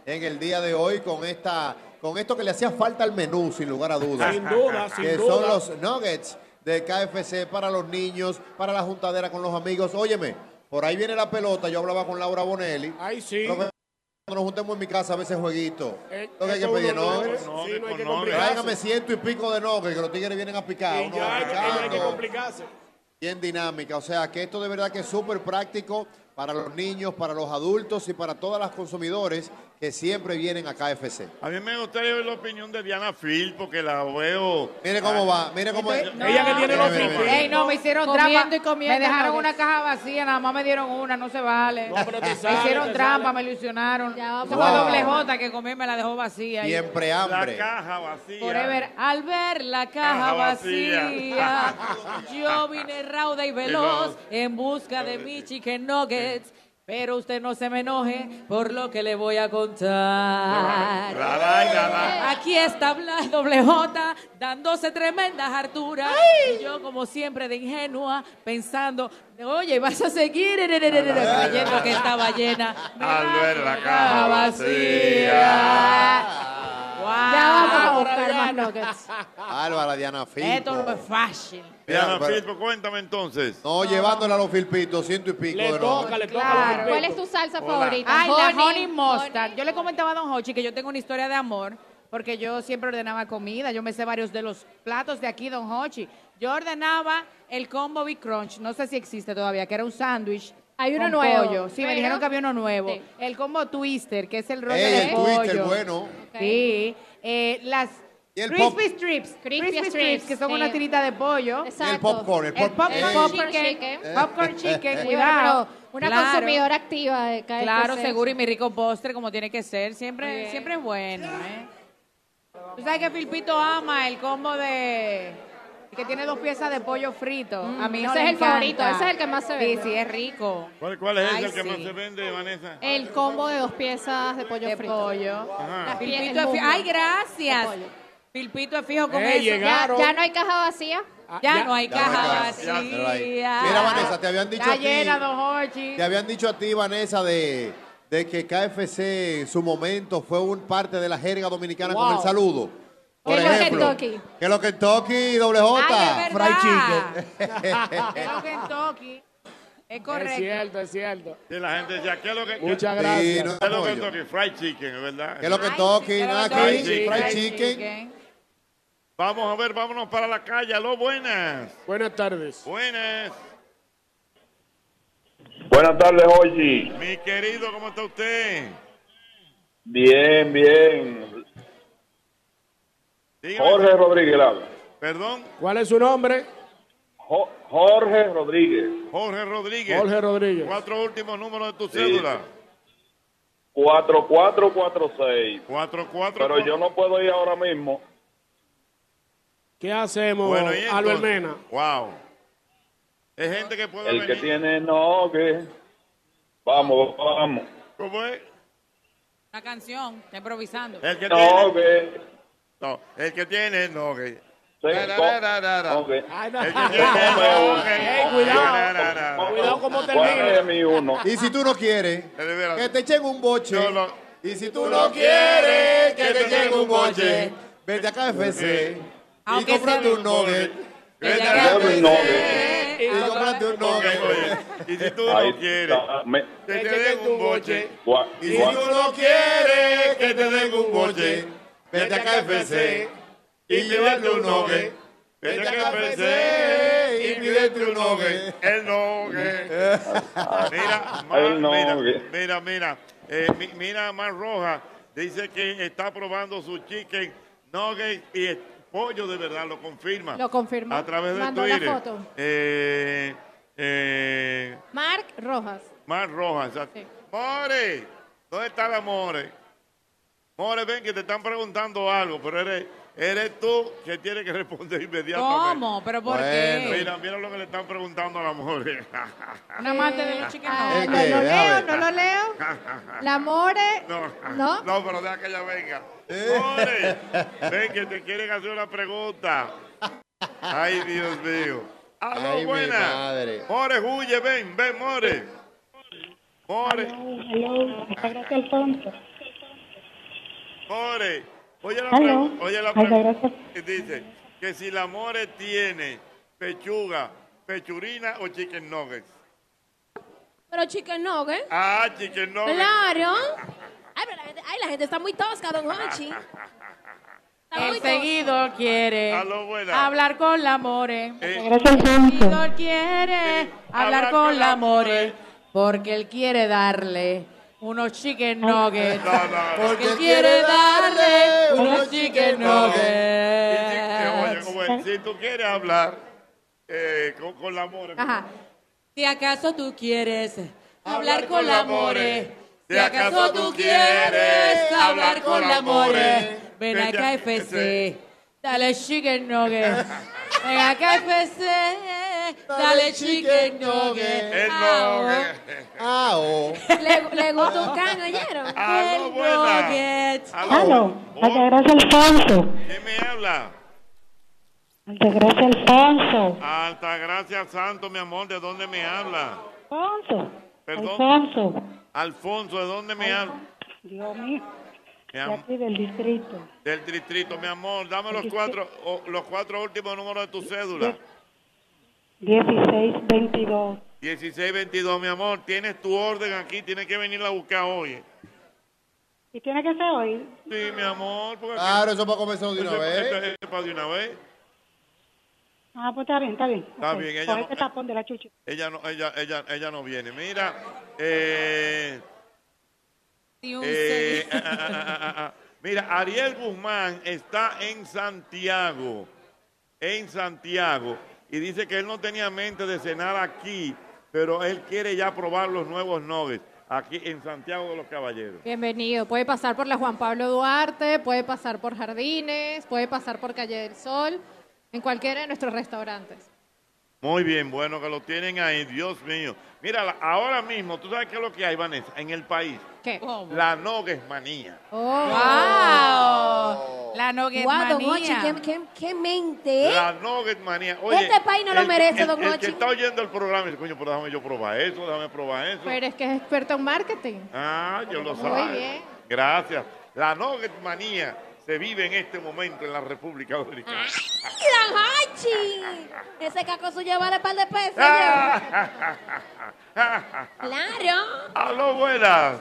S5: en el día de hoy con esta con esto que le hacía falta al menú, sin lugar a dudas.
S7: Sin duda, sin
S5: que
S7: duda.
S5: son los nuggets de KFC para los niños, para la juntadera con los amigos. Óyeme, por ahí viene la pelota. Yo hablaba con Laura Bonelli.
S7: Ay, sí.
S5: Cuando nos juntemos en mi casa a veces jueguito.
S7: Eh,
S5: Lo que hay que
S7: eso
S5: pedir,
S7: uno
S5: ¿no?
S7: no debe- sí, no hay que
S5: Tráigame
S7: complicarse.
S5: Tráigame ciento y pico de nuggets, que los tigres vienen a picar.
S7: Y
S5: uno
S7: ya
S5: va
S7: hay que- no hay que
S5: picando
S7: complicarse.
S5: bien dinámica. O sea, que esto de verdad que es súper práctico para los niños, para los adultos y para todas las consumidores que siempre vienen a KFC.
S4: A mí me gustaría ver la opinión de Diana Phil porque la veo. Ah.
S5: Mire cómo va, mire cómo
S4: Ella que tiene los
S8: Ey, no, me hicieron
S21: Comiendo
S8: trampa.
S21: y comiendo
S8: me dejaron
S21: nuggets.
S8: una caja vacía, nada más me dieron una, no se vale.
S5: te
S8: me
S5: sale,
S8: hicieron
S5: te
S8: trampa, me ilusionaron. Eso fue
S5: Wow.
S8: doble J que comí, me la dejó vacía.
S5: Siempre hambre.
S4: caja vacía.
S8: Forever. Al ver la caja
S4: Caja
S8: vacía,
S4: vacía.
S8: yo vine rauda y veloz en busca de mi chicken nuggets. Pero usted no se me enoje por lo que le voy a contar.
S4: La vaina, la-
S8: Aquí está Bla doble J dándose tremendas harturas. Y yo, como siempre, de ingenua, pensando, oye, vas a seguir creyendo que estaba llena.
S4: Al ver la
S8: caja
S4: caja vacía.
S8: Ya vamos a
S21: buscar más
S8: nuggets.
S5: Álvaro, Diana Filpo.
S8: Esto no es fácil.
S4: Diana Filpo, cuéntame entonces.
S5: No, llevándola a los filpitos, ciento y pico.
S4: Le
S5: de
S4: toca,
S5: le
S8: Claro.
S17: ¿Cuál es tu salsa
S5: Hola.
S17: favorita?
S8: Ay, la
S17: Honey,
S8: honey mustard. Yo le comentaba a Don Hochi que yo tengo una historia de amor porque yo siempre ordenaba comida. Yo me sé varios de los platos de aquí, Don Hochi. Yo ordenaba el combo Big Crunch. No sé si existe todavía, que era un sándwich.
S17: Hay uno
S8: con
S17: nuevo,
S8: pollo. Sí, me
S17: pero-
S8: dijeron que había uno nuevo.
S17: Sí.
S8: El combo Twister, que es el rollo
S5: Ey,
S8: de
S5: el
S8: pollo.
S5: Twister, bueno.
S8: Sí. Eh, las
S5: el
S8: Crispy Strips.
S17: Crispy
S8: Crispy Strips,
S17: Strips,
S8: que son
S17: sí.
S8: una tirita de pollo.
S17: Exacto. Y el popcorn, el
S8: El
S17: pop-
S8: popcorn,
S17: el
S8: chicken.
S17: popcorn chicken.
S8: Popcorn chicken,
S17: Muy
S8: cuidado.
S17: bueno, pero una
S8: Claro.
S17: consumidora activa de KFC.
S8: Claro, seguro, y mi rico postre, como tiene que ser, siempre,
S17: bien.
S8: siempre es bueno, ¿eh? Tú sabes que Filpito ama el combo de... que tiene dos piezas de pollo frito. A mí
S17: Mm, ese es el favorito, ese es el que más se
S8: Sí,
S17: vende.
S8: sí, es rico.
S4: ¿Cuál, cuál es
S8: Ay,
S4: el que
S8: sí.
S4: más se vende, Vanessa?
S17: El combo de dos piezas de pollo frito.
S8: pollo.
S4: Ajá.
S17: Las pie-
S8: Filpito
S17: el
S8: es fi-
S17: muslo
S8: Ay,
S17: de
S8: gracias.
S17: pollo.
S8: Filpito es fijo con
S5: ¡Eh,
S17: Ya-
S8: eso.
S17: Ya, no hay caja vacía.
S8: Eh, Ya ya- no hay
S5: Ya,
S8: caja
S5: ya, ya,
S8: vacía.
S5: ya, ya. Mira, Vanessa, te habían dicho
S8: Está
S5: a ti-
S8: llena, don Hochi.
S5: Te habían dicho a ti, Vanessa, de, de que KFC en su momento fue un parte de la jerga dominicana
S17: Wow.
S5: con el saludo. Por
S17: Que lo
S5: ejemplo,
S17: Kentucky.
S5: que lo Kentucky, doble J,
S8: Ay, es verdad.
S5: chicken.
S8: Es lo que en Toki. Es correcto.
S7: cierto, es cierto.
S4: Sí, la gente decía, ¿qué es lo que
S7: Muchas
S4: qué-
S7: gracias.
S4: ¿Qué es lo que
S7: Apoyo.
S4: toque? Fried chicken, ¿verdad?
S5: Que lo que
S4: Ay,
S5: toque,
S4: sí,
S5: nada
S4: que lo
S5: aquí,
S4: toque.
S5: fried
S4: Fried
S5: chicken.
S4: Vamos a ver, vámonos para la calle. Aló, buenas.
S7: Buenas tardes.
S4: Buenas.
S14: Buenas tardes, Oji.
S4: Mi querido, ¿cómo está usted?
S14: Bien, bien. Jorge Rodríguez, habla.
S4: Perdón.
S7: ¿Cuál es su nombre?
S14: Jo- Jorge Rodríguez,
S4: Jorge Rodríguez.
S14: Jorge Rodríguez.
S4: Cuatro últimos números de tu cédula.
S14: 4446.
S4: 44.
S14: Pero yo no puedo ir ahora mismo.
S7: ¿Qué hacemos,
S14: Bueno, ¿y
S7: Albert
S14: entonces?
S7: Mena?
S4: Wow. Es gente que puede
S14: El que
S4: venir.
S14: tiene no, que. Vamos, vamos.
S4: ¿Cómo es?
S8: La canción, está improvisando.
S4: El que
S14: No,
S4: tiene.
S14: que.
S4: No, el que tiene no, que.
S14: Sí,
S4: Da, da,
S14: no,
S4: da, da, da, da.
S14: no, que-
S4: El que tiene no, que.
S7: Ey, cuidado.
S4: Da, da, da, da.
S7: Cuidado cómo
S14: Guarde
S7: termina.
S14: mi uno.
S5: Y si tú no quieres,
S4: verdad.
S5: que te echen un boche. Y si tú no quieres,
S4: quieres,
S5: que te echen un boche, vete a KFC y
S4: Aunque
S5: cómprate
S4: sea-
S5: un nugget.
S4: Vete a
S14: KFC.
S5: Y cómprate un nugget.
S4: Y si tú
S14: Ahí
S4: no quieres,
S14: está, me-
S4: que te den un boche.
S14: gua-
S4: Y si
S14: gua-
S4: tú no quieres que te den un boche, vete a KFC y pídete un nogue. Vete a KFC y pídete un nogue. El nogue. Mira, Mar,
S14: El
S4: mira,
S14: nogue.
S4: mira, mira, eh, mi- mira, Mar Roja dice que está probando su chicken nugget y es- pollo de verdad, lo confirma.
S17: Lo confirmó.
S4: A través de
S17: Mandó la
S4: Twitter.
S17: foto.
S4: Eh, eh,
S17: Mark Rojas.
S4: más roja, exacto. More, ¿dónde está la More? More, ven que te están preguntando algo, pero eres, eres tú que tienes que responder inmediatamente.
S8: ¿Cómo? ¿Pero por
S4: Bueno,
S8: qué?
S4: Mira, mira lo que le están preguntando a la mujer.
S8: Una amante de los chicken
S17: Ah,
S4: ¿Es
S17: no
S4: qué?
S17: lo
S4: A
S17: leo,
S4: ver.
S17: no lo leo. La More.
S4: Ah. No,
S17: ¿No?
S4: no, pero deja que ella venga.
S5: ¿Eh?
S4: More, ven que te quieren hacer una pregunta. Ay, Dios mío. Aló,
S5: Ay, mi
S4: buena.
S5: madre.
S4: More, huye, ven, ven, More. More,
S11: Altagracia Alfonso.
S4: More. Oye la
S11: Aló.
S4: pregunta. Oye la
S11: Altagracia.
S4: pregunta. Dice que si la More tiene pechuga, pechurina o chicken nuggets.
S6: Pero chicken nugget.
S4: Ah, chicken nuggets.
S6: Claro. Ay, pero la gente, ay, la gente está muy tosca, don Hochi.
S8: El seguidor quiere
S4: Aló, buena.
S8: hablar con la more.
S11: Altagracia
S8: El
S11: Alfonso.
S8: seguidor quiere hablar con la more porque él quiere darle unos chicken nuggets. Porque él quiere darle unos chicken
S4: eh, Oye,
S8: nuggets.
S4: como es, si tú quieres hablar eh, con, con la More.
S8: Ajá. Si acaso tú quieres hablar con la more, si acaso tú quieres hablar con la more, ven a KFC, dale chicken nuggets. Ven a KFC, dale chicken nuggets. Ah,
S5: Ah, oh.
S6: Le, le gustó un can, ¿oyeron?
S4: Aló, buena.
S11: Aló, Altagracia Alfonso.
S4: ¿Quién me habla?
S11: Altagracia Alfonso.
S4: Ah. Alta gracias, Santo, mi amor, ¿de dónde me habla?
S11: Alfonso.
S4: Perdón.
S11: Alfonso.
S4: Alfonso, ¿de dónde me habla?
S11: Dios mío.
S4: Mi
S11: De
S4: am-
S11: aquí del distrito.
S4: del distrito, mi amor, dame los cuatro, o- los cuatro últimos números de tu cédula.
S11: 1622.
S4: 1622, mi amor, tienes tu orden aquí, tienes que venirla a buscar hoy.
S11: ¿Y tiene que ser hoy?
S4: Sí, mi amor. porque-
S5: Claro, Ah, eso para comenzar de una
S4: Eso-
S5: vez.
S4: eso es para de una vez.
S11: Ah, pues está bien, está bien.
S4: Está
S11: Ok.
S4: bien, ella
S11: Por
S4: no-
S11: este tapón de la chucha.
S4: Ella no, ella, ella, ella no viene. Mira, eh, eh, ah, ah, ah, ah, ah. mira, Ariel Guzmán está en Santiago, en Santiago, y dice que él no tenía mente de cenar aquí, pero él quiere ya probar los nuevos nuggets aquí en Santiago de los Caballeros.
S17: Bienvenido. Puede pasar por la Juan Pablo Duarte, puede pasar por Jardines, puede pasar por Calle del Sol, en cualquiera de nuestros restaurantes.
S4: Muy bien, bueno que lo tienen ahí, Dios mío. Mira, la- ahora mismo, ¿tú sabes qué es lo que hay, Vanessa, en el país?
S17: ¿Qué?
S4: La nuggets manía.
S8: Wow. La
S6: Guau, Oh. don Hochi,
S8: nuggetmanía.
S6: ¿qué, qué, qué mente, ¿eh?
S4: La nugget manía. Oye,
S6: Este país no lo
S4: el-
S6: merece,
S4: el-
S6: don
S4: El
S6: Hochi.
S4: que está oyendo el programa dice, coño, pero déjame yo probar eso, déjame probar eso.
S17: Pero es que es experto en marketing.
S4: Ah, yo lo
S17: Muy
S4: sabía.
S17: bien.
S4: Gracias. La nugget manía se vive en este momento en la República Dominicana.
S6: ¡Ay, don Hochi! Ese caco suyo vale par de pesos.
S8: Ah.
S6: yo. ¡Claro!
S4: Aló, buenas.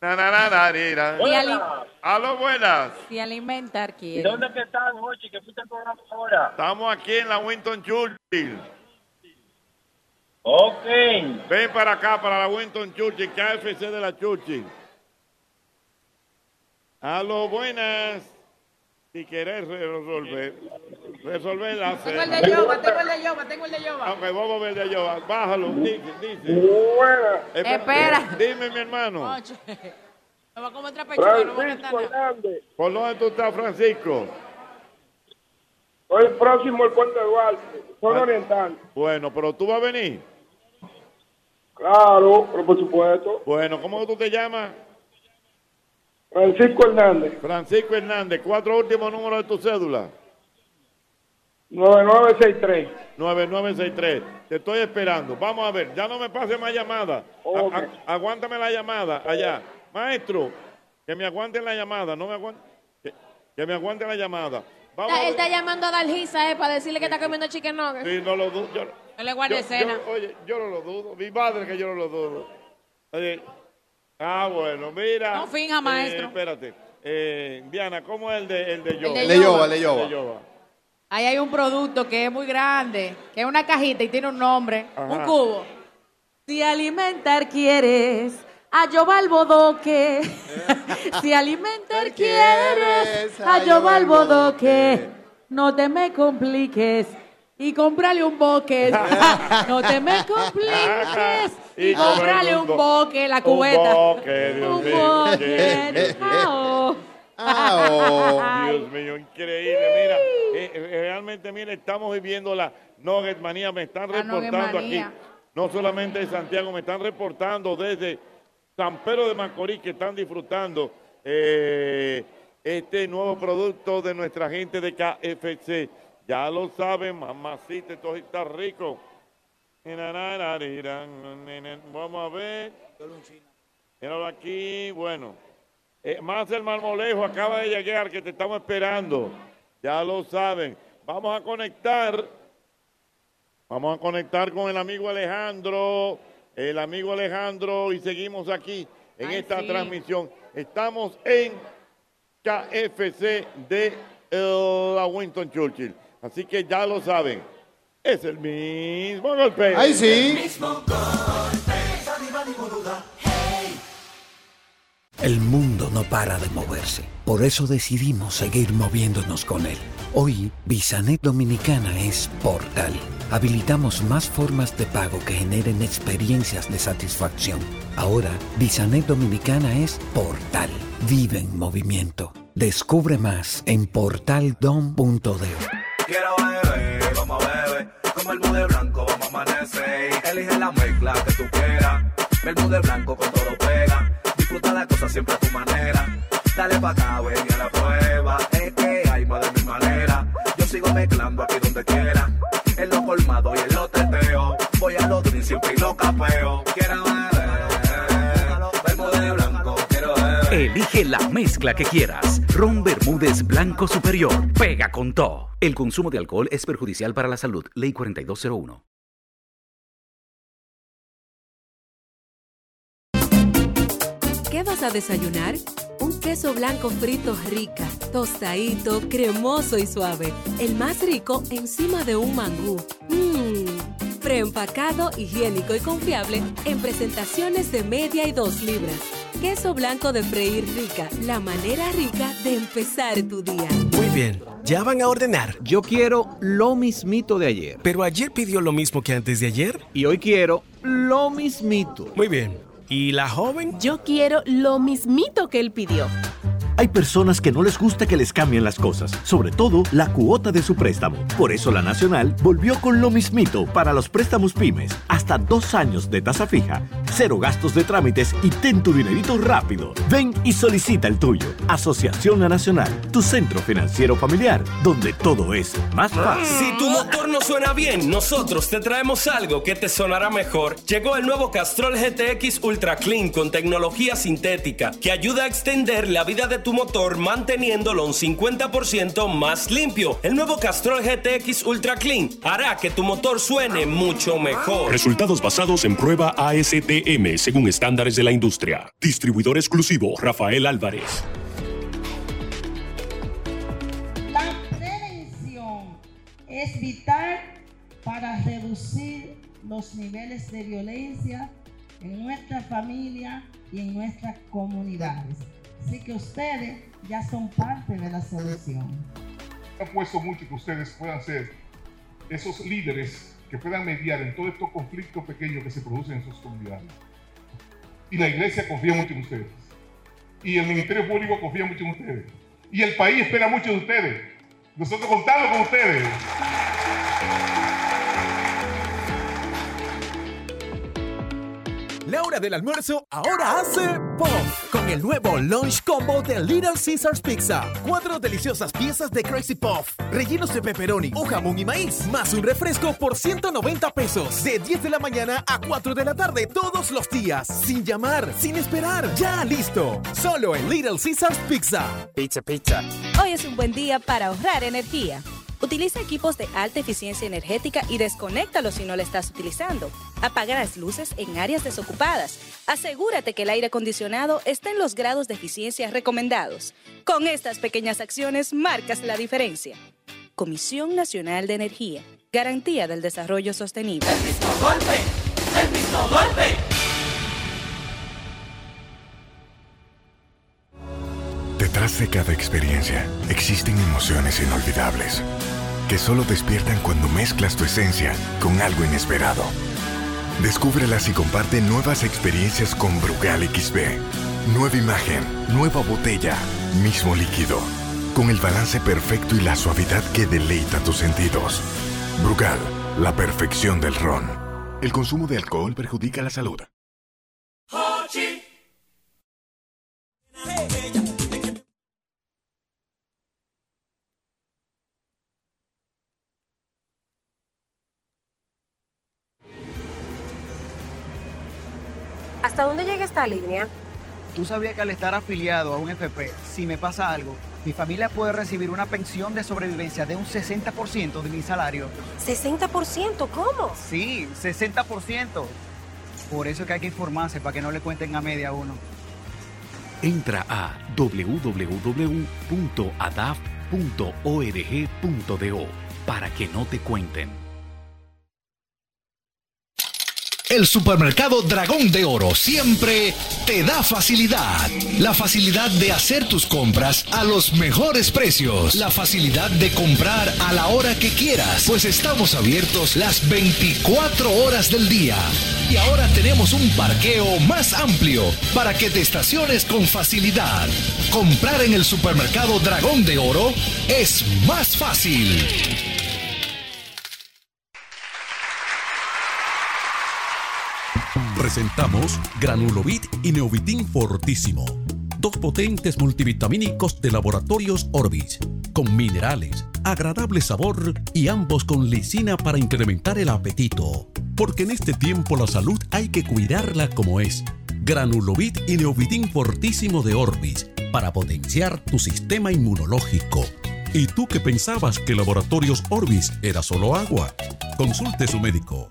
S4: Na, na, na, na, ni, na.
S8: Hola.
S4: Aló, buenas.
S8: Si alimentar
S4: ¿Y
S8: quiere.
S4: dónde que estás, Hochi? Que fuiste al programa ahora. Estamos aquí en la Winton Churchill. Ok. Ven para acá, para la Winton Churchill, KFC de la Churchill. A los buenas. Si querés resolver, resolver la
S8: Tengo el
S4: cena. Ah,
S8: de Yoba, tengo el de Yoba, tengo el de Yoba.
S4: Ok, vamos a ver de allá. Bájalo, dice, dice.
S8: Espera.
S4: Dime, mi hermano.
S8: Oye, Me voy a comer otra pechuga, no voy a cantar nada.
S4: ¿Por dónde tú estás, Francisco?
S12: Hoy próximo el puente de Duarte,
S4: zona
S12: oriental.
S4: Bueno, pero tú vas a venir.
S12: Claro, pero por supuesto.
S4: Bueno, ¿cómo tú te llamas?
S12: Francisco Hernández.
S4: Francisco Hernández, cuatro últimos números de tu cédula.
S12: 9963.
S4: 9963. Te estoy esperando. Vamos a ver, ya no me pase más llamada. A-
S12: Ok.
S4: a- aguántame la llamada allá. Maestro, que me aguanten la llamada. No me aguanten. Que, que me aguanten la llamada. Vamos
S6: Está-
S4: a
S6: Él
S4: ver.
S6: está llamando a Dalgisa, ¿eh? Para decirle que está comiendo chicken nugget.
S4: Sí, no lo dudo. Yo,
S6: No le guarde
S4: yo-
S6: escena.
S4: yo- oye, yo no lo dudo. Mi padre que yo no lo dudo. Oye, ah, bueno, mira.
S8: No finja,
S4: Eh,
S8: maestro.
S4: espérate. Eh, Diana, ¿cómo es el de, el de Yoba?
S8: de Yoba. El de
S5: Yoba.
S8: Ahí hay un producto que es muy grande, que es una cajita y tiene un nombre,
S4: Ajá.
S8: un cubo. Si alimentar quieres, a Yoba al bodoque. si alimentar quieres, a Yoba al bodoque. No te me compliques y cómprale un boque. no te me compliques y,
S5: Ah.
S4: Y
S8: cómprale
S4: cómprale
S8: un
S4: un bo-
S8: boque, la cubeta.
S4: Un boque, Dios mío.
S8: boque. Ah, oh.
S5: Ah, oh.
S4: Dios mío, increíble. Mira, eh, eh, realmente, mire, estamos viviendo la Nugget Manía. Me están reportando aquí.
S1: manía.
S4: No solamente de Santiago, me están reportando desde San Pedro de Macorís que están disfrutando eh, este nuevo producto de nuestra gente de KFC. Ya lo saben, mamacita, esto está rico. Vamos a ver. Míralo aquí, bueno. Eh, más el marmolejo acaba de llegar, que te estamos esperando. Ya lo saben. Vamos a conectar. Vamos a conectar con el amigo Alejandro. El amigo Alejandro, y seguimos aquí en
S19: Ay,
S4: esta
S19: sí.
S4: transmisión. Estamos en KFC de eh, la Winston Churchill. Así que ya lo saben. Es el mismo golpe.
S5: Ay, sí.
S22: El mundo no para de moverse, por eso decidimos seguir moviéndonos con él. Hoy, Visanet Dominicana es Portal. Habilitamos más formas de pago que generen experiencias de satisfacción. Ahora, Visanet Dominicana es Portal. Vive en movimiento. Descubre más en portaldom.de.
S29: Quiero beber, vamos a beber. Como el de blanco, vamos a amanecer. Elige la mezcla que tú quieras. El de blanco con todo pega. Disfruta la cosa siempre a tu manera. Dale pa' acá, ven y a la prueba. Es que hay más de mi manera. Yo sigo mezclando aquí donde quiera. En lo colmado y en lo teteo. Voy a lo dulce siempre y lo capeo. Quiero beber, de blanco, quiero beber.
S30: Elige la mezcla que quieras. Ron Bermúdez Blanco Superior. Pega con todo. El consumo de alcohol es perjudicial para la salud. Ley 4201.
S31: ¿Qué vas a desayunar? Un queso blanco frito rica, tostadito, cremoso y suave. El más rico encima de un mangú. Mmm. Preempacado, higiénico y confiable en presentaciones de media y dos libras. Queso blanco de freír rica, la manera rica de empezar tu día.
S32: Muy bien, ya van a ordenar. Yo quiero lo mismito de ayer. Pero ayer pidió lo mismo que antes de ayer. Y hoy quiero lo mismito. Muy bien. ¿Y la joven?
S23: Yo quiero lo mismito que él pidió. Hay personas que no les gusta que les cambien las cosas, sobre todo la cuota de su préstamo. Por eso la Nacional volvió con lo mismito para los préstamos pymes, hasta dos años de tasa fija, cero gastos de trámites y ten tu dinerito rápido. Ven y solicita el tuyo. Asociación La Nacional, tu centro financiero familiar, donde todo es más fácil.
S33: Si tu motor no suena bien, nosotros te traemos algo que te sonará mejor. Llegó el nuevo Castrol GTX Ultra Clean con tecnología sintética que ayuda a extender la vida de tu motor manteniéndolo un 50% más limpio. El nuevo Castrol GTX Ultra Clean hará que tu motor suene mucho mejor.
S34: Resultados basados en prueba ASTM según estándares de la industria. Distribuidor exclusivo Rafael Álvarez.
S18: La prevención es vital para reducir los niveles de violencia en nuestra familia y en nuestras comunidades. Así que ustedes ya son parte de la solución.
S20: apuesto mucho que ustedes puedan ser esos líderes que puedan mediar en este todos estos conflictos pequeños que se producen en sus comunidades. Y la iglesia confía mucho en ustedes. Y el Ministerio Público confía mucho en ustedes. Y el país espera mucho de ustedes. Nosotros contamos con ustedes. La hora del almuerzo ahora hace pop con el nuevo lunch combo de Little Caesars Pizza. Cuatro deliciosas piezas de Crazy Puff, rellenos de pepperoni o jamón y maíz, más un refresco por 190 pesos de 10 de la mañana a 4 de la tarde todos los días, sin llamar, sin esperar, ya listo, solo en Little Caesars Pizza. Pizza, pizza.
S35: Hoy es un buen día para ahorrar energía. Utiliza equipos de alta eficiencia energética y desconéctalos si no lo estás utilizando. Apaga las luces en áreas desocupadas. Asegúrate que el aire acondicionado esté en los grados de eficiencia recomendados. Con estas pequeñas acciones marcas la diferencia. Comisión Nacional de Energía. Garantía del Desarrollo Sostenible.
S36: Detrás de cada experiencia existen emociones inolvidables que solo despiertan cuando mezclas tu esencia con algo inesperado. Descúbrelas y comparte nuevas experiencias con Brugal XB. Nueva imagen, nueva botella, mismo líquido, con el balance perfecto y la suavidad que deleita tus sentidos. Brugal, la perfección del ron. El consumo de alcohol perjudica la salud.
S4: ah.
S36: ¿Hasta dónde llega esta línea?
S37: ¿Tú sabías que al estar afiliado a un FP, si me pasa algo, mi familia puede recibir una pensión de sobrevivencia de un 60% de mi salario?
S36: ¿60%? ¿Cómo?
S37: Sí, 60%. Por eso es que hay que informarse para que no le cuenten a media a uno.
S38: Entra a www.adaf.org.do para que no te cuenten.
S1: El supermercado Dragón de Oro siempre te da facilidad. La facilidad de hacer tus compras a los mejores precios. La facilidad de comprar a la hora que quieras, pues estamos abiertos las 24 horas del día. Y ahora tenemos un parqueo más amplio para que te estaciones con facilidad. Comprar en el supermercado Dragón de Oro es más fácil.
S23: Presentamos Granulovit y Neovitin Fortísimo, dos potentes multivitamínicos de laboratorios Orbis, con minerales, agradable sabor y ambos con lisina para incrementar el apetito. Porque en este tiempo la salud hay que cuidarla como es. Granulovit y Neovitin Fortísimo de Orbis, para potenciar tu sistema inmunológico. ¿Y tú que pensabas que Laboratorios Orbis era solo agua? Consulte su médico.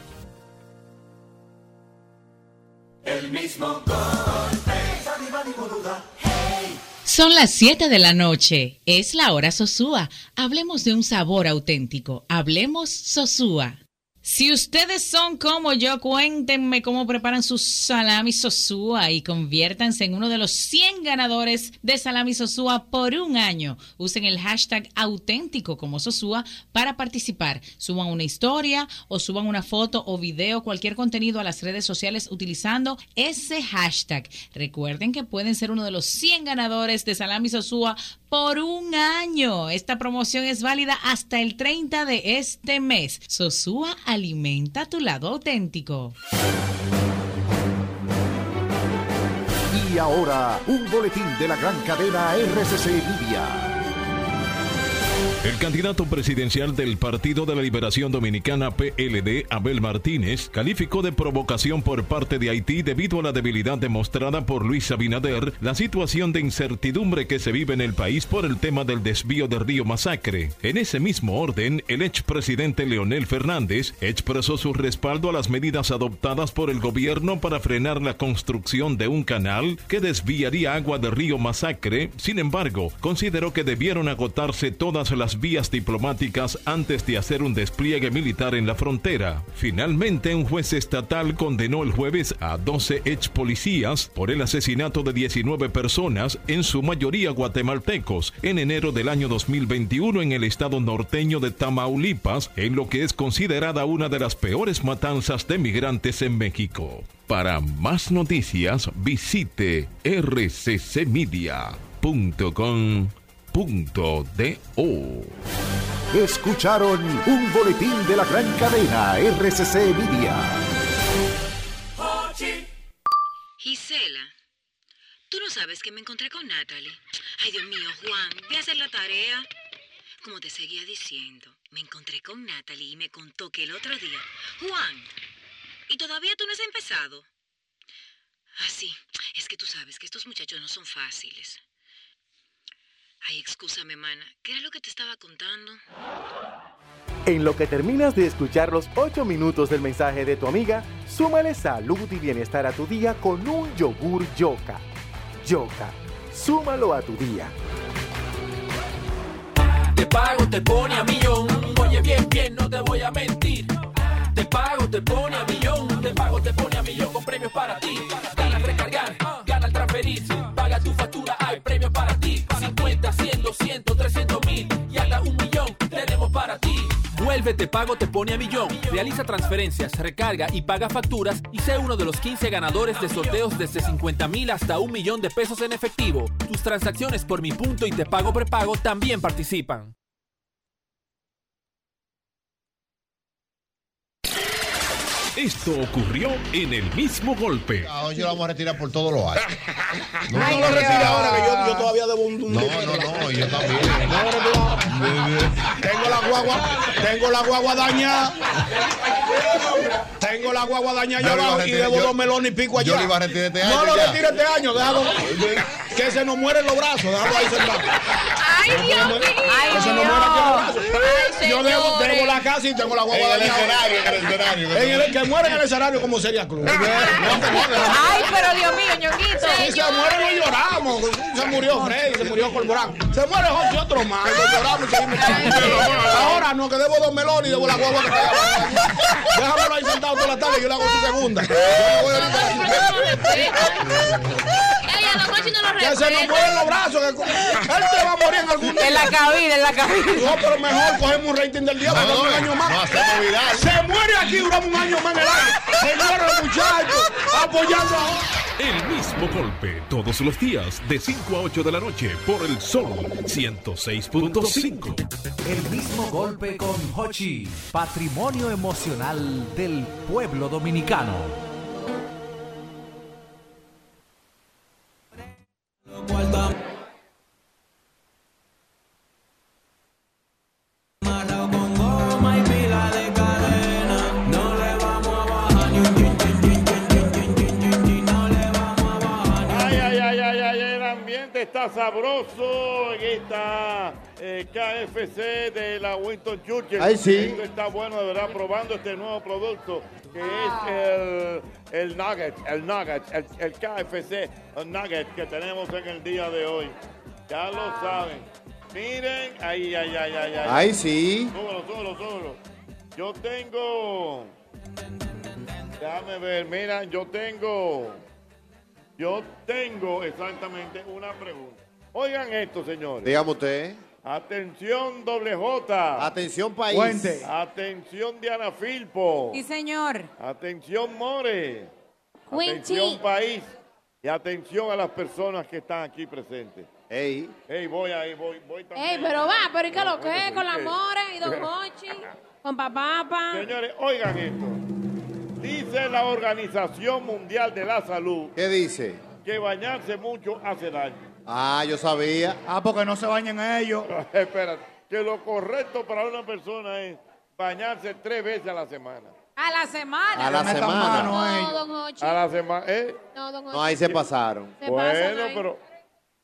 S12: El mismo golpe. Dani, Dani, boluda.
S8: Son las 7 de la noche. Es la hora Sosúa. Hablemos de un sabor auténtico. Hablemos Sosúa. Si ustedes son como yo, cuéntenme cómo preparan su salami Sosúa y conviértanse en uno de los 100 ganadores de salami Sosúa por un año. Usen el hashtag auténtico como Sosúa para participar. Suban una historia o suban una foto o video, cualquier contenido a las redes sociales utilizando ese hashtag. Recuerden que pueden ser uno de los 100 ganadores de salami Sosúa por un año. Esta promoción es válida hasta el 30 de este mes. Sosúa alimenta tu lado auténtico.
S39: Y ahora, un boletín de la gran cadena RCC Libia.
S13: El candidato presidencial del Partido de la Liberación Dominicana PLD, Abel Martínez, calificó de provocación por parte de Haití debido a la debilidad demostrada por Luis Abinader, la situación de incertidumbre que se vive en el país por el tema del desvío del río Masacre. En ese mismo orden, el expresidente Leonel Fernández expresó su respaldo a las medidas adoptadas por el gobierno para frenar la construcción de un canal que desviaría agua del río Masacre. Sin embargo, consideró que debieron agotarse todas las vías diplomáticas antes de hacer un despliegue militar en la frontera. Finalmente, un juez estatal condenó el jueves a 12 ex policías por el asesinato de 19 personas, en su mayoría guatemaltecos, en enero del año 2021 en el estado norteño de Tamaulipas, en lo que es considerada una de las peores matanzas de migrantes en México. Para más noticias, visite rccmedia.com punto de o
S39: Escucharon un boletín de la gran cadena RCC Media.
S15: Gisela, tú no sabes que me encontré con Natalie. Ay, Dios mío, Juan, ve a hacer la tarea. Como te seguía diciendo, Me encontré con Natalie y me contó que el otro día... Juan, ¿y todavía tú no has empezado? Ah, sí. Es que tú sabes que estos muchachos no son fáciles. Ay, excúsame, mana. ¿Qué era lo que te estaba contando?
S36: En lo que terminas de escuchar los 8 minutos del mensaje de tu amiga, súmale salud y bienestar a tu día con un yogur yoka. Yoka, súmalo a tu día.
S40: Te pago, te pone a millón. Oye, bien, bien, no te voy a mentir. Te pago, te pone a millón. Te pago, te pone a millón con premios para ti. Gana al recargar, gana al transferir. Paga tu factura, hay premios para ti. 50, 100, 200, 300 mil y hasta un millón tenemos para ti.
S41: Vuelve, te pago, te pone a millón. Realiza transferencias, recarga y paga facturas y sé uno de los 15 ganadores de sorteos desde 50 mil hasta un millón de pesos en efectivo. Tus transacciones por mi punto y te pago prepago también participan.
S13: Esto ocurrió en el mismo golpe.
S7: Ahora yo lo vamos a retirar por todos los años. No, no lo retira ahora, que yo, yo todavía debo un, un No, dinero. no, no, yo también. Tengo la guagua, tengo la guagua dañada. Tengo la guagua dañada allá Yo le iba a abajo y retirar- debo yo- dos melones y pico allá. yo le iba a retirar este año No lo ya. retiro este año, déjalo. Que se nos mueren los brazos, déjalo ahí sentado.
S8: ¡Ay, Dios mío!
S7: Que se nos muera aquí los brazos.
S8: Ay,
S7: Yo debo,
S8: señores.
S7: debo la casa y tengo la guagua
S8: En el
S7: dañada.
S8: escenario, en el escenario.
S7: En el- que muera en el escenario como sería club.
S8: Ay, pero Dios mío, ñonguito.
S7: Si se muere, no lloramos. Se murió Freddy, se murió Corporán. Se muere Jorge otro más. No lloramos y seguimos chillando. Ahora no, que debo dos melones y debo la guagua que está allá abajo. Déjamelo ahí sentado toda la tarde, yo le hago su segunda. Yo le voy a- Que se nos mueven los brazos. que- Él te va a morir en algún día.
S8: En la cabina, en la cabina.
S7: No, pero mejor cogemos un rating del día para
S8: No,
S7: no, un
S8: no,
S7: año
S8: no
S7: más.
S8: hacemos viral.
S7: Se muere aquí, duramos un año más en el aire. Señores, muchachos, apoyando a
S13: El mismo golpe todos los días de 5 a 8 de la noche por el Sol 106.5.
S1: El mismo golpe con Hochi, patrimonio emocional del pueblo dominicano.
S4: Ay, ay, ay, ay, ay, el ambiente está sabroso en esta eh, KFC de la Winston Churchill.
S5: Ay, sí.
S4: Esto está bueno, de verdad, probando este nuevo producto que es el, el Nugget, el Nugget, el, el KFC el Nugget que tenemos en el día de hoy. Ya lo saben. Miren, ay, ay, ay, ay, ay.
S5: Ay, sí.
S4: Súbelo, súbelo, súbelo. Yo tengo. Déjame ver, mira, yo tengo. Yo tengo exactamente una pregunta. Oigan esto, señores.
S5: Dígame usted.
S4: Atención, doble J.
S5: Atención, país. Fuente.
S4: Atención, Diana Filpo.
S6: Sí, señor.
S4: Atención, More.
S6: Winchi.
S4: Atención, país. Y atención a las personas que están aquí presentes.
S5: Ey.
S4: Ey, voy ahí, voy, voy también.
S6: Ey, pero va, pero ¿y qué lo que es? Con la
S4: Eh.
S6: mora y Don Hochi, con papá, papá.
S4: Señores, oigan esto. Dice la Organización Mundial de la Salud
S5: ¿Qué dice?
S4: que bañarse mucho hace daño.
S5: Ah, yo sabía.
S7: Ah, porque no se bañan ellos.
S4: Espérate, que lo correcto para una persona es bañarse tres veces a la semana.
S6: A la semana.
S5: A la
S6: No,
S5: semana.
S6: No, Don Hochi.
S4: A la semana, ¿eh?
S6: No, Don Hochi.
S5: eh. No, ahí se pasaron.
S6: Se pasan ahí.
S4: pero... Ah,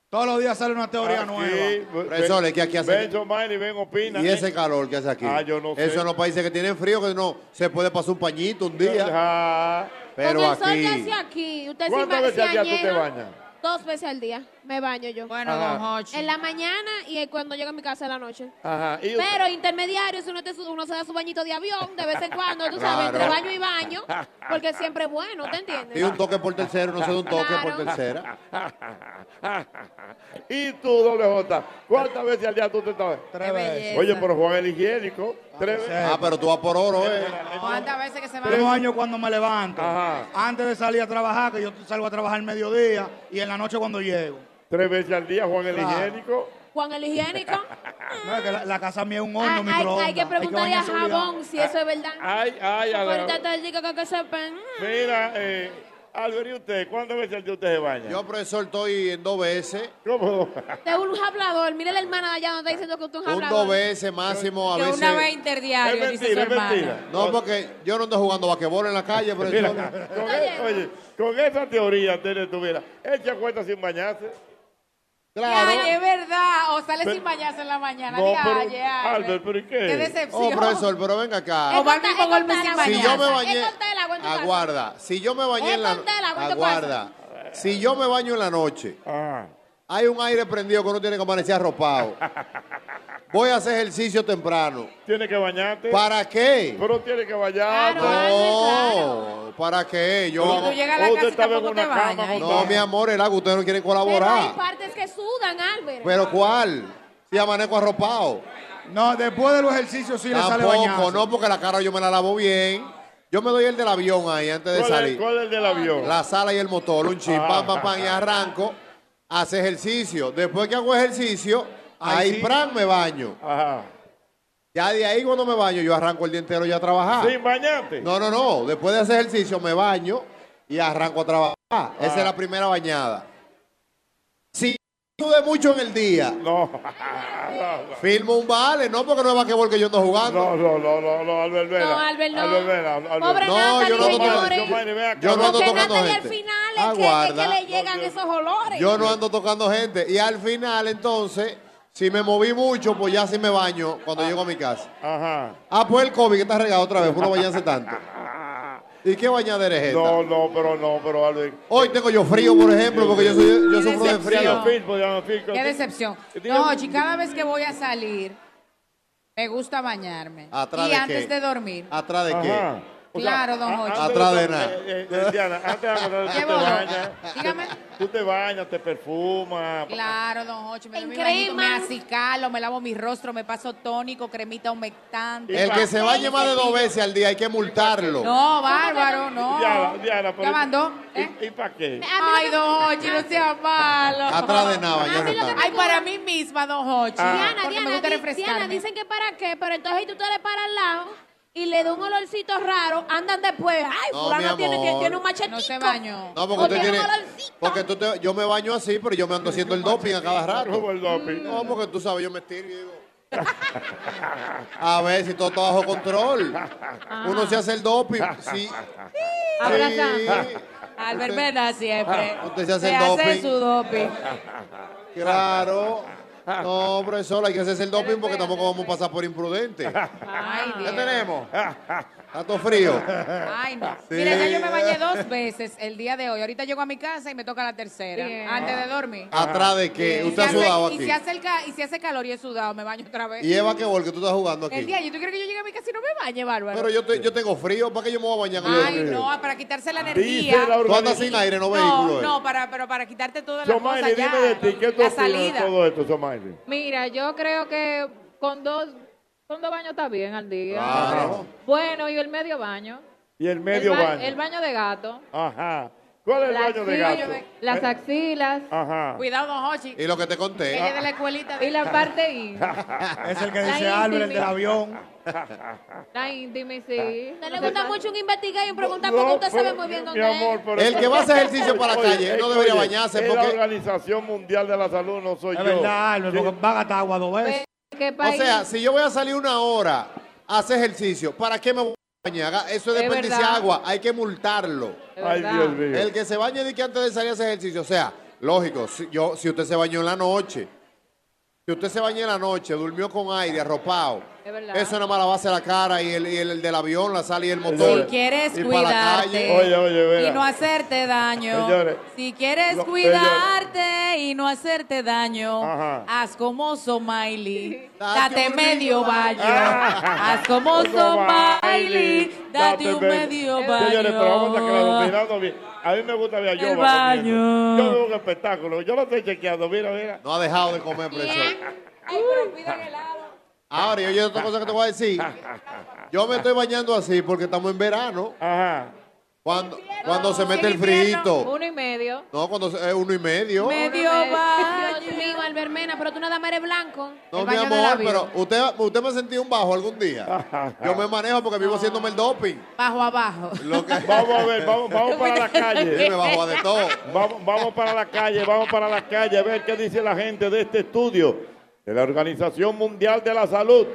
S7: Todos los días sale una teoría
S4: Aquí,
S7: nueva.
S5: Profesor, es que aquí hace-
S4: Ven, Somaili, ven, opina.
S5: Y ese calor que hace aquí.
S4: Ah, yo no sé.
S5: Eso en los países que tienen frío, que no se puede pasar un pañito un día.
S6: Con
S5: Pero
S6: el sol que
S5: aquí.
S6: hace aquí, usted
S4: ¿Cuántas
S6: se
S4: veces al día tú te
S6: añeja
S4: bañas?
S6: Dos veces al día me baño yo. Bueno,
S4: Ajá. don Hochi.
S6: En la mañana y cuando llego a mi casa en la noche.
S4: Ajá. y-
S6: Pero intermediario, si uno, te su- uno se da su bañito de avión de vez en cuando, tú sabes, entre
S5: Claro.
S6: baño y baño, porque siempre es bueno, ¿te entiendes?
S5: Y un toque por tercero, no se da un toque
S6: Claro.
S5: por tercera.
S4: y tú, doble J, ¿cuántas veces al día tú te estás? Tres
S5: veces.
S4: Oye, pero Juan el higiénico. Tres veces.
S5: Ah, pero tú vas por oro, ¿eh?
S6: ¿Cuántas veces que se
S7: Tres años cuando me levanto. Antes de salir a trabajar, que yo salgo a trabajar al mediodía y en la noche cuando llego.
S4: Tres veces al día, Juan el
S7: higiénico.
S6: Juan el higiénico,
S7: No, es que la, la casa mía es un horno,
S6: hay, hay-
S7: microondas.
S6: hay que preguntarle a
S7: bañarse obligado.
S6: Jabón si eso es verdad.
S4: Ay, ay, a la-
S6: Ahorita está el chico que- que sepan.
S4: Mira, eh, Álvaro, ¿y usted? ¿Cuántas veces al día usted se baña?
S5: Yo, profesor, estoy en dos veces.
S4: ¿Cómo?
S6: Usted es un hablador. Mire la hermana de allá donde está diciendo que usted es un
S5: Un
S6: hablador.
S5: dos veces máximo, a
S6: Que
S5: veces.
S6: una vez interdiario, Es dice mentira, su es hermana. mentira.
S5: No, porque yo no ando jugando basquetbol en la calle, profesor.
S4: Mira, con e- oye, con esa teoría, Tere, tú mira, echa cuenta sin bañarse.
S8: Ay, es verdad. O sale
S4: Pero-
S8: sin bañarse en la mañana.
S5: No,
S8: Ay,
S5: pero-
S8: ay, ay.
S4: Albert, pero ¿y qué?
S8: Qué decepción.
S5: Oh, profesor, pero venga acá.
S8: O va al mismo golpe sin
S5: Si
S8: bañarse.
S5: yo me bañé.
S6: Es contar el agua en tu casa.
S5: Aguarda. Si yo me bañé
S6: Es
S5: en la
S6: con tela, ¿cuánto
S5: Aguarda. Si yo me baño en la noche, hay un aire prendido que uno tiene que amanecer arropado. Voy a hacer ejercicio temprano.
S4: Tiene que bañarte.
S5: ¿Para qué?
S4: Pero tiene que bañarte.
S5: No, ¿para qué? Yo.
S4: Cuando tú llegas a la Usted casa y estaba en tampoco una te cama, bañas,
S5: No,
S4: compadre.
S5: mi amor, el agua, ustedes no quieren
S6: Pero hay
S5: colaborar.
S6: partes que sudan, Albert.
S5: ¿Pero cuál? Si amanezco arropado.
S25: No, después de los ejercicios sí le sale
S5: Tampoco,
S25: bañado.
S5: no, porque la cara yo me la lavo bien. Yo me doy el del avión ahí antes de
S4: ¿Cuál es-
S5: salir.
S4: cuál es el del avión?
S5: La sala y el motor, un chip, pam, pam, pam, y
S4: Ah.
S5: arranco. Hace ejercicio. Después que hago ejercicio,
S4: Ahí
S5: ahí
S4: sí.
S5: pran me baño. Ya de ahí cuando me baño, yo arranco el día entero ya a trabajar.
S4: Sin bañarte.
S5: No, no, no. Después de hacer ejercicio me baño y arranco a trabajar. Esa es
S4: Ah.
S5: la primera bañada. Si sude mucho en el día.
S4: No.
S5: Firmo un vale, no porque no es basquetbol que yo ando jugando.
S4: No, no, no, no, no, Albert Vera.
S5: No, Albert, no.
S4: Albert Vera, Albert.
S5: Pobre No, Natalie, yo no ando tocando- señores. yo no ando
S6: Porque
S5: tocando
S6: Natalie
S5: gente.
S6: al final es que- que,
S5: Aguarda.
S6: que le llegan esos olores.
S5: Yo no ando tocando gente. Y al final, entonces, si me moví mucho, pues ya sí me baño cuando
S8: Ah.
S5: llego a mi casa.
S4: Ajá.
S5: Ah, pues el COVID que está regado otra vez, por no bañarse tanto. ¿Y qué bañadera es esta?
S4: No, no, pero no, pero Albert.
S5: Hoy tengo yo frío, por ejemplo, porque yo, soy, yo sufro de frío.
S8: Qué decepción. No, y cada vez que voy a salir, me gusta bañarme.
S5: ¿Atrás
S8: y
S5: de qué?
S8: antes de dormir.
S5: ¿Atrás de
S4: Ajá.
S5: qué?
S8: Claro,
S5: ah.
S8: don Jorge.
S5: Atrás de nada.
S4: Eh, eh, eh, Diana, antes de acordar, tú
S8: Qué
S4: te
S8: bono.
S4: bañas.
S8: Dígame.
S4: Tú te bañas, te perfumas.
S8: Claro, don Hocho. Me doy mi
S6: Encrema.
S8: bañito, me acicalo, me lavo mi rostro, me paso tónico, cremita humectante.
S5: El que se bañe más de dos veces al día hay que multarlo.
S8: No, bárbaro, no.
S5: Diana,
S4: Diana,
S8: ¿Qué mandó? ¿Eh?
S4: ¿Y para qué?
S8: Ay, don Hochi, no sea malo.
S5: Atrás de nada, ya no está.
S8: Ay, para mí misma, don Hochi.
S6: Ah. Diana,
S8: porque
S6: Diana,
S8: me gusta
S6: di-
S8: refrescarme.
S6: Diana, dicen que para qué, pero entonces ahí tú te le paras al lado y le da un olorcito raro, andan después. Ay,
S5: No,
S6: fulano
S5: mi
S6: tiene,
S5: amor.
S6: tiene, tiene un machetico. No se bañó.
S5: No, porque usted tiene. Porque tú te- yo me baño así, pero yo me ando haciendo el doping a cada rato. No, porque tú sabes, yo me estiro y digo. A ver si todo está bajo control. Uno se hace el doping. Sí.
S8: Abraza.
S5: Sí.
S8: Albert Vena siempre.
S5: Usted se hace el doping.
S8: su doping.
S5: Claro. No, profesor, hay que hacerse el doping porque tampoco vamos a pasar por imprudente.
S8: Ay,
S5: ¿Qué
S8: Dios.
S5: tenemos? Tanto frío.
S8: Ay, no.
S5: Sí.
S8: Mira, ya yo me bañé dos veces el día de hoy. Ahorita llego a mi casa y me toca la tercera. Antes de dormir.
S5: ¿Atrás de qué? Usted ha
S8: Y se hace-
S5: sudado
S8: Y
S5: aquí.
S8: si hace, el ca- y si hace calor y he sudado, me baño otra vez.
S5: Y Eva, qué bol que tú estás jugando
S8: El
S5: aquí.
S8: día, ¿y tú crees que yo llegue a mi casa y no me bañe, Bárbaro?
S5: Pero yo, te- yo tengo frío, ¿para qué yo me voy a bañar con
S8: Ay,
S5: el
S8: no,
S5: frío?
S8: para quitarse la
S5: Dice
S8: energía.
S5: la Tú andas sin aire, no vehículo,
S8: No,
S5: eh.
S8: no, para, pero para quitarte toda la
S4: Somaili,
S8: cosa ya.
S4: dime de ti, ¿qué tú
S8: la
S4: opinas de
S8: salida.
S4: todo esto, Somaili?
S2: Mira, yo creo que con dos, con dos baños está bien al día.
S4: Claro.
S2: Bueno, y el medio baño.
S4: Y el medio
S2: el ba-
S4: baño.
S2: El baño de gato.
S4: Ajá. ¿Cuál es el
S2: La
S4: baño de
S2: axila,
S4: gato?
S2: Las axilas.
S4: Ajá.
S8: Cuidado, don Hochi.
S5: Ah. Y lo que te conté.
S8: Ella de la escuelita.
S2: Y la parte íntima.
S25: Es el que
S2: La
S25: dice Álvaro, el del
S2: íntima.
S25: avión.
S2: La íntima, sí.
S6: No le gusta mucho un investigar y un preguntar
S4: No,
S6: porque usted
S4: pero,
S6: sabe muy bien dónde
S4: mi amor,
S6: es.
S4: pero-
S5: El que va a hacer ejercicio para la
S4: Oye,
S5: calle no
S4: eh,
S5: debería
S4: oye,
S5: bañarse
S4: es
S5: porque-
S4: la Organización Mundial de la Salud no soy
S25: Es
S4: yo.
S25: verdad, Álvaro, porque van a estar agua dos veces.
S2: ¿Qué
S5: O sea, si yo voy a salir una hora a hacer ejercicio, ¿para qué me voy a bañar? Haga- Eso es
S2: Es
S5: desperdiciar
S2: verdad.
S5: agua, hay que multarlo.
S2: Es Ay, verdad. Dios mío.
S5: El que se bañe de que antes de salir a hacer ejercicio, o sea, lógico, si, yo, si usted se bañó en la noche, si usted se bañó en la noche, durmió con aire, arropado,
S2: Es verdad.
S5: eso nada más la base la cara y el, y el- el del avión, la sal y el motor.
S8: Si quieres
S5: y para la
S8: cuidarte
S5: calle.
S8: y no hacerte daño,
S5: Señores.
S8: si quieres
S5: No,
S8: cuidarte y no hacerte daño,
S5: Ajá.
S8: haz como Somaili,
S5: Date
S8: date
S5: un
S8: medio
S5: rico
S8: baño.
S5: Ah.
S8: Haz como Somaili,
S4: Somaili,
S8: date un medio
S4: Señores, pero vamos a
S8: baño.
S4: quedar mirando bien. A mí me gusta ver a
S8: El
S4: Yoba
S8: baño.
S4: comiendo. Yo veo un espectáculo. Yo lo estoy chequeando. Mira, mira.
S5: No ha dejado de comer, profesor. Ahora, yo, yo otra cosa que te voy a decir. Yo me estoy bañando así porque estamos en verano.
S4: Ajá.
S5: Cuando, cuando se mete el
S6: frito.
S5: frito.
S6: Uno y medio.
S5: No, cuando es uno y medio.
S42: Medio
S6: Uno medio.
S42: baño. Dios mío, Albermena, pero tú nada más eres blanco.
S5: No,
S42: El
S5: mi
S42: baño de la
S5: amor,
S42: vida.
S5: pero usted, usted me ha sentido un bajo algún día. Yo me manejo porque vivo haciéndome el doping.
S42: Bajo abajo.
S4: Vamos a ver, vamos, vamos para la calle.
S5: Sí, me bajo de todo.
S4: Vamos, vamos para la calle, vamos para la calle a ver qué dice la gente de este estudio de la Organización Mundial de la Salud,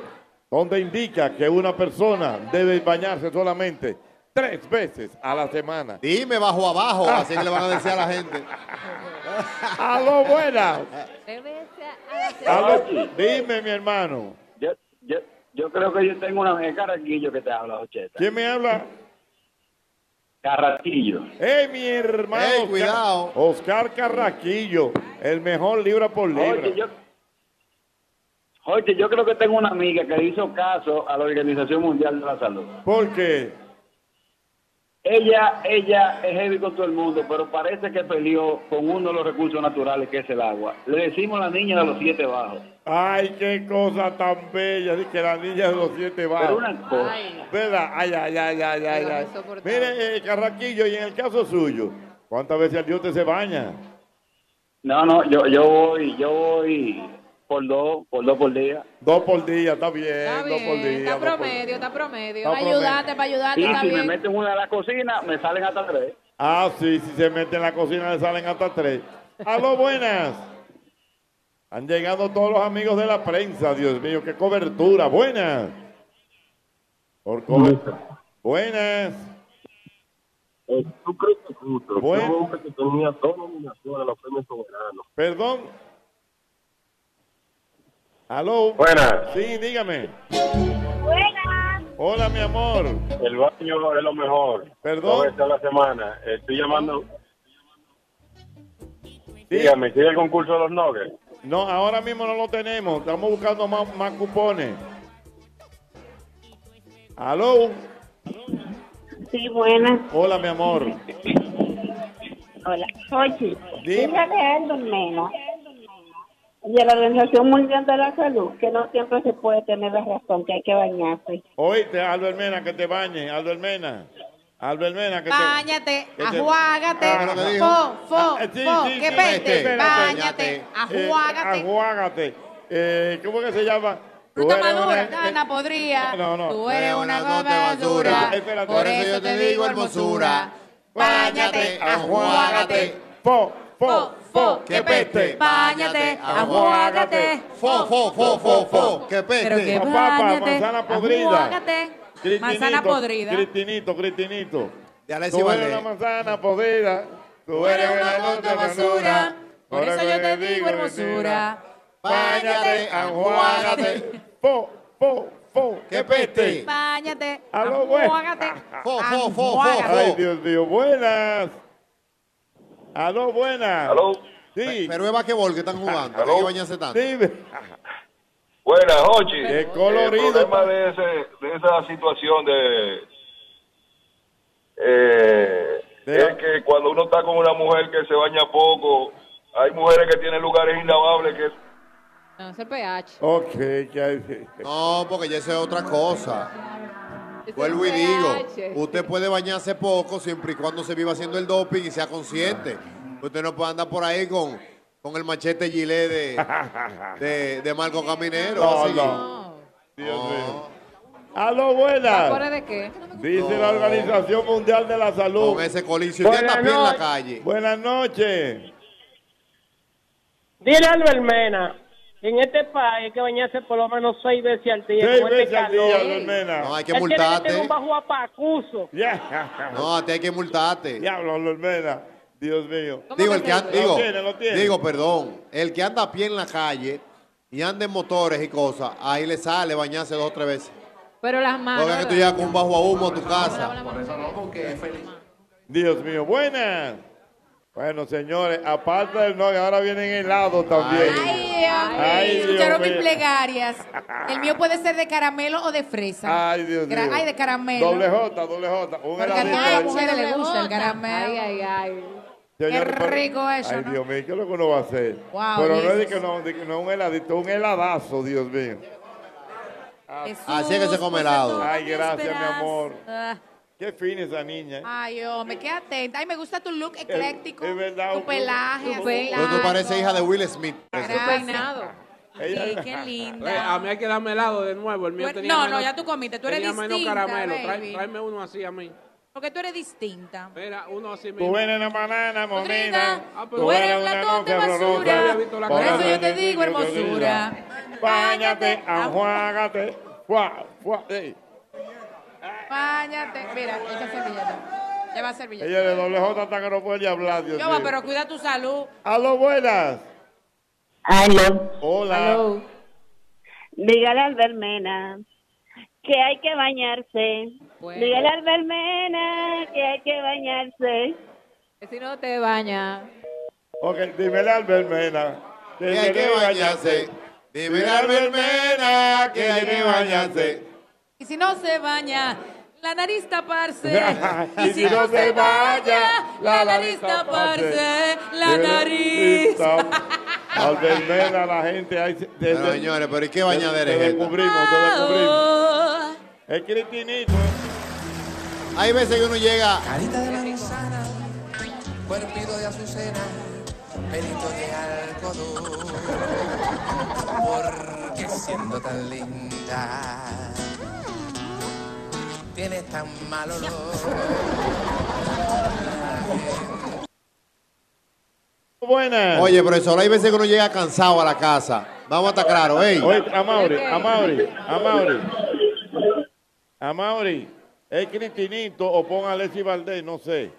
S4: donde indica que una persona debe bañarse solamente tres veces a la semana.
S5: Dime bajo abajo, así que le van a decir a la gente.
S4: A lo buena.
S12: Ochi,
S4: Dime, mi hermano.
S12: Yo, yo, yo creo que yo tengo una es Carraquillo que te habla, Ocheta.
S4: ¿Quién me habla?
S12: Carraquillo.
S4: ¡Eh, mi hermano!
S12: Ey,
S4: Oscar-
S12: cuidado.
S4: Oscar Carraquillo, el mejor libra por libra.
S12: Oye, yo, Ochi, yo creo que tengo una amiga que hizo caso a la Organización Mundial de la Salud.
S4: ¿Por qué?
S12: Ella, ella es heavy con todo el mundo, pero parece que peleó con uno de los recursos naturales que es el agua. Le decimos la niña de los siete bajos.
S4: Ay, qué cosa tan bella. Dice que la niña de los siete va.
S12: Pero una cosa.
S4: ¿Verdad? Ay, ay, ay, ay, ay. ay. Mire, eh, Carraquillo, y en el caso suyo, ¿cuántas veces al día usted se baña?
S12: No, no, yo, yo voy, yo voy por dos, por dos por día.
S4: Dos por día, está bien,
S6: Está bien, está promedio, está promedio.
S12: Está promedio. Ayudarte,
S6: para ayudarte,
S12: Y si me meten una a la cocina, me salen hasta tres.
S4: Ah, sí, si se mete en la cocina le salen hasta tres. Aló, buenas. Han llegado todos los amigos de la prensa, Dios mío, qué cobertura. Buenas. Por co- Buenas.
S36: ¿Tú crees que es justo?
S4: Bueno.
S36: Fue un hombre que tenía dos nominaciones a los premios soberanos.
S4: Perdón. Aló.
S36: Buenas.
S4: Sí, dígame. Hola, mi amor.
S36: El baño es lo mejor.
S4: Perdón.
S36: Dos veces a la semana. Estoy llamando. Dígame, ¿sigue el concurso de los Nuggets?
S4: No, ahora mismo no lo tenemos. Estamos buscando más, más cupones. Aló.
S18: Sí, buenas.
S4: Hola, mi amor.
S18: Hola. Oye,
S4: Dime.
S18: fíjate, Eldomena, de la Organización Mundial de la Salud, que no siempre se puede tener la razón, que hay que bañarse.
S4: Oíste, Aldo Hermena, que te bañes. Aldo Hermena. Aldo Hermena, que te
S8: Báñate,
S4: que te-
S8: ajuágate,
S4: Ah, lo que dijo.
S8: fo, fo,
S4: Ah, sí,
S8: fo,
S4: sí,
S8: que
S4: sí,
S8: peste,
S4: espérate.
S8: báñate,
S4: Eh,
S8: ajuágate.
S4: ajuágate. Eh, ¿Cómo que se llama? Tú
S8: Fruta
S4: eres
S8: madura,
S4: una-
S8: Ana, podría.
S4: No, no.
S8: Tú eres una
S4: no te
S8: goma
S4: basura.
S8: basura.
S4: Espérate,
S8: Por eso yo te digo hermosura. Báñate, ajuágate.
S4: Fo, fo,
S8: fo,
S5: que peste.
S8: Báñate, ajuágate.
S5: Fo, fo, fo, fo, fo, que peste.
S8: Pero que
S4: Papá,
S8: báñate,
S4: manzana podrida.
S8: ajuágate.
S4: Cristinito,
S8: Manzana podrida.
S4: Cristinito, Cristinito.
S5: Alexis
S4: Tú eres
S5: Valdés.
S4: una manzana podrida. Tú eres una gota basura. Por eso yo te digo hermosura. Báñate, enjuágate. Fo, fo, fo. ¡Qué peste!
S8: Báñate,
S4: ah, A lo bueno.
S8: ajuágate.
S5: Fo, fo, fo, fo,
S4: Ay,
S5: fo.
S4: Dios mío. Buenas. Aló, buenas.
S5: Aló.
S4: Sí.
S5: Pero es basquetbol que están jugando. Hay que bañarse tanto.
S4: Dime.
S36: Buenas, Ochi.
S4: Qué colorido,
S36: El problema de, ese, de esa situación de. eh, es que cuando uno está con una mujer que se baña poco, hay mujeres que tienen lugares inlavables que
S6: No, es el pH.
S4: Ok, que
S5: No, porque ya eso es otra cosa. Vuelvo y digo, usted puede bañarse poco siempre y cuando se viva haciendo el doping y sea consciente. Usted no puede andar por ahí con, con el machete gilet de, de, de Marco Caminero.
S4: No,
S5: así.
S4: no. Dios mío. Aló, buenas.
S6: ¿Fuera de qué?
S4: Dice la Organización Mundial de la Salud. Con
S5: ese colicio, usted anda a pie en la calle.
S4: Buenas noches.
S43: Dile a Albermena, en este país hay que bañarse por lo menos seis veces al día.
S4: Seis
S43: con este
S4: veces al día,
S43: calor.
S4: Albermena. No, hay que
S43: Él tiene
S5: multarte.
S43: tener un bajo apacuso.
S5: No, a ti hay que multarte.
S4: Diablo, Lormena. Dios mío.
S5: Digo, el que an- digo,
S4: Lo tiene, lo tiene.
S5: digo, perdón. El que anda a pie en la calle y anda en motores y cosas, ahí le sale bañarse dos o tres veces.
S6: Pero las
S5: No vean
S6: manos.
S5: que tú llegas con un bajo a humo a tu casa.
S4: Dios mío, buenas. Bueno, señores, aparte del no, ahora vienen helados también.
S8: Ay, hombre,
S4: Ay, Dios
S8: escucharon mis
S4: mío.
S8: plegarias. El mío puede ser de caramelo o de fresa.
S4: Ay, Dios mío.
S8: Gra- Ay, de caramelo.
S4: Doble J, doble J. Un
S8: Porque a todas las
S4: heladito. ahí.
S8: mujeres les gusta el caramelo.
S6: Ay, ay, ay.
S4: Señores, pero-
S8: rico eso,
S4: Ay,
S8: ¿no?
S4: Dios mío, ¿qué es lo que uno va a hacer?
S8: Wow,
S4: Pero no es de
S8: Jesus.
S4: que no, de que no es un heladito, un heladazo, Dios mío.
S8: Jesús,
S4: Así es que se come
S8: pues,
S4: helado.
S8: a todas
S4: Ay,
S8: mis
S4: gracias, mi amor.
S8: esperanzas.
S4: Qué fina esa niña. ¿eh?
S8: Ay, hombre, qué atenta. Ay, me gusta tu look ecléctico.
S4: Es verdad.
S8: Tu pelaje, así
S5: Pero tú
S8: largo.
S5: pareces hija de Will Smith.
S8: Peinado. Sí, qué
S7: Oye,
S8: linda.
S7: a mí hay que darme helado de nuevo. El mío
S8: Tú-
S7: tenía
S8: no,
S7: menos-
S8: no, ya tú comiste. Tú eres
S7: tenía menos
S8: distinta,
S7: caramelo. Trae-
S8: baby.
S7: tráeme uno así a mí.
S8: Porque tú eres distinta.
S7: Mira, uno así
S4: Tú
S7: mismo.
S4: eres una banana, morena.
S7: Ah, pero-
S4: Tú eres una noche
S7: Había
S4: horrorosa.
S7: visto la
S4: Por
S7: cara.
S4: eso yo te digo, hermosura. Báñate,
S8: ah.
S4: enjuágate. Fuá, fuá. Ey,
S8: Báñate. Mira, esta servilleta. Lleva servilleta.
S4: Ella de doble J hasta que no puede ni hablar, Dios
S8: Yo va,
S4: mío.
S8: pero cuida tu salud.
S4: Aló, buenas.
S18: Aló.
S4: Hola.
S18: Dígale al Vermena que hay que bañarse.
S17: Bueno.
S18: Dígale al Vermena que hay que bañarse.
S17: Que Si no te bañas.
S4: Ok, dímele al Vermena.
S5: Que hay que bañarse. Dímele al Vermena que hay que bañarse.
S8: Y si no se baña, la nariz taparse.
S4: Y si no se vaya, la nariz
S8: taparse, la
S4: Debe-
S8: nariz.
S4: Al Vermena la gente hay...
S5: Pero, señores, pero ¿y qué bañadera
S4: Te
S5: es esta?
S4: descubrimos, te descubrimos.
S8: Oh,
S4: Es Cristinito. eh.
S5: Hay veces que uno llega.
S25: Carita de manzana, cuerpito de azucena, pelito de algodón. ¿Por qué siendo tan linda? Tienes tan mal olor.
S4: Buenas.
S5: Oye, profesor, hay veces que uno llega cansado a la casa. Vamos a estar claros, ¿eh?
S4: Oye, Amauri, Amauri, Amauri. Amauri, es Cristinito o pon a Alexis Valdés, no sé.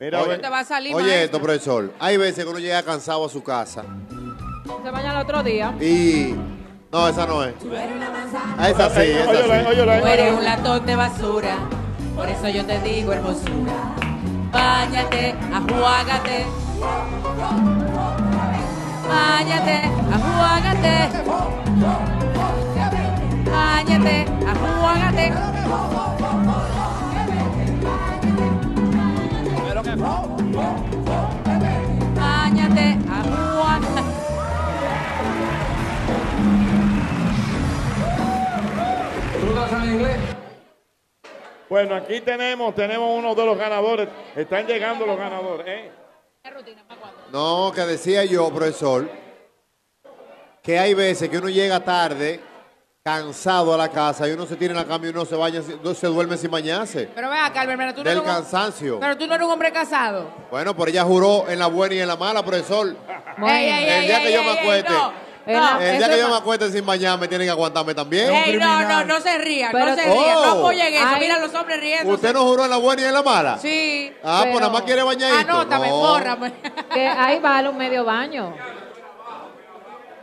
S4: Mira,
S5: Oye,
S4: ve-
S8: te va a salir,
S5: Oye
S8: maestro.
S5: esto, profesor. Hay veces que uno llega cansado a su casa.
S17: Se baña el otro día.
S5: Y. No, esa no es. Ah, esa sí, esa sí.
S8: Tú eres un latón de basura, por eso yo te digo hermosura. Báñate, ajuágate. Báñate, ajuágate. Báñate, ajuágate. Báñate, ajuágate.
S7: ¿Tú no sabes inglés?
S4: Bueno, aquí tenemos, tenemos uno de los ganadores. Están llegando los ganadores, ¿eh?
S5: No, que decía yo, profesor, que hay veces que uno llega tarde, cansado a la casa, y uno se tira en la cama y uno se baña, sin- se duerme sin bañarse.
S8: Pero ve acá, Carmen, tú no
S5: Del
S8: eres un-
S5: cansancio.
S8: Pero tú no eres un hombre casado.
S5: Bueno, pero ella juró en la buena y en la mala, profesor.
S8: Ey, ey,
S5: el
S8: ey,
S5: día
S8: ey,
S5: que yo
S8: ey,
S5: me
S8: ey,
S5: acueste,
S8: no, no,
S5: el día
S8: eso
S5: que
S8: es
S5: yo me
S8: ma-
S5: acueste sin bañarme, tienen que aguantarme también.
S8: Ey, no, no, no se rían, no
S5: Pero-
S8: se rían, no
S5: Oh.
S8: apoyen eso.
S5: Ay.
S8: Mira los hombres riendo.
S5: ¿Usted no juró en la buena y en la mala?
S8: Sí.
S5: Ah, pues
S8: pero-
S5: nada más quiere bañadito.
S8: Anótame,
S5: No.
S8: bórrame.
S17: Que ahí vale un medio baño.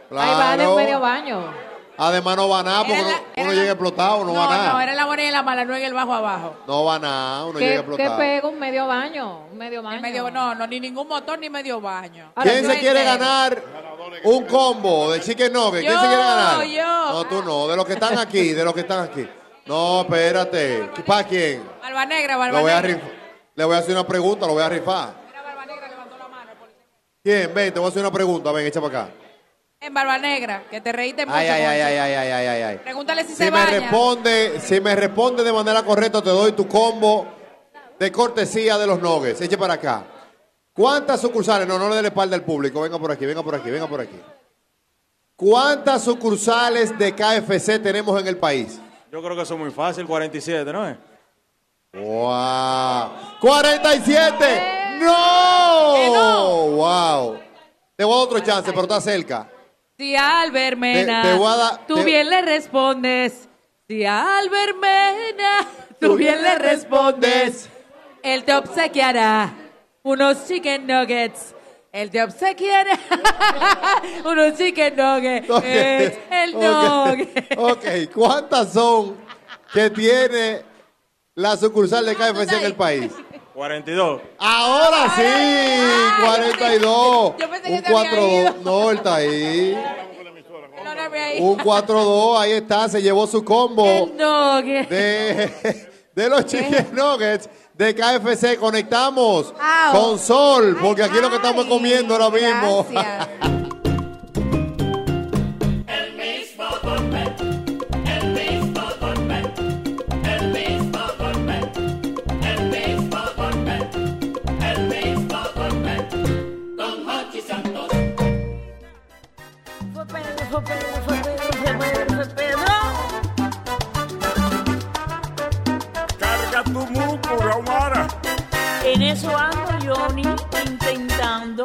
S17: Ahí vale
S5: Claro.
S17: un medio baño.
S5: Además no va nada, porque uno, uno llega explotado,
S8: No,
S5: no, va nada.
S8: no,
S5: No,
S8: era la buena y la mala, no en el bajo abajo.
S5: va nada, uno llega
S17: Que, que
S5: explotado.
S17: pega un medio baño. Un medio baño.
S8: Medio, no, no, ni ningún motor ni medio baño.
S5: ¿Quién se quiere ganar un combo de chicken nugget? ¿Quién se quiere
S8: Yo,
S5: ganar?
S8: yo.
S5: No, tú no. De los que están aquí, de los que están aquí. No, espérate. ¿Para quién?
S8: Barba negra, barba
S5: Lo voy a
S8: negra.
S5: rif- Le voy a hacer una pregunta, lo voy a rifar. ¿Quién? Ven, te voy a hacer una pregunta. Ven, echa para acá.
S8: En barba negra, que te reíste mucho.
S5: Ay, ay, ay,
S8: Monchi.
S5: ay, ay, ay, ay, ay.
S8: Pregúntale si,
S5: Si
S8: se
S5: me
S8: baña.
S5: responde, si me responde de manera correcta, te doy tu combo de cortesía de los nuggets. Eche para acá. ¿Cuántas sucursales? No, no le dé la espalda al público. Venga por aquí, venga por aquí, venga por aquí. ¿Cuántas sucursales de KFC tenemos en el país?
S11: Yo creo que eso es muy fácil, 47, ¿no es?
S5: ¡Wow! ¡47! ¡No! ¡Wow! Te voy a dar otro chance, pero está cerca.
S8: Si Albert Mena,
S5: Te- te voy a dar-
S8: tú
S5: te-
S8: bien le respondes. Si Albert Mena, tú bien le respondes. Él te obsequiará unos chicken nuggets. Él te obsequiará unos chicken nuggets.
S5: Ok.
S8: Eh, El
S5: Ok.
S8: nugget.
S5: Ok, ¿cuántas son que tiene la sucursal de KFC en el país?
S11: 42.
S5: Ahora sí, 42.
S8: Yo pensé que
S5: Un
S8: te había
S5: 4-2. No, él está ahí. Un 4-2, ahí está, se llevó su combo de, de los chicken nuggets de KFC. Conectamos
S8: Au.
S5: con Sol, porque aquí lo que estamos comiendo ahora mismo.
S12: El mismo golpe, el mismo golpe, el mismo golpe,
S3: eso ando Johnny intentando.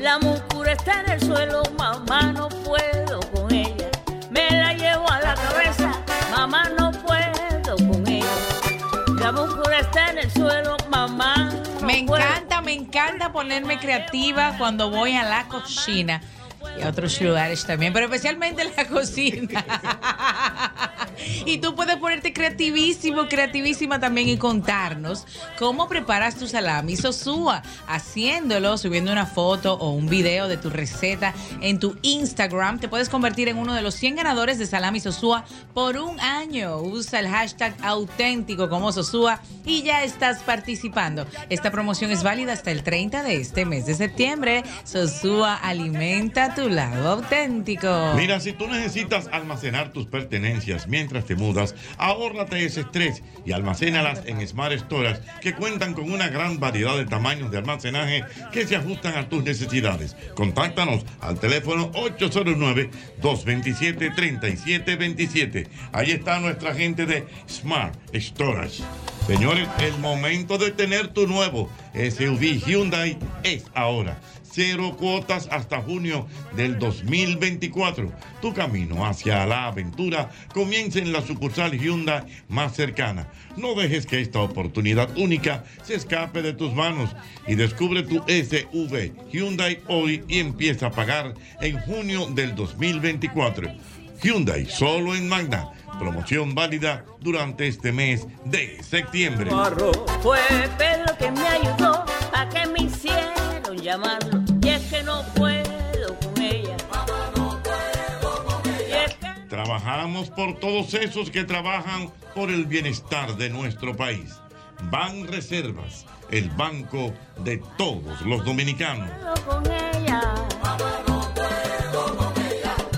S3: La muscura está en el suelo, mamá no puedo con ella. Me la llevo a la cabeza, mamá no puedo con ella. La muscura está en el suelo, mamá. no
S8: Me
S3: puedo.
S8: encanta, me encanta ponerme creativa cuando voy a la cocina y a otros lugares también, pero especialmente en la cocina. y tú puedes ponerte creativísimo, creativísima también y contarnos cómo preparas tu salami sosúa, haciéndolo, subiendo una foto o un video de tu receta en tu Instagram. Te puedes convertir en uno de los 100 ganadores de salami sosúa por un año. Usa el hashtag auténtico como sosúa y ya estás participando. Esta promoción es válida hasta el 30 de este mes de septiembre. Sosúa alimenta tu lado auténtico.
S4: Mira, si tú necesitas almacenar tus pertenencias mientras te mudas, ahórrate ese estrés y almacénalas en Smart Storage, que cuentan con una gran variedad de tamaños de almacenaje que se ajustan a tus necesidades. Contáctanos al teléfono 809-227-3727. Ahí está nuestra gente de Smart Storage. Señores, el momento de tener tu nuevo SUV Hyundai es ahora. Cero cuotas hasta junio del 2024. Tu camino hacia la aventura comienza en la sucursal Hyundai más cercana. No dejes que esta oportunidad única se escape de tus manos y descubre tu SUV Hyundai hoy y empieza a pagar en junio del 2024. Hyundai solo en Magna. Promoción válida durante este mes de septiembre.
S3: Fue Pedro que me ayudó a que me hicieron llamarlo. Y es que no puedo con ella. Y es que
S4: Trabajamos por todos esos que trabajan por el bienestar de nuestro país. Ban Reservas, el banco de todos los dominicanos.
S3: no puedo con ella.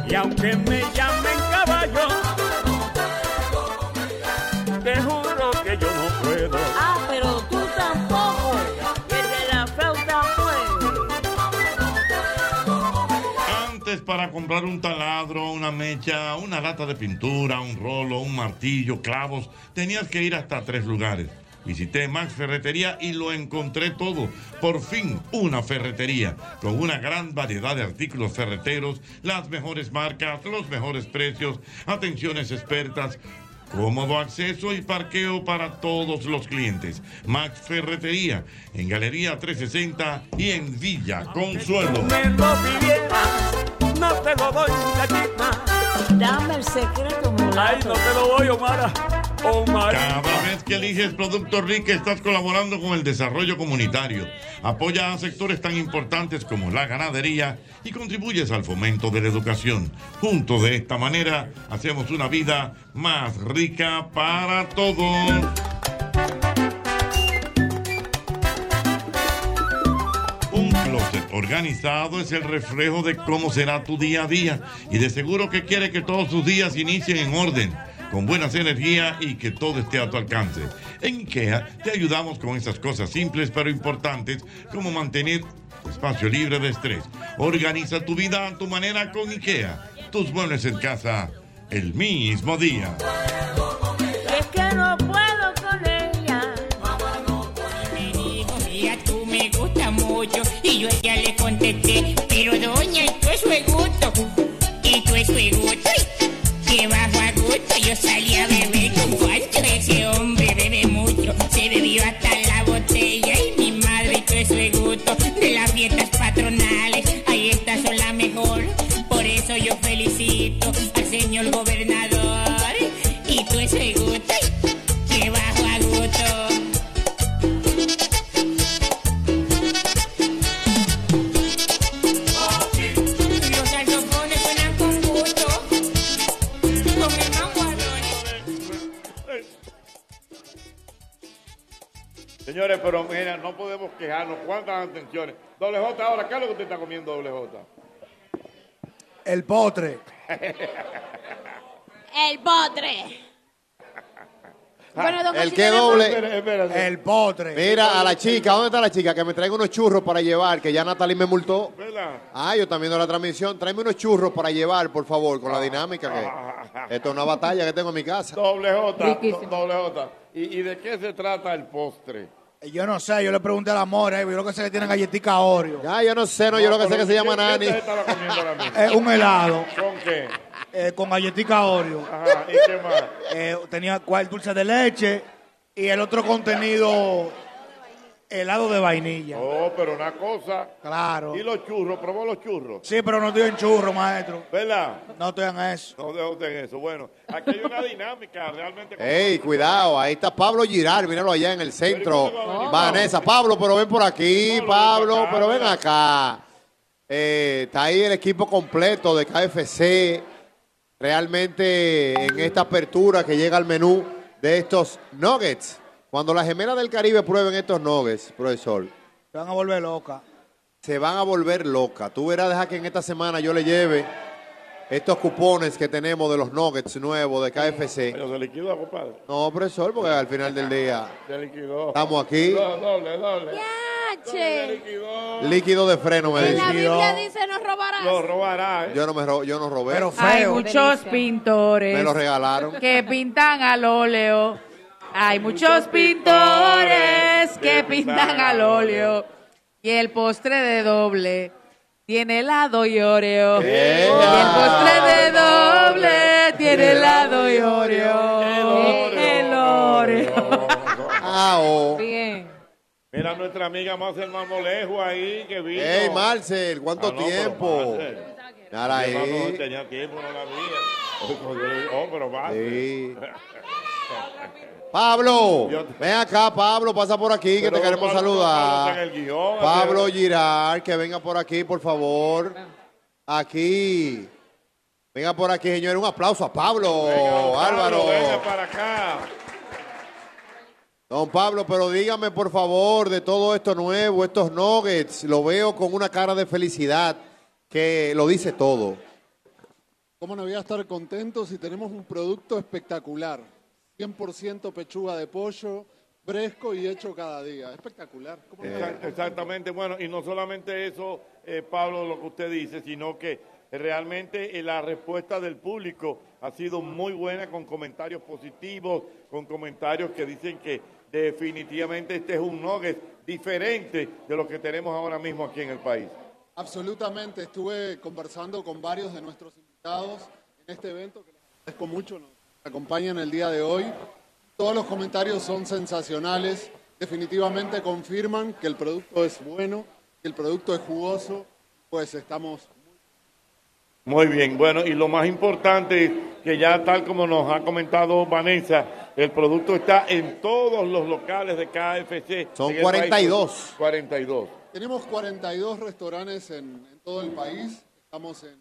S12: Y aunque me llamen caballo, te juro que yo no puedo.
S3: Ah, pero tú tampoco. El de la flauta
S4: Antes para comprar un taladro, una mecha, una lata de pintura, un rolo, un martillo, clavos, tenías que ir hasta tres lugares. Visité Max Ferretería y lo encontré todo. Por fin, una ferretería con una gran variedad de artículos ferreteros, las mejores marcas, los mejores precios, atenciones expertas. Cómodo acceso y parqueo para todos los clientes. Max Ferretería en Galería 360 y en Villa Consuelo.
S12: Me lo pidieras, no te lo doy, muchachita.
S3: Dame el secreto,
S12: Ay, no te lo doy, Omara.
S4: Cada vez que eliges Producto Rica estás colaborando con el desarrollo comunitario, apoya a sectores tan importantes como la ganadería y contribuyes al fomento de la educación. Juntos de esta manera hacemos una vida más rica para todos. Un closet organizado es el reflejo de cómo será tu día a día y de seguro que quiere que todos tus días inicien en orden, con buenas energías y que todo esté a tu alcance. En IKEA te ayudamos con esas cosas simples pero importantes como mantener tu espacio libre de estrés. Organiza tu vida a tu manera con IKEA. Tus muebles en casa el mismo día.
S3: Y es que no puedo con ella.
S10: Mira, tú me gusta mucho y yo ya le contesté, pero doña, esto es su gusto, esto es su gusto, que bajo a gusto yo salí a beber con Juancho, ese hombre bebe mucho, se bebió hasta la botella y mi madre, esto es su gusto, de las fiestas patronales, ahí estas son las mejor, por eso yo felicito al señor gobernador, y tú es su gusto, que bajo a gusto. Los altofones suenan con gusto, con el
S44: Señores, pero mira, no podemos quejarnos. ¿Cuántas atenciones? Doble J, ahora, ¿qué es lo que usted está comiendo, doble J?
S2: El potre.
S45: El potre. Bueno, don
S5: Ah, El
S45: Jochi,
S5: que
S45: tenemos-
S5: doble.
S2: El potre.
S5: Mira, a la chica, ¿dónde está la chica? Que me traiga unos churros para llevar, que ya Natalie me multó.
S44: ¿Verdad?
S5: Ah, yo también viendo la transmisión. Tráeme unos churros para llevar, por favor, con la dinámica. Que esto es una batalla que tengo en mi casa.
S44: Doble J, do- doble J. ¿Y, y de qué se trata el postre?
S2: Yo no sé, yo le pregunté a la mora, eh, yo lo que sé es que tienen galletica Oreo.
S5: Ya, yo no sé, no, yo lo que sé es que se llama Nani.
S2: Es un helado.
S4: ¿Con qué?
S2: Eh, con galletica Oreo.
S4: Ajá, ¿y qué más?
S2: Eh, tenía cual dulce de leche y el otro contenido helado de vainilla.
S4: Oh, pero una cosa.
S2: Claro.
S4: ¿Y los churros? ¿Probó los churros?
S2: Sí, pero no estoy en churro, eh. maestro.
S4: ¿Verdad?
S2: No estoy en eso.
S4: No dejo usted en eso. Bueno, aquí hay una dinámica realmente.
S5: Ey, cuidado, ahí está Pablo Giral, míralo allá en el centro. Vanessa, Pablo, pero ven por aquí, Pablo, pero ven acá. Eh, está ahí el equipo completo de KFC. Realmente en esta apertura que llega al menú de estos nuggets. Cuando las gemelas del Caribe prueben estos nuggets, profesor,
S2: Te van a volver loca.
S5: se van a volver locas. Tú verás, deja que en esta semana yo le lleve estos cupones que tenemos de los nuggets nuevos de KFC.
S4: Pero se liquidó, compadre.
S5: No, profesor, porque al final del día
S4: Se liquidó.
S5: Estamos aquí.
S4: Do- Doble, doble.
S5: líquido de freno me
S6: En la
S5: dice.
S6: Biblia dice no robarás.
S4: Lo robará, ¿eh?
S5: Yo no me ro- yo no robé.
S2: Pero
S8: Hay muchos pintores.
S5: Me lo regalaron.
S8: Pues, Que pintan al óleo. Hay muchos pintores que pintan al óleo. Y el postre de doble tiene helado y oreo. Y el postre de doble tiene helado y oreo. El oreo.
S5: Ah, oh.
S2: Bien.
S4: Mira nuestra amiga Marcel Marmolejo ahí que vino.
S5: Ey, Marcel, ¿cuánto
S4: Ah, no, pero
S5: tiempo?
S4: Marcel.
S5: Nada
S4: Yo no- no
S5: ahí.
S4: tenía tiempo, no la vi. Oh, pero Marcel.
S5: Sí. Pablo,
S4: Yo-
S5: ven acá, Pablo, pasa por aquí que
S4: Pero
S5: te queremos
S4: Pablo- Pablo está en
S5: saludar.
S4: el guión,
S5: Pablo
S4: así-
S5: Girard, que venga por aquí, por favor. Aquí. Venga por aquí, señor. Un aplauso a Pablo, Álvaro.
S4: Pablo, venga para acá.
S5: Don Pablo, pero dígame por favor de todo esto nuevo, estos nuggets, lo veo con una cara de felicidad que lo dice todo.
S20: ¿Cómo no voy a estar contento si tenemos un producto espectacular? 100% pechuga de pollo, fresco y hecho cada día. Espectacular. ¿Cómo
S5: Eh,
S20: no voy a estar
S4: Exact- Exactamente, bueno, y no solamente eso, eh, Pablo, lo que usted dice, sino que realmente eh, la respuesta del público ha sido muy buena con comentarios positivos, con comentarios que dicen que definitivamente este es un nugget diferente de lo que tenemos ahora mismo aquí en el país.
S20: Absolutamente. Estuve conversando con varios de nuestros invitados en este evento que les agradezco mucho. Nos acompañan el día de hoy. Todos los comentarios son sensacionales. Definitivamente confirman que el producto es bueno, que el producto es jugoso. Pues estamos
S4: Muy bien, bueno, y lo más importante es que ya tal como nos ha comentado Vanessa, el producto está en todos los locales de KFC.
S5: Son
S4: en el país.
S5: 42.
S4: 42.
S20: Tenemos 42 restaurantes en, en todo el país. Estamos en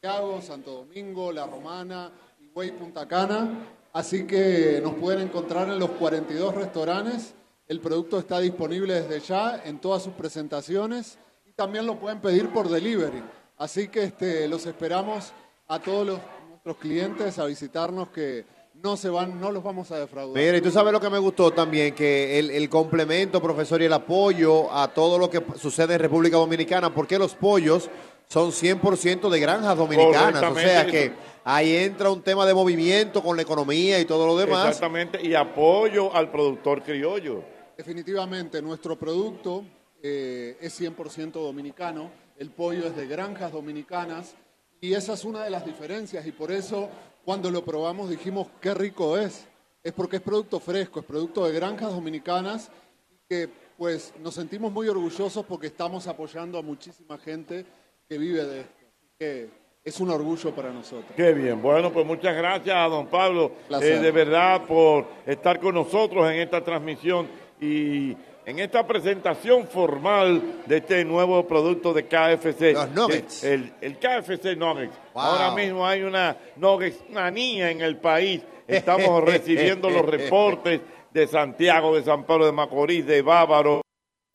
S20: Santiago, Santo Domingo, La Romana, Higüey, Punta Cana. Así que nos pueden encontrar en los 42 restaurantes. El producto está disponible desde ya en todas sus presentaciones y también lo pueden pedir por delivery. Así que este, los esperamos a todos los- nuestros clientes a visitarnos que no se van, no los vamos a defraudar.
S5: Mira, y tú sabes lo que me gustó también, que el, el complemento, profesor, y el apoyo a todo lo que sucede en República Dominicana, porque los pollos son 100% de granjas dominicanas, o sea
S4: Correctamente.
S5: que ahí entra un tema de movimiento con la economía y todo lo demás.
S4: Exactamente, y apoyo al productor criollo.
S20: Definitivamente, nuestro producto eh, es 100% dominicano, el pollo es de granjas dominicanas y esa es una de las diferencias y por eso cuando lo probamos dijimos qué rico es. Es porque es producto fresco, es producto de granjas dominicanas y que pues nos sentimos muy orgullosos porque estamos apoyando a muchísima gente que vive de esto. Así que es un orgullo para nosotros.
S4: Qué bien, bueno, pues muchas gracias a don Pablo,
S20: Placer.
S4: eh, de verdad, por estar con nosotros en esta transmisión y en esta presentación formal de este nuevo producto de KFC.
S5: Los nuggets.
S4: El, el KFC Nuggets.
S5: Wow.
S4: Ahora mismo hay una Nuggets manía en el país. Estamos recibiendo los reportes de Santiago, de San Pablo de Macorís, de Bávaro,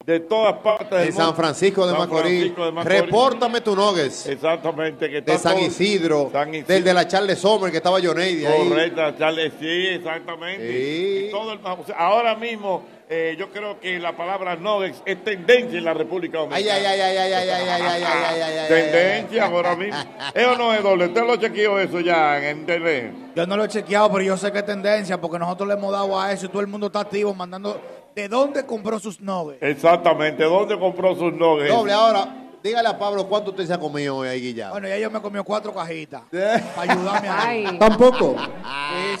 S4: de todas partes del
S5: De
S4: mundo.
S5: San Francisco de
S4: San
S5: Macorís,
S4: Francisco de Macorís.
S5: repórtame tu nuggets.
S4: Exactamente, que está
S5: De San
S4: todo-
S5: Isidro,
S4: San
S5: del de la Charles Sommer, que estaba Johnny ahí.
S4: Correcta, Charles, sí, exactamente. Y todo el- o sea, ahora mismo eh, yo creo que la palabra nuggets es tendencia en la República
S5: Ay,
S4: Dominicana.
S5: ay, ay, ay, ay, ay, ay, ay, ay, ay, ay, ay,
S4: Tendencia ahora mismo. ¿Es o no es doble? Usted lo chequeó eso ya en internet.
S2: Yo no lo he chequeado, pero yo sé que es tendencia, porque nosotros le hemos dado a eso y todo el mundo está activo mandando de dónde compró sus nuggets.
S4: Exactamente, ¿dónde compró sus nuggets?
S5: Doble, ahora, dígale a Pablo cuánto usted se ha comido hoy ahí, Guillado.
S2: Bueno, ya yo me comió cuatro cajitas. Para ayudarme a.
S5: Ay. Tampoco.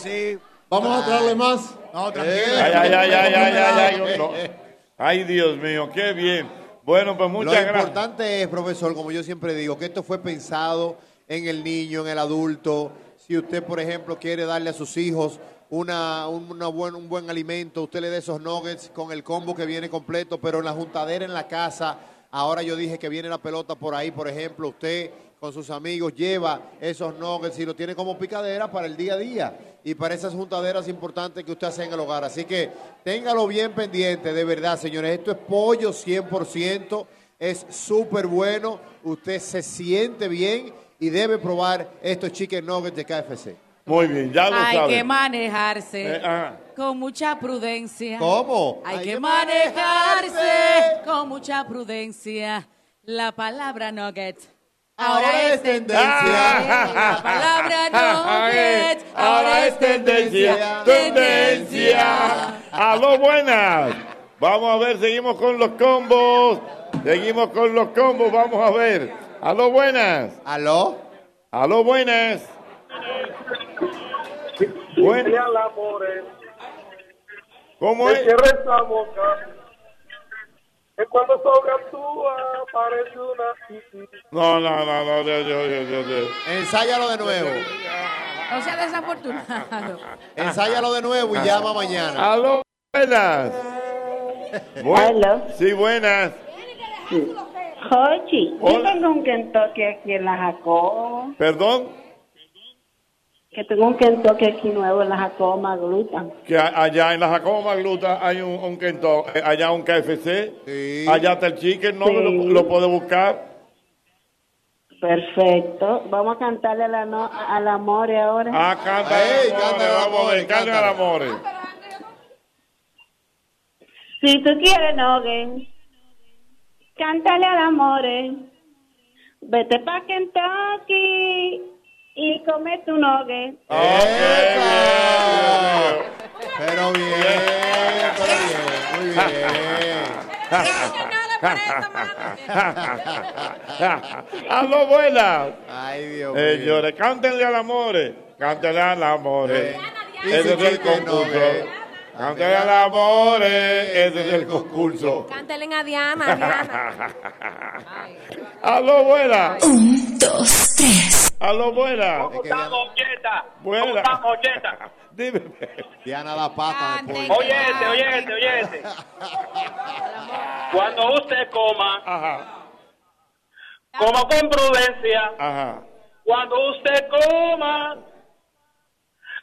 S2: Sí, sí.
S46: Vamos a traerle más.
S2: No,
S4: Ay,
S5: Eh.
S2: tranquilo.
S4: ay, ay, ay, ay, ay, ay, no. Ay, Dios mío, qué bien. Bueno, pues muchas
S5: Lo
S4: gracias.
S5: importante es, profesor, como yo siempre digo, que esto fue pensado en el niño, en el adulto. Si usted, por ejemplo, quiere darle a sus hijos una, un, una buen, un buen alimento, usted le dé esos nuggets con el combo que viene completo, pero en la juntadera en la casa, ahora yo dije que viene la pelota por ahí, por ejemplo, usted con sus amigos lleva esos nuggets y lo tiene como picadera para el día a día y para esas juntaderas importantes que usted hace en el hogar. Así que téngalo bien pendiente, de verdad, señores. Esto es pollo 100%, es súper bueno, usted se siente bien y debe probar estos chicken nuggets de KFC.
S4: Muy bien, ya
S8: Hay que manejarse
S5: Eh, ah.
S8: con mucha prudencia.
S5: ¿Cómo?
S8: Hay,
S5: Hay
S8: que,
S5: que
S8: manejarse,
S5: manejarse.
S8: con mucha prudencia. La palabra nugget.
S5: Ahora es
S8: tendencia. La palabra nugget. Ahora es tendencia.
S4: Tendencia. A lo buenas. Vamos a ver, seguimos con los combos. Seguimos con los combos, vamos a ver. A lo buenas.
S5: ¿Aló?
S4: A lo buenas. Bueno,
S12: al amor, eh.
S4: ¿cómo es?
S12: cierra esa boca. Es cuando sobreactúa, parece una
S4: No, no, no, no, no, no, no, no, no.
S5: Ensáyalo de nuevo.
S8: O sea, desafortunado.
S5: Ensáyalo de nuevo y llama mañana.
S4: Aló, buenas. Bueno, sí, buenas.
S18: Jochi, yo tengo un Kentucky aquí en la Jacob,
S4: Perdón,
S18: que tengo un Kentucky aquí nuevo en la Jacob Magluta.
S4: que a- allá en la Jacobo Magluta hay un, un Kentucky, eh, allá un KFC, allá está el chicken, no lo, lo puede buscar.
S18: Perfecto, vamos a cantarle a la no- al amor ahora.
S4: Ah, canta, vamos a ver, canta al amore.
S18: Si tú quieres nogue, cántale al amore. Vete pa' Kentucky y come tu nogue.
S5: Pero bien, pero bien, muy
S4: bien. Aló, buenas.
S5: Ay, Dios mío.
S4: Eh, Señores, cántenle al amore. Cántenle al amore.
S5: Y
S4: Ese
S5: su
S4: es el
S5: chique
S4: concurso.
S5: nogue.
S4: Cántenle al amore. Ese es el concurso.
S6: Cántelen a Diana, a Diana.
S4: Aló, buena. Un, dos, tres. Aló, buena. Buena. Dime.
S5: Diana la pata después.
S12: Oye, este, oye, este, oye. este. Cuando usted coma, coma con prudencia.
S4: Ajá.
S12: Cuando usted coma,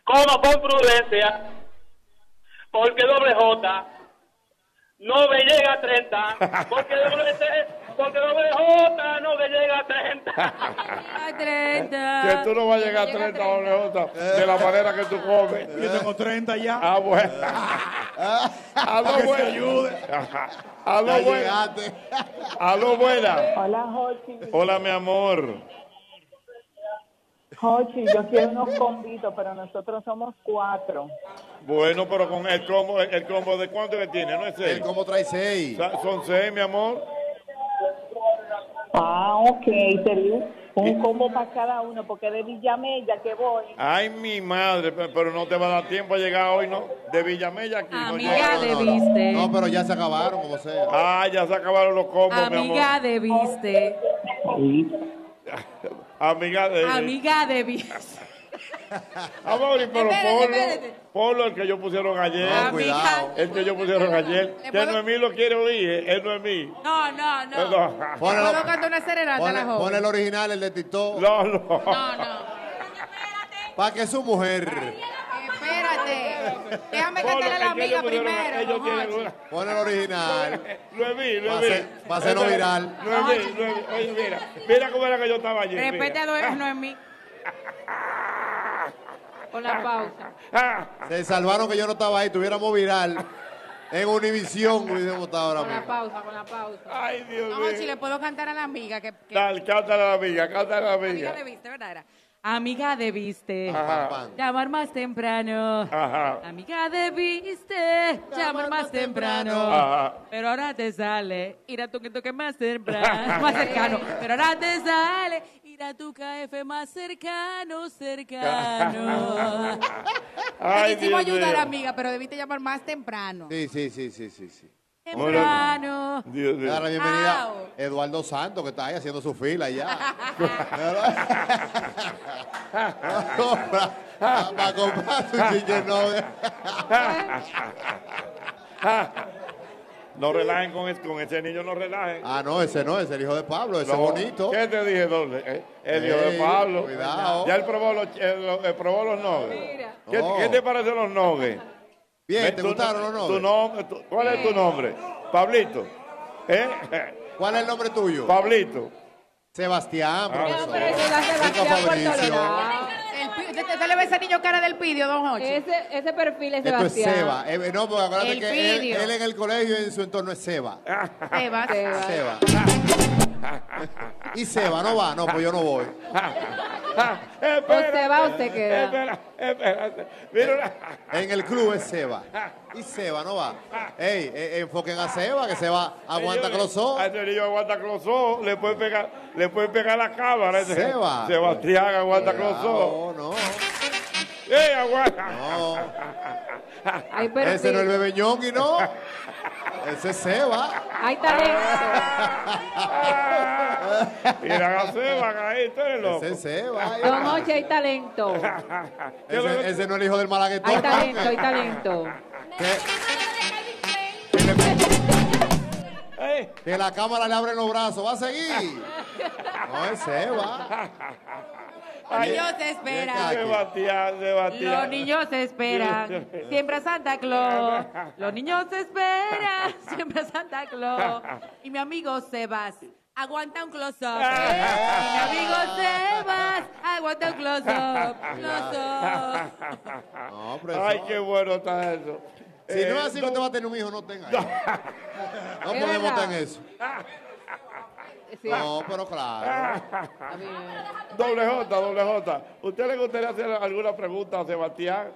S12: coma con prudencia. Porque doble J no me llega a 30. Porque doble, T, porque doble J no me llega a 30.
S4: Que tú no vas a llegar a 30 WJ de la manera que tú comes. Yo tengo 30 ya. Ah, bueno. Aló,
S2: Que se
S4: buena.
S2: ayude.
S4: Aló,
S2: Ya
S4: buena. Aló, buena.
S18: Hola, Jochi.
S4: Hola, mi amor.
S18: Jochi, yo quiero unos combitos, pero nosotros somos cuatro.
S4: Bueno, pero con el combo, el combo de cuánto que tiene, ¿no es seis? El
S5: combo trae seis.
S4: Son seis, mi amor.
S18: Ah, ok, sería un combo para cada uno, porque de Villamella que voy.
S4: Ay, mi madre, pe- pero no te va a dar tiempo a llegar hoy, ¿no? De Villamella aquí.
S8: Amiga,
S4: coño.
S8: debiste.
S5: No, pero ya se acabaron, como sea.
S4: Ah, ya se acabaron los combos, mi
S8: Amiga,
S4: amor.
S8: debiste.
S4: Amiga eh, de.
S8: Amiga, debiste.
S4: Amor, y pero
S8: Espérate,
S4: ponlo,
S8: espérate.
S4: ponlo el que yo pusieron ayer.
S8: No, cuidado.
S4: El que yo pusieron ayer.
S8: ¿Le
S4: Que
S8: puedo-
S4: Noemí lo quiere oír, eh, es Noemí.
S8: No, no, no.
S4: Perdón.
S8: Puedo cantar una serenata a la joven.
S5: Pon el original, el de Tito.
S4: No, no. No,
S5: Para que su mujer.
S8: Espérate. Déjame
S4: Ponlo,
S8: cantarle a la
S4: que ellos
S8: amiga
S4: pusieron-
S8: primero.
S4: ellos tienen
S8: Jochi.
S4: una-
S5: Pon el original.
S4: Noemí,
S5: Va a
S4: Noemí.
S5: ser- va a ser no viral.
S4: Noemí, Noemí. Oye, mira, mira cómo era que yo estaba
S8: Eh.
S4: ayer.
S17: Respeta
S4: mira.
S17: a Noemí. Con la pausa.
S5: Se salvaron que yo no estaba ahí, tuviéramos viral. En Univisión hubiésemos estado ahora
S17: Con la
S5: mismo.
S17: pausa, con la pausa.
S4: Ay, Dios
S17: no,
S4: mío.
S17: si le puedo cantar a la amiga que, que
S4: Dale, cántale a la amiga, cántale a la
S17: amiga
S4: amiga.
S17: debiste, ¿verdad? Era.
S6: Amiga debiste
S47: Ajá. Pam, pam.
S6: llamar más temprano.
S47: Ajá.
S6: Amiga debiste llamar más temprano.
S47: Ajá.
S6: Pero ahora te sale ir a tu que toque más temprano, más cercano. Pero ahora te sale ir a tu KF más cercano, cercano.
S5: Ay,
S8: Te quisimos
S5: Dios
S8: ayudar,
S5: mío.
S8: amiga, pero debiste llamar más temprano.
S5: Sí, sí, sí, sí, sí. sí.
S8: Temprano.
S5: Dios mío. Dar la bienvenida a
S8: Au.
S5: Eduardo Santos, que está ahí haciendo su fila ya. Para comprar su chicken nugget.
S4: No relajen con, es- con ese niño, no relajen.
S5: Ah, no, ese no, es el hijo de Pablo, ese
S4: No.
S5: bonito.
S4: ¿Qué te dije, doble? Eh, El hijo
S5: Ey,
S4: de Pablo.
S5: cuidado.
S4: Ya él probó los, eh, lo- eh, probó los nogues. ¿Qué,
S5: No.
S4: qué te parecen los nogues?
S5: Oh. Bien,
S4: Ve,
S5: ¿te
S4: tu-
S5: gustaron los nogues?
S4: tu nombre, tu- ¿Cuál es tu nombre? Pablito. ¿Eh?
S5: ¿Cuál es el nombre tuyo?
S4: Pablito. Ah,
S5: Sebastián, profesor.
S8: pero eso da
S5: Chico
S8: Sebastián
S5: Fabricio.
S8: El pi- ¿Usted usted le ve ese niño cara del pidio, don Jorge? Ese, ese perfil es
S5: Esto es Seba. Eh, no, porque acuérdate
S8: El
S5: que él,
S8: pidio.
S5: él en el colegio y en su entorno es Seba.
S8: Seba. Seba.
S5: Seba. y Seba, no va, no, pues yo no voy.
S4: Usted
S20: va, usted queda.
S4: Espera, espérate. Mira una-
S5: En el club es Seba. Y Seba no va. Ey, eh, enfoquen a Seba, que Seba aguanta
S4: Señores,
S5: con los ojos.
S4: A ese niño aguanta con los ojos, le puede pegar, le puede pegar la cámara. ese-
S5: Seba.
S4: Sebastián aguanta con los ojos.
S5: No, no.
S4: ¡Ey, aguanta!
S5: Ese no es el bebé ñongui, no. Ese es Seba.
S20: Hay talento.
S4: Mira, a Seba, ahí tú eres loco.
S5: Ese es Seba.
S20: Don Jorge, hay talento.
S5: Ese, ese no es el hijo del malaguetón.
S20: Hay talento, hay talento.
S5: Que la cámara le abre los brazos. Va a seguir. No, es Seba.
S6: Los niños se esperan.
S4: Sebastián, Sebastián.
S6: Los niños se esperan. Siempre a Santa Claus. Los niños se esperan. Siempre a Santa Claus. Y mi amigo Sebas. Aguanta un close-up. Y mi amigo Sebas. Aguanta un close-up. Close-up.
S5: No, profesor.
S4: Ay, qué bueno está eso.
S5: Si
S4: Eh,
S5: no es así que
S4: no-
S5: usted va a tener un hijo, no tenga. hijo. No,
S20: Es
S5: podemos
S20: verdad.
S5: tener eso.
S20: Sí.
S5: No, pero claro.
S4: Doble J, doble J. ¿Usted le gustaría hacer alguna pregunta a Sebastián?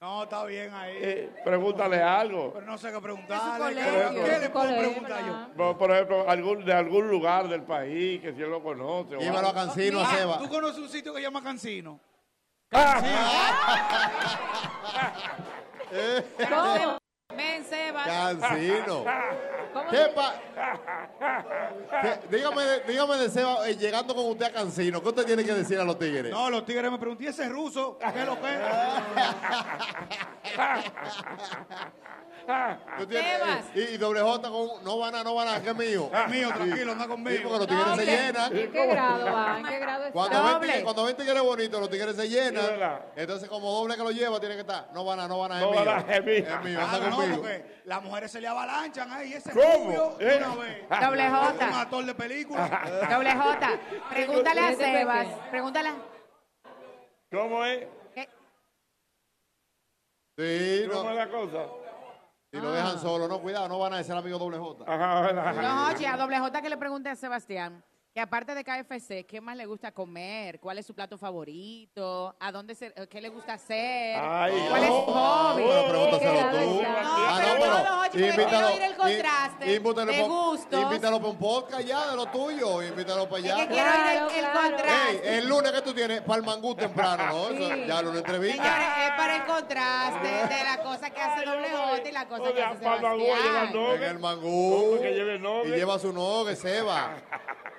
S2: No, está bien ahí.
S4: Eh, pregúntale algo.
S2: Pero no sé qué preguntarle.
S4: colegio,
S2: ¿Qué
S4: es
S2: le
S4: un
S2: puedo
S4: colegio,
S2: preguntar yo?
S4: Por, por ejemplo, algún, de algún lugar del país que si él lo conoce. o
S2: Dímelo
S4: algo.
S2: Ah, ¿Tú conoces un sitio que se llama Cancino?
S8: ¿Cómo? Ven, Seba.
S5: Cancino.
S8: ¿Cómo
S5: ¿Qué
S8: se-
S5: Que- dígame, de- dígame de Seba, eh, llegando con usted a Cancino, ¿qué usted tiene que decir a los tigres?
S2: No, los tigres me preguntan, ¿y ese ruso? ¿Qué es lo que
S5: Tú tienes- y, y doble J con no van a, no van a, que es mío.
S2: Es mío, tranquilo, anda conmigo.
S5: Sí, porque los tigres se
S2: Doble.
S5: llenan.
S20: ¿En qué grado va? ¿En qué grado está?
S5: Cuando ven, tigres- cuando ven tigres bonitos, los tigres se
S4: Sí,
S5: llenan.
S4: ¿verdad?
S5: Entonces, como doble que lo lleva, tiene que estar. No van a, no van a, es
S4: No
S5: mío.
S4: van a, es mío.
S5: Es mío, anda
S2: Claro, Ah, no,
S5: conmigo.
S2: porque las mujeres se le avalanchan ahí, ese
S5: ¿Cómo?
S2: rubio, de una vez.
S8: Doble J.
S2: Un actor de película.
S8: Doble J. Pregúntale a Sebas. Pregúntale. a-
S4: ¿Cómo es?
S5: Sí, no.
S4: ¿Cómo es la cosa?
S5: Si lo dejan
S20: Ah.
S5: solo, no, cuidado, no van a ser amigos doble J.
S8: No, oye, a Doble J que le pregunte a Sebastián que aparte de KFC, ¿qué más le gusta comer? ¿Cuál es su plato favorito? ¿A dónde se, eh, qué le gusta hacer? ¿Cuál es su hobby?
S5: Pero pregúntaselo tú.
S8: No,
S5: Ah,
S8: pero
S5: no,
S8: no, no, oye, porque
S5: invítalo,
S8: quiero oír el contraste
S5: in- invítalo
S8: de
S5: pa-
S8: gustos.
S5: Invítalo para un podcast ya de lo tuyo. Invítalo para allá.
S8: que quiero oír el- el Claro, contraste.
S5: Ey, el lunes que tú tienes, para el mangú temprano, ¿no? Eso,
S8: Sí.
S5: Ya lo
S8: Señores,
S5: entrevista.
S8: es para el contraste
S5: Ah.
S8: de la cosa que hace Doble J y la cosa que hace Sebastián.
S5: En el mangú.
S4: pues que lleve
S5: Y lleva su nogue, Seba.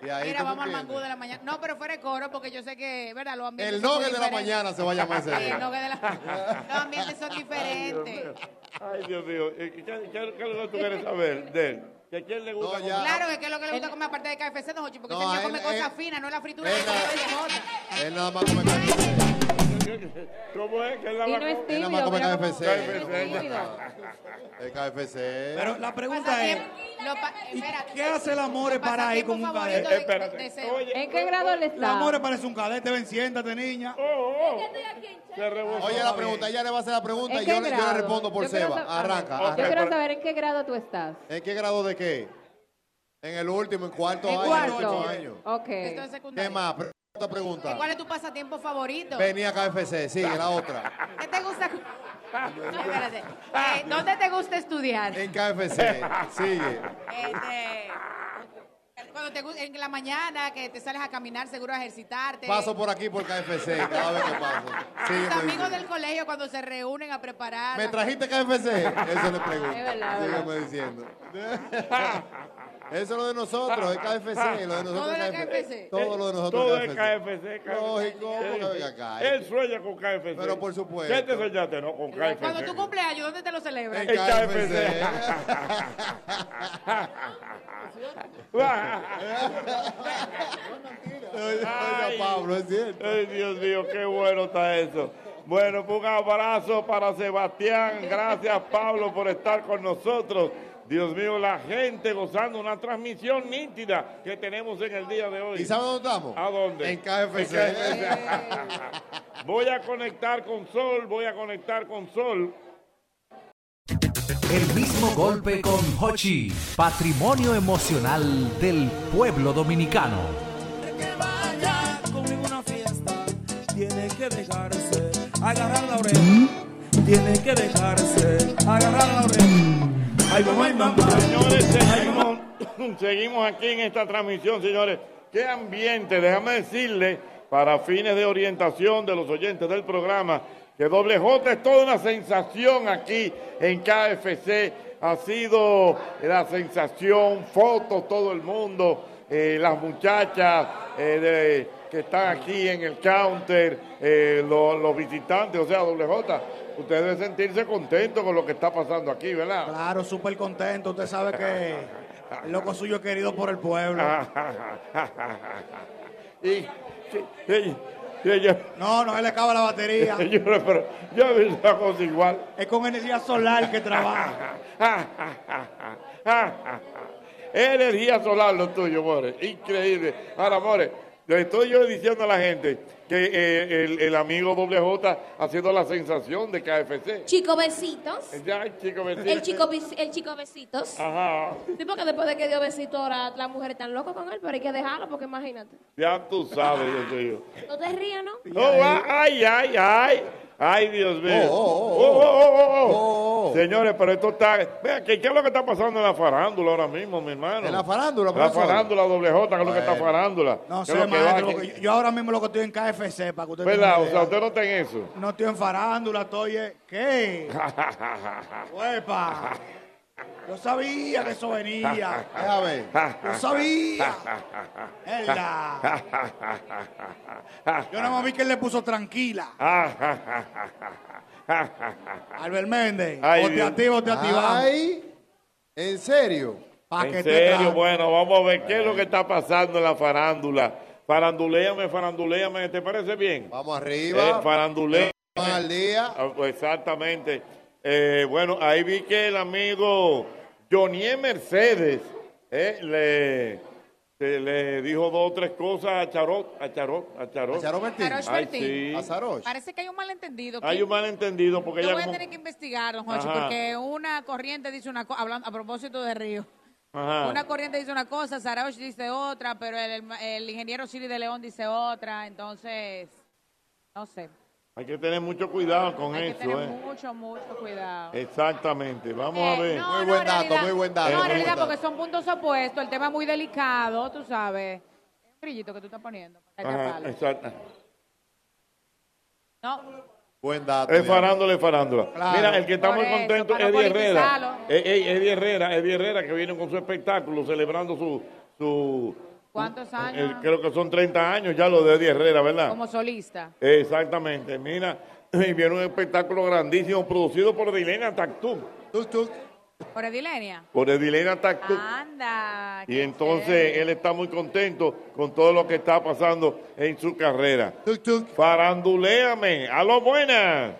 S5: Y ahí
S8: Mira,
S5: tú me
S8: vamos al
S5: entiendes.
S8: mangú de la mañana. No, pero fuera de coro, porque yo sé que, ¿verdad? Los ambientes son
S5: El
S8: muy
S5: nogue de la
S8: diferentes.
S5: mañana se va a llamar ese
S8: Sí,
S5: día.
S8: el nogue de la... Los ambientes son diferentes.
S4: Ay, Dios mío. Eh, ¿Qué, qué, qué es lo que tú quieres saber de él? ¿Que a quién le gusta? comer?
S8: Claro, es que es lo que le gusta comer aparte de KFC, no, Jochi, porque
S4: No,
S8: ese
S4: a
S8: niño come
S4: él-
S8: cosas
S4: él-
S8: finas, no la fritura que come Doble J.
S5: Él nada más come carne.
S4: ¿Cómo es? ¿Qué es la
S8: Y no
S4: vaca?
S8: es
S5: Él nada más come
S8: Tímido,
S5: KFC. El KFC. Pero
S2: la pregunta es,
S8: Lo pa- espera,
S2: ¿qué hace el amor para ir con un
S8: favorito
S2: cadete?
S8: de- de Seba.
S20: ¿En qué grado le
S2: El
S20: está?
S2: amor parece un cadete, ven, siéntate, niña.
S8: Oh,
S4: oh,
S5: Oye, la pregunta, ella le va a hacer la pregunta
S20: ¿En
S5: y
S20: qué
S5: yo le, yo le
S20: grado?
S5: respondo por
S20: Yo quiero
S5: Seba.
S20: sab-
S5: Arranca,
S20: Yo
S5: arranca.
S20: quiero saber en qué grado tú estás.
S5: ¿En qué grado de qué? En el último, en cuarto
S20: En
S5: año,
S20: cuarto.
S5: ocho años.
S20: Ok.
S5: ¿Qué más? Pre- Otra pregunta.
S8: ¿Cuál es tu pasatiempo favorito?
S5: Venía KFC, sigue la otra.
S8: ¿Qué te gusta? No, espérate. Eh, ¿Dónde te gusta estudiar?
S5: En KFC, sigue.
S8: Este, cuando te gusta, en la mañana, que te sales a caminar, seguro a ejercitarte.
S5: Paso por aquí por KFC cada vez que paso. Sigue,
S8: Tus
S5: me
S8: amigos
S5: dice.
S8: del colegio cuando se reúnen a preparar.
S5: ¿Me trajiste KFC? Eso le pregunto.
S8: Es verdad, es
S5: Sígueme diciendo. Eso es lo de nosotros, es KFC. Lo de nosotros
S4: Todo
S5: es
S4: es
S5: KFC.
S4: KFC.
S5: Todo lo de nosotros
S4: Todo
S5: es
S4: es
S5: KFC.
S4: KFC. KFC.
S5: Lógico, porque venga acá.
S4: Él sueña con KFC.
S5: Pero por supuesto.
S4: ¿Qué te soñaste? No, con KFC.
S8: Cuando tú cumpleaños, ¿dónde te lo celebras?
S4: En KFC.
S5: Ay, Pablo, es cierto.
S4: Ay, Dios mío, qué bueno está eso. Bueno, pues un abrazo para Sebastián. Gracias, Pablo, por estar con nosotros. Dios mío, la gente gozando una transmisión nítida que tenemos en el día de hoy.
S5: ¿Y sabe dónde estamos?
S4: ¿A dónde?
S5: En KFC.
S4: voy a conectar con Sol, voy a conectar con Sol.
S1: El mismo golpe con Hochi, patrimonio emocional del pueblo dominicano.
S12: Vaya conmigo a una fiesta, tiene que dejarse agarrar la oreja,
S5: ¿Mm?
S12: tiene que dejarse agarrar la oreja. Ay, mamá, ay, mamá.
S4: Señores, seguimos, seguimos aquí en esta transmisión, señores. Qué ambiente, déjame decirle, para fines de orientación de los oyentes del programa, que Doble J es toda una sensación aquí en KFC. Ha sido la sensación, fotos, todo el mundo, eh, las muchachas eh, de- que están aquí en el counter, eh, lo- los visitantes, o sea, Doble J. Usted debe sentirse contento con lo que está pasando aquí, ¿verdad?
S2: Claro, súper contento. Usted sabe que el loco suyo es querido por el pueblo.
S4: y,
S2: no, no se le acaba la batería.
S4: yo, pero, yo he visto una cosa igual.
S2: Es con energía solar que trabaja.
S4: Energía solar lo tuyo, More. Increíble. Ahora, More, le estoy yo diciendo a la gente que eh, el, el amigo WJ ha sido la sensación de KFC.
S6: Chico besitos.
S4: Ya, el chico vecino.
S6: El chico, bis- el chico besitos.
S4: Ah. Ajá.
S6: Sí, porque después de que dio besito ahora la mujer tan loca con él, pero hay que dejarlo porque imagínate.
S4: Ya tú sabes, Dios mío.
S6: No te rías, ¿no?
S4: No, va- Oh, ay, ay, ay. Ay, Dios mío. Oh, oh, oh, oh. Señores, pero esto está. Vea, ¿qué, qué es lo que está pasando en la farándula ahora mismo, mi hermano?
S5: En la farándula,
S4: La
S5: profesor.
S4: farándula, doble J, que es lo que está
S5: Bueno.
S4: farándula.
S2: No
S4: ¿Qué es
S2: sé,
S4: lo que va
S2: maestro.
S4: aquí?
S2: porque yo, yo ahora mismo lo que estoy en KFC, para que usted tenga
S4: ¿Verdad? O
S2: idea.
S4: sea, usted no está en eso.
S2: No estoy en farándula, estoy en... ¿Qué? ¡Huepa! Yo sabía que eso venía.
S5: Deja ver.
S2: Yo sabía. Elda. Yo nada más vi que él le puso tranquila.
S4: Ah.
S2: Albert Méndez,
S4: Ay,
S2: o te
S4: Dios.
S2: activo o te activamos.
S5: Ay, ¿en serio?
S2: Pa'
S4: en
S2: que te
S4: serio,
S2: traje.
S4: bueno, vamos a ver qué es lo que está pasando en la farándula. Faranduleame, faranduleame, ¿te parece bien?
S5: Vamos arriba.
S4: Eh, faranduleame.
S5: al día.
S4: Exactamente. Eh, bueno, ahí vi que el amigo Johnny Mercedes eh, le, se le dijo dos o tres cosas a Charot, a Charot, a Charot.
S5: ¿A Charot Martín?
S8: Jarosh
S4: Ay,
S8: Martín.
S4: sí.
S8: Parece que hay un malentendido. aquí.
S4: Hay un malentendido porque
S8: Yo
S4: ella
S8: voy a
S4: como-
S8: tener que investigar, don Jorge,
S4: Ajá.
S8: porque una corriente dice una cosa, hablando a propósito de Río.
S4: Ajá.
S8: Una corriente dice una cosa, Sarosh dice otra, pero el, el ingeniero Siri de León dice otra, entonces, no sé.
S4: Hay que tener mucho cuidado con
S8: Hay que
S4: eso,
S8: tener
S4: eh.
S8: mucho, mucho cuidado.
S4: Exactamente, vamos a
S8: Eh,
S4: ver.
S8: no, no, en realidad- No, en realidad, porque son puntos opuestos, el tema es muy delicado, tú sabes. Es un brillito que tú estás poniendo. para este
S4: Ajá, eh.
S8: palo.
S4: exacto.
S8: No,
S5: Buen dato.
S4: Es
S5: ya.
S4: farándula, es farándula.
S5: Claro.
S4: Mira, el que está
S5: Por
S4: muy
S5: eso,
S4: contento es
S5: para no
S4: Eddie Herrera.
S8: politizarlo.
S4: Eh, eh, Eddie Herrera, Eddie Herrera, que viene con su espectáculo, celebrando su... su
S8: ¿cuántos
S4: el-
S8: años?
S4: Eh, creo que son 30 años ya lo de Eddie Herrera, ¿verdad?
S8: Como solista.
S4: Exactamente, mira, y viene un espectáculo grandísimo producido por Edilena Tactum.
S8: ¿Por Edilenia?
S4: Por Edilena Tactum.
S8: Ah, Anda.
S4: Y entonces él está muy contento con todo lo que está pasando en su carrera. Faranduleame, a lo buenas.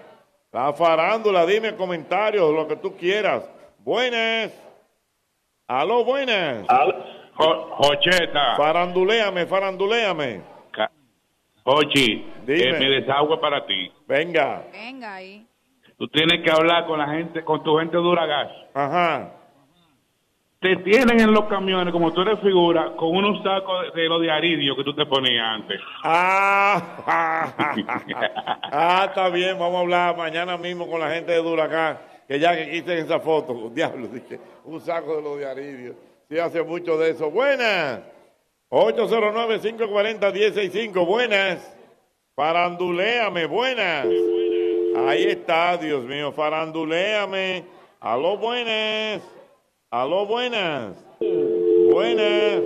S4: La farándula, dime comentarios, lo que tú quieras. Buenas. A lo buenas.
S7: Jocheta,
S4: Faranduleame, faranduleame.
S7: Jochi,
S4: Dime.
S7: eh, mi desagüe para ti.
S4: Venga.
S8: Venga ahí.
S7: Tú tienes que hablar con la gente, con tu gente de Uragas.
S4: Ajá.
S48: Te tienen en los camiones, como tú eres figura, con unos sacos de, de los de aridio que tú te ponías antes.
S4: Ah, está bien, vamos a hablar mañana mismo con la gente de Duracán, que ya que quiten esa foto, diablo, dije, un saco de los de Aridio. Sí, hace mucho de eso. Buenas. 809-540-165, buenas. Faranduléame, buenas. Ahí está, Dios mío, faranduléame. Aló, buenas. Aló, buenas. Buenas.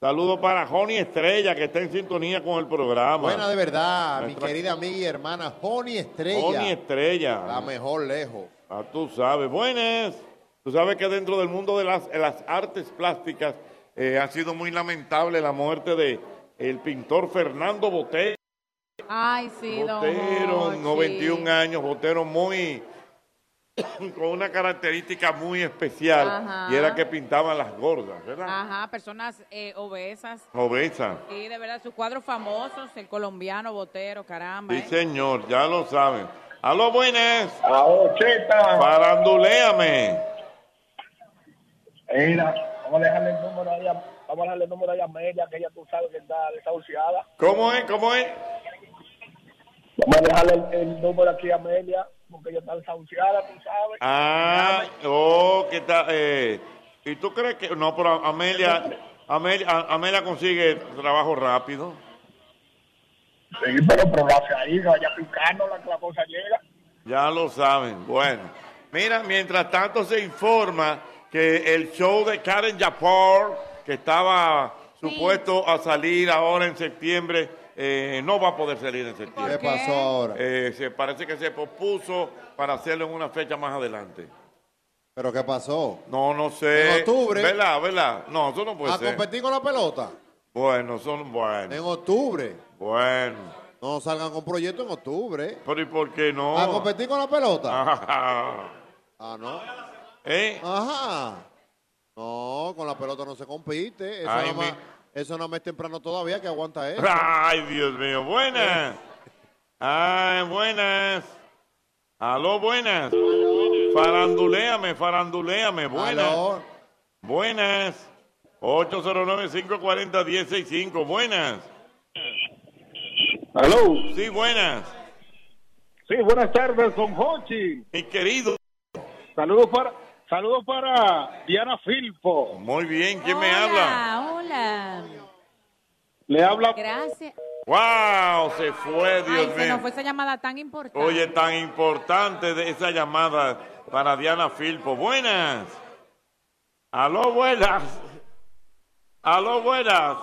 S4: Saludos para Joni Estrella, que está en sintonía con el programa.
S5: Buena de verdad, mi
S4: Nuestra-
S5: querida amiga y hermana Joni Estrella.
S4: Joni Oh, Estrella.
S5: La mejor lejos.
S4: Ah, tú sabes. Buenas. Tú sabes que dentro del mundo de las, de las artes plásticas eh, ha sido muy lamentable la muerte de el pintor Fernando Botero.
S8: Ay, sí, don
S4: Botero,
S8: Jorge.
S4: 91 años, Botero muy con una característica muy especial
S8: Ajá.
S4: y era que pintaban las gordas, ¿verdad?
S8: Ajá, personas eh, obesas.
S4: Obesas.
S8: Y de verdad, sus cuadros famosos, el colombiano, Botero, caramba.
S4: Sí,
S8: ¿eh?
S4: señor, ya lo saben. Aló, buenas. Aló, cheta. Faranduléame.
S12: Vamos a dejarle el número ahí a, vamos a dejarle el número ahí a Amelia, que ella tú sabes que está, está urciada.
S4: ¿Cómo es? ¿Cómo es?
S12: Vamos a dejarle el, el número aquí a Amelia, porque ella está desahuciada, tú sabes.
S4: Ah, oh, que está. Eh, ¿Y tú crees que.? No, pero Amelia. Amelia, a- Amelia consigue trabajo rápido.
S12: Sí, pero, pero gracias ahí, no vaya picándola que la cosa llega.
S4: Ya lo saben. Bueno. Mira, mientras tanto se informa que el show de Karen Yapor, que estaba supuesto a salir ahora en septiembre, eh, no va a poder salir en septiembre.
S5: ¿Qué pasó ahora?
S4: Eh, se parece que se pospuso para hacerlo en una fecha más adelante.
S5: ¿Pero qué pasó?
S4: No, no
S5: En
S4: sé.
S5: octubre.
S4: ¿Verdad, verdad? No, eso no puede
S5: ¿A
S4: ser.
S5: competir con la pelota?
S4: Bueno, son buenos.
S5: En octubre.
S4: Bueno.
S5: No salgan con proyecto en octubre.
S4: Pero ¿y por qué no?
S5: ¿A competir con la pelota?
S4: ah,
S5: no.
S4: ¿Eh?
S5: Ajá. No, con la pelota no se compite. Eso,
S4: Ay, Ah,
S5: nada más, eso nada más es temprano todavía que aguanta eso.
S4: Ay, Dios mío. Buenas. Ay, buenas. Aló, buenas. Faranduléame, faranduléame. Buenas. Buenas. 809-540-165. Buenas.
S49: Aló.
S4: Sí, buenas.
S49: Sí, buenas tardes, don Hochi.
S4: Mi querido.
S49: Saludos para, saludos para Diana Filpo.
S4: Muy bien, ¿quién
S49: me habla?
S50: Ah, hola.
S49: Le habla.
S8: Gracias.
S4: ¡Wow! Se fue,
S8: Ay,
S4: Dios
S8: se
S4: mío.
S8: nos fue esa llamada tan importante.
S4: Oye, tan importante de esa llamada para Diana Filpo. Buenas. Aló, buenas. Aló, buenas.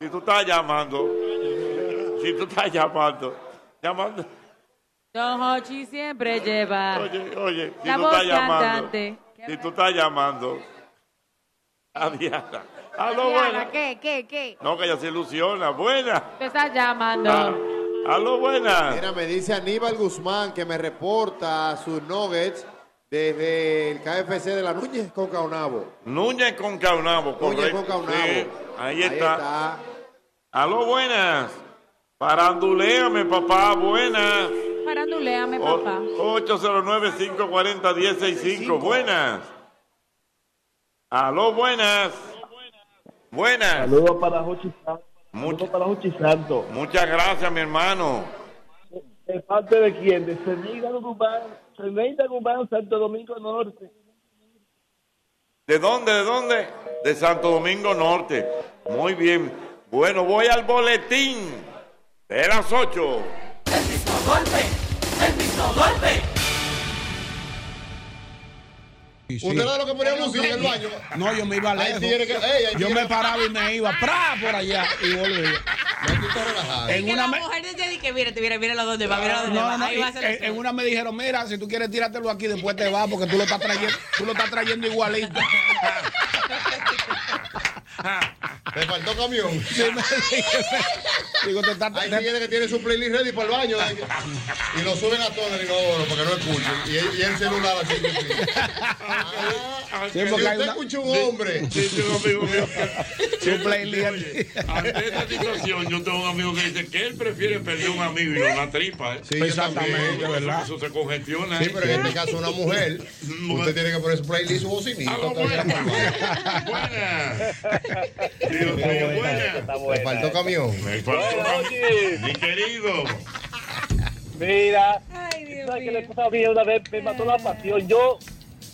S4: Si tú estás llamando. Si tú estás llamando. Llamando.
S50: Don Hochi siempre lleva
S4: Oye, oye. Si
S50: la
S4: tú
S50: voz
S4: estás llamando.
S50: cantante.
S4: Si tú estás llamando. A Diana. Aló,
S50: Diana,
S4: buenas.
S50: ¿Qué, qué, qué?
S4: No, que ella se ilusiona. Buenas.
S50: Te estás llamando.
S4: Ah, Aló, buenas.
S5: Mira, me dice Aníbal Guzmán que me reporta sus nuggets desde el KFC de la Núñez con Caonabo.
S4: Núñez con Caunabo, correcto.
S5: Núñez con Caunabo.
S4: Sí, ahí,
S5: Ahí
S4: está.
S5: está.
S4: Aló, buenas. Paranduléame, papá, buenas.
S8: Faranduléame,
S4: O-
S8: papá.
S4: 809-540-165, buenas. Aló, buenas. Buenas.
S49: Saludos para Hochi Santos. Saludos para Hochi Santos.
S4: Muchas gracias, mi hermano.
S49: ¿De parte de quién? De Ceneida Guzmán. Ceneida Guzmán, Santo Domingo Norte.
S4: ¿De dónde? ¿De dónde? De Santo Domingo Norte. Muy bien. Bueno, voy al boletín de las 8.
S5: Usted era de lo que ponía música en el baño.
S7: No, yo me iba
S5: Hay
S7: lejos.
S5: tigres que- ey, hay
S7: yo
S5: tigres
S7: me
S5: que-
S7: paraba y me iba ¡pra! por allá y volvía.
S51: En
S7: En
S51: que
S7: una
S51: la
S7: me-
S51: mujer decía di que mira, te mira, mira los dónde va, mira
S7: no,
S51: dónde va.
S7: no,
S51: Ahí
S7: y-
S51: va a ser
S7: en, en una me dijeron, mira, si tú quieres tirártelo aquí, después te vas porque tú lo estás trayendo, tú lo estás trayendo igualito.
S5: Te faltó camión.
S7: Sí, me dijeron. Digo, te está-
S5: Hay gente que tiene su playlist ready para el baño eh,
S20: Oh.
S5: y lo suben a todo el inodoro porque no escuchan. Y, y el celular así. que sí. Ah,
S7: Sí,
S5: si
S7: porque hay
S5: usted
S7: una-
S5: escucha un hombre.
S7: Su playlist.
S4: Ante esta situación, yo tengo un amigo que dice que él prefiere perder un amigo y no una tripa. ¿eh?
S5: Sí, yo Exactamente, también.
S4: Eso-
S5: ¿verdad?
S4: Eso se congestiona.
S5: Sí,
S4: ¿eh?
S5: pero en este caso una mujer, Ah, usted tiene que poner su playlist, su bocinita.
S4: Dios mío, buena.
S5: Le faltó camión.
S4: Mi querido.
S12: Mira, ¿sabes qué le pasó a mí una vez? Me mató la pasión. Yo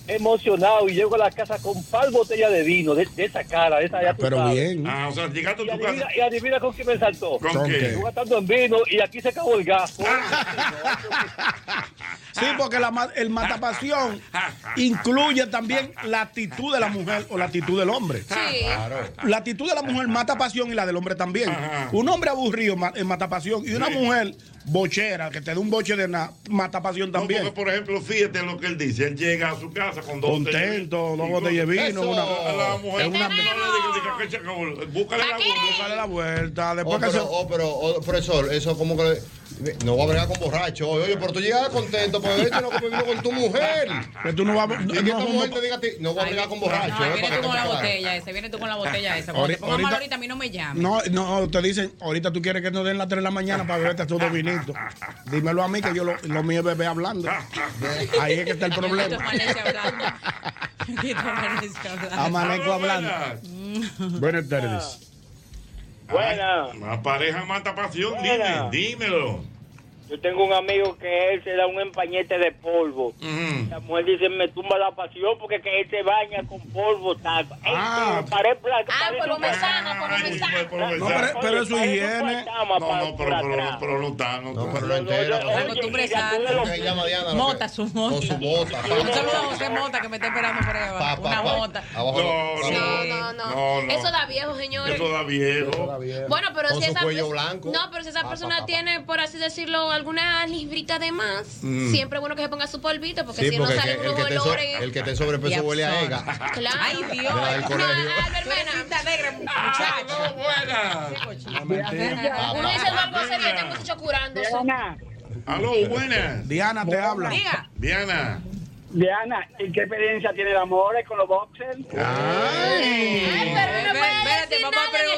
S12: emocionado y llego a la casa con par botella de vino, de, de esa cara, de esa ya tú sabes.
S4: Ah, o sea, llegaste a
S12: Y
S4: tu
S12: adivina,
S4: casa.
S12: y adivina con quién me saltó.
S4: ¿Con ¿Con qué? qué?
S12: Yo gastando en vino y aquí se acabó el gas.
S7: Sí, porque la ma- el matapasión
S4: Ah,
S7: incluye también la actitud de la mujer o la actitud del hombre.
S10: Sí. Claro.
S7: La actitud de la mujer mata pasión y la del hombre también.
S10: Ajá.
S7: Un hombre aburrido ma- eh, mata pasión y una
S4: Sí.
S7: mujer bochera que te dé un boche de nada mata pasión
S4: No,
S7: también.
S4: porque, por ejemplo, fíjate lo que él dice. Él llega a su casa con dos
S7: Contento, dos botellas de vino, una-
S4: La mujer
S7: en una-
S4: no le diga, diga que se acabó. Búscale la vuelta.
S5: Dale
S7: la vuelta.
S5: Después pero, oh, pero, oh, profesor, eso como que. No voy a bregar con borracho. Oye, oye, pero tú llegas contento porque de hecho no comes vino con tu mujer.
S7: Que tú no vas a.
S5: que esta mujer te diga a ti, no voy a bregar con borracho.
S8: No,
S5: eh, para
S8: viene
S5: que
S8: tú con la
S5: te quede claro.
S8: botella esa, viene tú con la botella esa. Cuando te
S7: Ahorita-
S8: pongas mal
S7: ahorita-
S8: ahorita, a mí no me llames.
S7: No, no, te dicen, ahorita tú quieres que nos den las 3 de la mañana para beberte estos dos vinitos. Dímelo a mí que yo lo, lo mío es bebé hablando. Ahí es que está el problema. Amanezco hablando. Buenas tardes.
S10: Buena.
S4: La pareja mata pasión,
S10: Buena.
S4: dime, dímelo.
S10: Yo tengo un amigo que él se da un empañete de polvo. La mujer dice, me tumba la pasión porque que él se baña con polvo. Tal. Ah, paré plata. Ah, polvo me sana, polvo me sana.
S4: No, pero- pero es su
S10: higiene.
S4: No, no, pero, pero, pero no está, no está.
S5: pero lo entera.
S8: Una costumbre sana.
S5: ¿Cómo se llama Diana? ¿Lo
S8: Mota, su mota.
S5: Con su bota.
S8: Un saludo a José Mota que me está esperando por ahí abajo. Una mota.
S5: Abajo.
S4: No,
S5: Sí.
S6: No, no.
S4: No, no.
S6: Eso da viejo, señores.
S4: Eso da viejo.
S6: Bueno, pero
S4: Con
S6: si
S4: su
S6: esa
S4: cuello
S6: pers-
S4: blanco.
S6: No, pero si esa
S5: Ah,
S4: Pa,
S6: persona
S4: pa, pa, pa.
S6: tiene, por así decirlo, alguna librita de más,
S5: Mm.
S6: siempre es bueno que se ponga su polvito, porque
S5: Sí,
S6: si no
S5: porque el
S6: salen
S5: que, el
S6: unos
S5: que esté so-
S6: olores.
S5: el que esté sobrepeso
S6: Y
S5: huele a
S6: absorbe.
S5: ega.
S6: Claro. Ay, Dios.
S5: Ya, el colegio.
S6: negra, muchacho. Uno
S5: Ah,
S6: dice una cosa y yo tengo mucho curándose.
S4: Aló, buenas.
S7: Diana te habla.
S6: Diga.
S4: Diana.
S12: Diana, ¿y qué experiencia tiene el amor con los boxers?
S8: Espérate, espérate, vamos a pregun-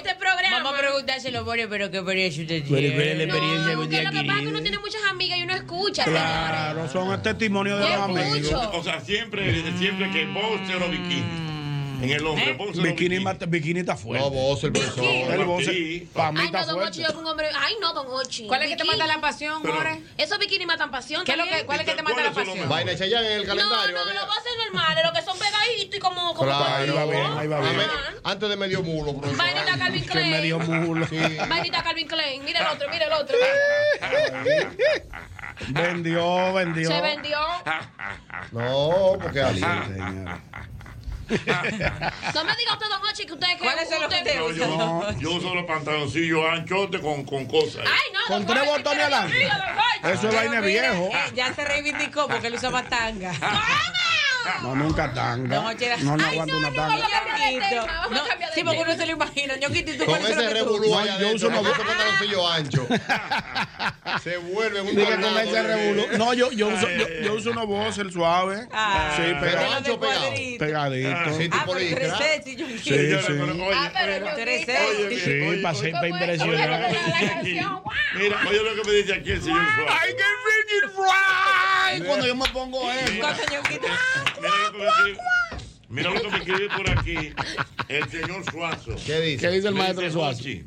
S8: Vamos a preguntárselo, Borio, pero qué experiencia usted tiene.
S7: pero es la experiencia que
S6: No,
S7: usted
S6: que
S7: ha
S6: lo que pasa es que
S7: querido.
S6: uno tiene muchas amigas y uno escucha, señores.
S7: Claro, son testimonios de los amigos.
S4: O sea, siempre, siempre que boxer o bikini. En el hombre, boxer o
S7: Bikini, mata- bikini está fuerte.
S5: No, vos, el
S7: profesor.
S5: Bikini.
S7: El boxer,
S4: Sí.
S7: pa' mí
S6: Ay,
S7: está
S6: no, Don Hochi,
S7: fuerte.
S6: yo con un hombre. Ay, no, Don Hochi.
S8: ¿Cuál es que te
S6: Bikini.
S8: mata la pasión,
S6: Pero-
S8: More?
S6: Esos bikinis matan pasión.
S8: ¿Qué es lo que-
S6: también.
S8: cuál es que te mata la pasión?
S5: Vaina echa ya en el calendario.
S6: No, no, los boxers normales, los que son pegaditos y como. como
S5: Claro,
S6: con-
S5: ahí va bien, ahí va bien.
S6: Ajá.
S5: Antes de medio mulo, profesor.
S6: Vainita Calvin Klein.
S7: mulo.
S6: Vainita Calvin Klein. Mira el otro, mira el otro.
S7: Vendió, vendió.
S6: Se vendió.
S5: No, porque así.
S6: No me diga usted, Don Hochi, que usted que.
S8: ¿Cuáles son los que
S6: usted-
S8: te
S4: No, yo, yo uso los pantaloncillos anchotes con, con cosas.
S6: Ay, no.
S7: Con tres botones adelante. Eso es vaina de
S8: Mira,
S7: viejo.
S4: Ah,
S8: eh, ya se reivindicó porque él usaba tanga.
S7: No, nunca tanga.
S8: Don Hochi era-
S7: Ah. No, no
S8: Ay,
S7: aguanto una
S8: No,
S7: tanga.
S8: no, sí, porque uno se lo imagina. Yo quité tu
S5: Con ese revolú
S7: No,
S5: allá
S7: yo
S5: adentro,
S7: uso
S5: con
S7: una-
S5: ese pantaloncillo ancho.
S8: Ah,
S5: Se vuelve un
S7: Dije
S5: tornado,
S7: con ese
S5: ¿eh?
S7: revolú. No, yo, yo uso, yo, yo uso unos voces suave. Sí,
S5: Ah. Pero Ah,
S7: pegado.
S5: ancho pegado.
S7: Pegadito.
S8: Ah,
S5: Sí, tipo licra.
S7: Sí, sí.
S4: Ah,
S10: pero yo
S8: Tres
S7: Sí, para ser- para impresionar.
S4: Mira, oye lo que me dice aquí el señor Suárez.
S10: ¡Ay,
S7: qué freaking fly!
S10: Cuando yo
S7: me pongo eso.
S4: Mira lo que me escribe- Mira lo que me escribe por aquí el señor Suazo.
S5: ¿Qué dice?
S7: ¿Qué dice el
S4: Me
S7: maestro Suazo?
S4: "Jochi,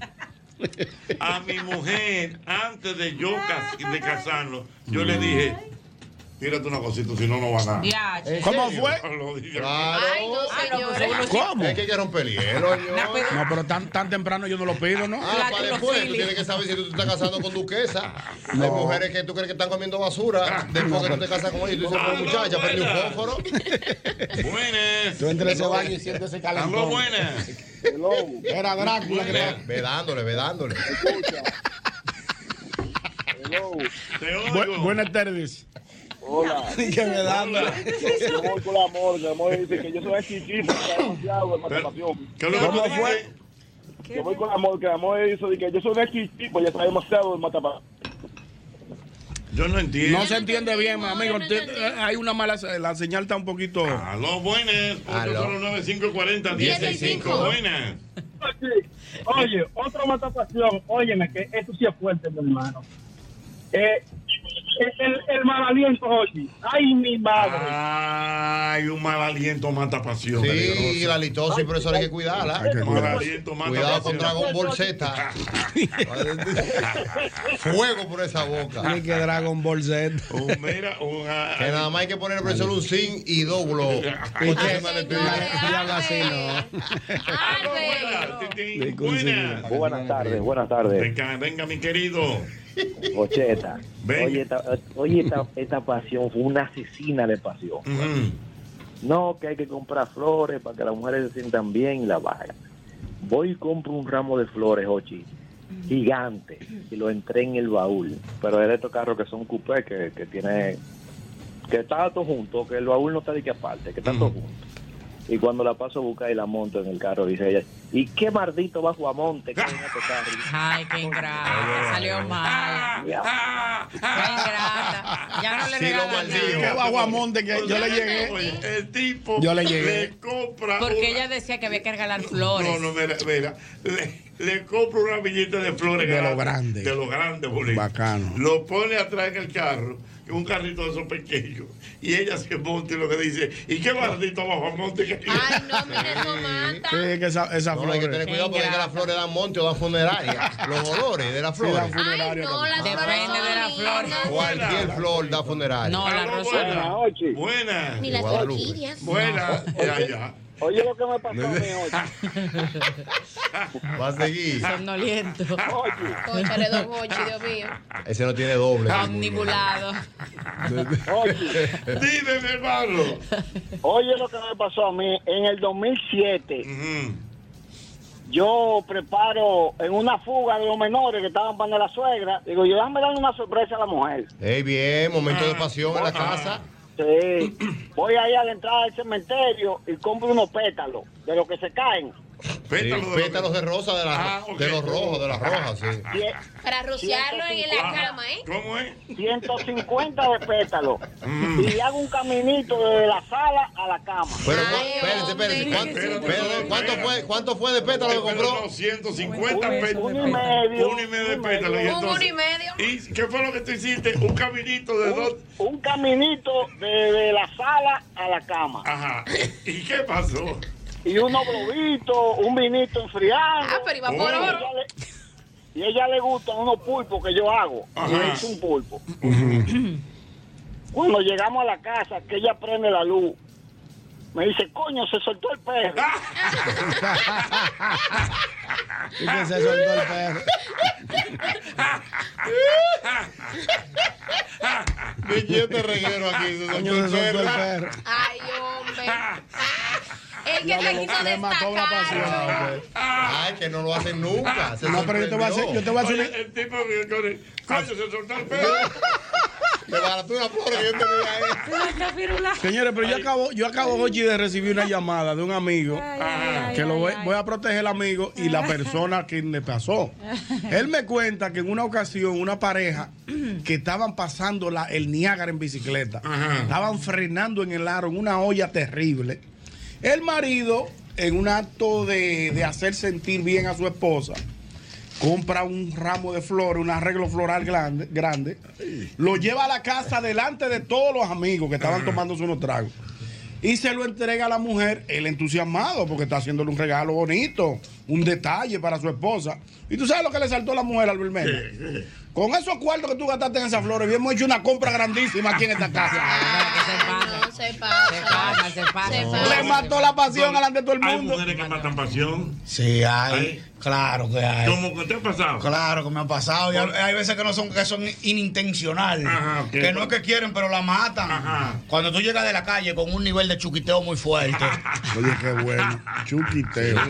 S4: A mi mujer, antes de yo cas- de casarnos, yo le dije, tírate una cosita, si no, no va a nada.
S8: Ya, che.
S7: ¿Cómo fue?
S4: Lo dije.
S5: Claro.
S7: ¿Cómo?
S5: Es que hay que romper el hielo, yo.
S7: No, pero tan, tan temprano yo no lo pido, ¿no?
S5: Ah, para después, tú tienes que saber si tú te estás casando con duquesa. Hay
S7: No.
S5: mujeres que tú crees que están comiendo basura después que tú te casas con ella y tú dices, pues muchacha, prende un fósforo.
S4: Buenas.
S5: Tú entras a ese
S7: baño y sientes ese calentón.
S5: Aló,
S4: buenas.
S7: Era Drácula que
S5: Ve, ve dándole, ve dándole.
S7: Bu- buenas tardes.
S12: Hola.
S7: Sí, que me dan. Hola.
S12: Yo voy con la morga, amor, dice que yo soy chiquito, demasiado, de
S7: ¿Cómo fue?
S12: Yo voy con amor, que el amor hizo de que yo soy de aquí, pues ya está demasiado el matapá.
S4: Yo no entiendo.
S7: No se entiende bien, mi amigo. Eh, Hay una mala. La señal está un poquito.
S4: Aló, buenas. 809-540-165. Buenas.
S12: Oye, otra matapación, óyeme, que esto sí es fuerte, mi hermano. Eh, el, el mal aliento, oye. Ay, mi madre.
S4: Ay, un mal aliento mata pasión.
S5: Sí, la litosis, por eso hay que cuidarla.
S4: Hay que cuidarla. Mal aliento mata
S5: Cuidado con
S4: pasión.
S5: Dragon Ball Z. Fuego por esa boca.
S7: Ni que Dragon Ball Z.
S5: Uh,
S4: ah,
S5: Que nada más hay que poner por solo un zinc y doblo. Usted me le pide.
S7: Diablo así, no.
S4: Buenas.
S11: Buenas tardes, buenas tardes.
S4: Venga, venga, mi querido.
S11: Ocheta. Oye, esta, oye esta, esta pasión fue una asesina de pasión. No, que hay que comprar flores para que las mujeres se sientan bien y la bajen. Voy y compro un ramo de flores, Ochi, gigante, y lo entré en el baúl. Pero es de estos carros que son coupé, que, que tiene. que está todo junto, que el baúl no está de que aparte, que está todo junto. Y cuando la paso a buscar y la monto en el carro, dice ella, ¿y qué maldito bajo a monte que este viene a tocar?"
S8: Ay, qué ingrata. Salió mal. Qué ingrata. Ya no le regalan
S7: Qué
S8: nada.
S7: guaguamonte que yo le llegué.
S4: Oye, el tipo
S7: Yo le llegué.
S4: le compra una-
S8: Porque ella decía que había que regalar flores.
S4: No, no, mira, mira. Le, le compra una billete de flores
S7: De lo
S4: gratis,
S7: grande.
S4: De lo grande, bolito.
S7: Bacano.
S4: Lo pone atrás en el carro, en un carrito de esos pequeños. Y ella se monta y lo que dice, ¿y qué maldito bajo a monte que Ay,
S8: no, mire, eso
S7: Sí, que esa, esa
S5: No, hay que tener cuidado porque es que las flores dan monte o dan funeraria. Los olores de las
S7: Sí, dan
S5: flores.
S7: funeraria
S5: no,
S7: también.
S8: Depende de la flor.
S5: Cualquier flor da funeraria.
S8: No, la rosa no.
S4: Buenas.
S8: Ni las
S5: Guadalupe.
S8: orquídeas.
S4: Buenas. Ya, ya.
S12: Oye, lo que me pasó a mí hoy.
S5: Va a seguir.
S8: Somnoliento.
S5: Cónchale, don
S8: Ochi, Dios mío.
S5: Ese no tiene doble.
S8: Omnibulado.
S4: Dime, mi hermano.
S12: Oye, lo que me pasó a mí. En el 2007, yo preparo en una fuga de los menores que estaban para la suegra. Digo, yo déjame darle una sorpresa a la mujer.
S5: Ey, bien, momento de pasión en la casa.
S12: Sí. Voy ahí a la entrada del cementerio y compro unos pétalos de los que se caen.
S5: ah, Pétalos, pétalos de Ah, rosa, de, las- de los rojos, de las rojas, sí.
S7: Ah,
S12: Para
S6: rociarlo en la cama, ¿eh?
S4: ¿Cómo es?
S12: 150 de pétalos. Y hago un caminito desde la sala a la cama.
S5: Pero, cu- espérate, espérate. ¿Cuánto, espérate, ¿cuánto fue, ¿Cuánto fue de pétalo que compró?
S4: 150
S5: Un-
S4: pétalos.
S5: un y medio.
S4: Un y medio de pétalos. Y
S12: Un
S4: entonces-
S12: uno y
S8: medio.
S4: ¿Y qué fue lo que tú hiciste? Un caminito de dos.
S12: Un caminito desde la sala a la cama.
S4: Ajá. ¿Y qué pasó?
S12: Y unos globitos, un vinito enfriado. Ah, pero
S8: iba por
S4: Oh.
S8: oro.
S12: Y a ella le gustan unos pulpos que yo hago. Y
S4: Ajá.
S12: le hice un pulpo. Cuando llegamos a la casa, que ella prende la luz, me dice, coño, se soltó el perro.
S7: Y que se soltó el perro.
S5: Billete reguero aquí. Se
S7: Coño, se soltó el perro.
S6: Ay, hombre. El que
S7: Diablo,
S6: te quiso
S7: le mató la pasión.
S6: destacar.
S5: Ah, Ay, que no lo hacen nunca. Se
S7: Ah, No, pero yo te voy a hacer- yo te voy a hacer
S5: sorprendió.
S7: una-
S4: El tipo que con el coño se soltó el pelo.
S5: Me barató una flor que yo tenía ahí.
S7: Señores, pero yo acabo, yo acabo Jochi, de recibir una llamada de un amigo que lo voy, voy a proteger al amigo y la persona que le pasó. Él me cuenta que en una ocasión una pareja que estaban pasando la- el Niágara en bicicleta, estaban frenando en el aro en una olla terrible. El marido, en un acto de, de hacer sentir bien a su esposa, compra un ramo de flores, un arreglo floral grande, grande, lo lleva a la casa delante de todos los amigos que estaban tomándose unos tragos. Y se lo entrega a la mujer, el entusiasmado, porque está haciéndole un regalo bonito, un detalle para su esposa. ¿Y tú sabes lo que le saltó a la mujer, Albert Mena? Con esos cuartos que tú gastaste en esas flores, hubiéramos hecho una compra grandísima aquí en esta
S4: Ah.
S7: casa.
S6: No se pasa. Se pasa,
S8: se pasa.
S7: Le mató la pasión alante de todo el
S4: Hay
S7: mundo.
S4: mujeres que matan pasión.
S2: Sí, hay. Claro que hay.
S4: ¿Cómo que te ha pasado?
S2: Claro que me ha pasado. Y hay, hay veces que no son, que son inintencionales.
S4: Ajá, ok.
S2: Que no es que quieren, pero la matan. Cuando tú llegas de la calle con un nivel de chuquiteo muy fuerte,
S7: Oye, qué bueno. Chuquiteo.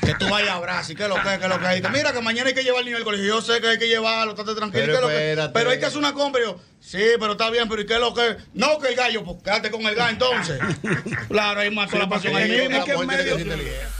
S2: que tú vayas a abrazar y que lo que, que lo que hay. Que Mira que mañana hay que llevar el nivel al colegio. Yo sé que hay que llevarlo, estate tranquilo.
S5: Pero
S2: que lo que-
S5: espérate.
S2: pero hay que hacer una compra. Y yo, sí, pero está bien, pero ¿y qué es lo que? No, que el gallo, pues quédate con el gallo entonces. claro, ahí mató la pasión ahí mismo.
S5: Es que en medio-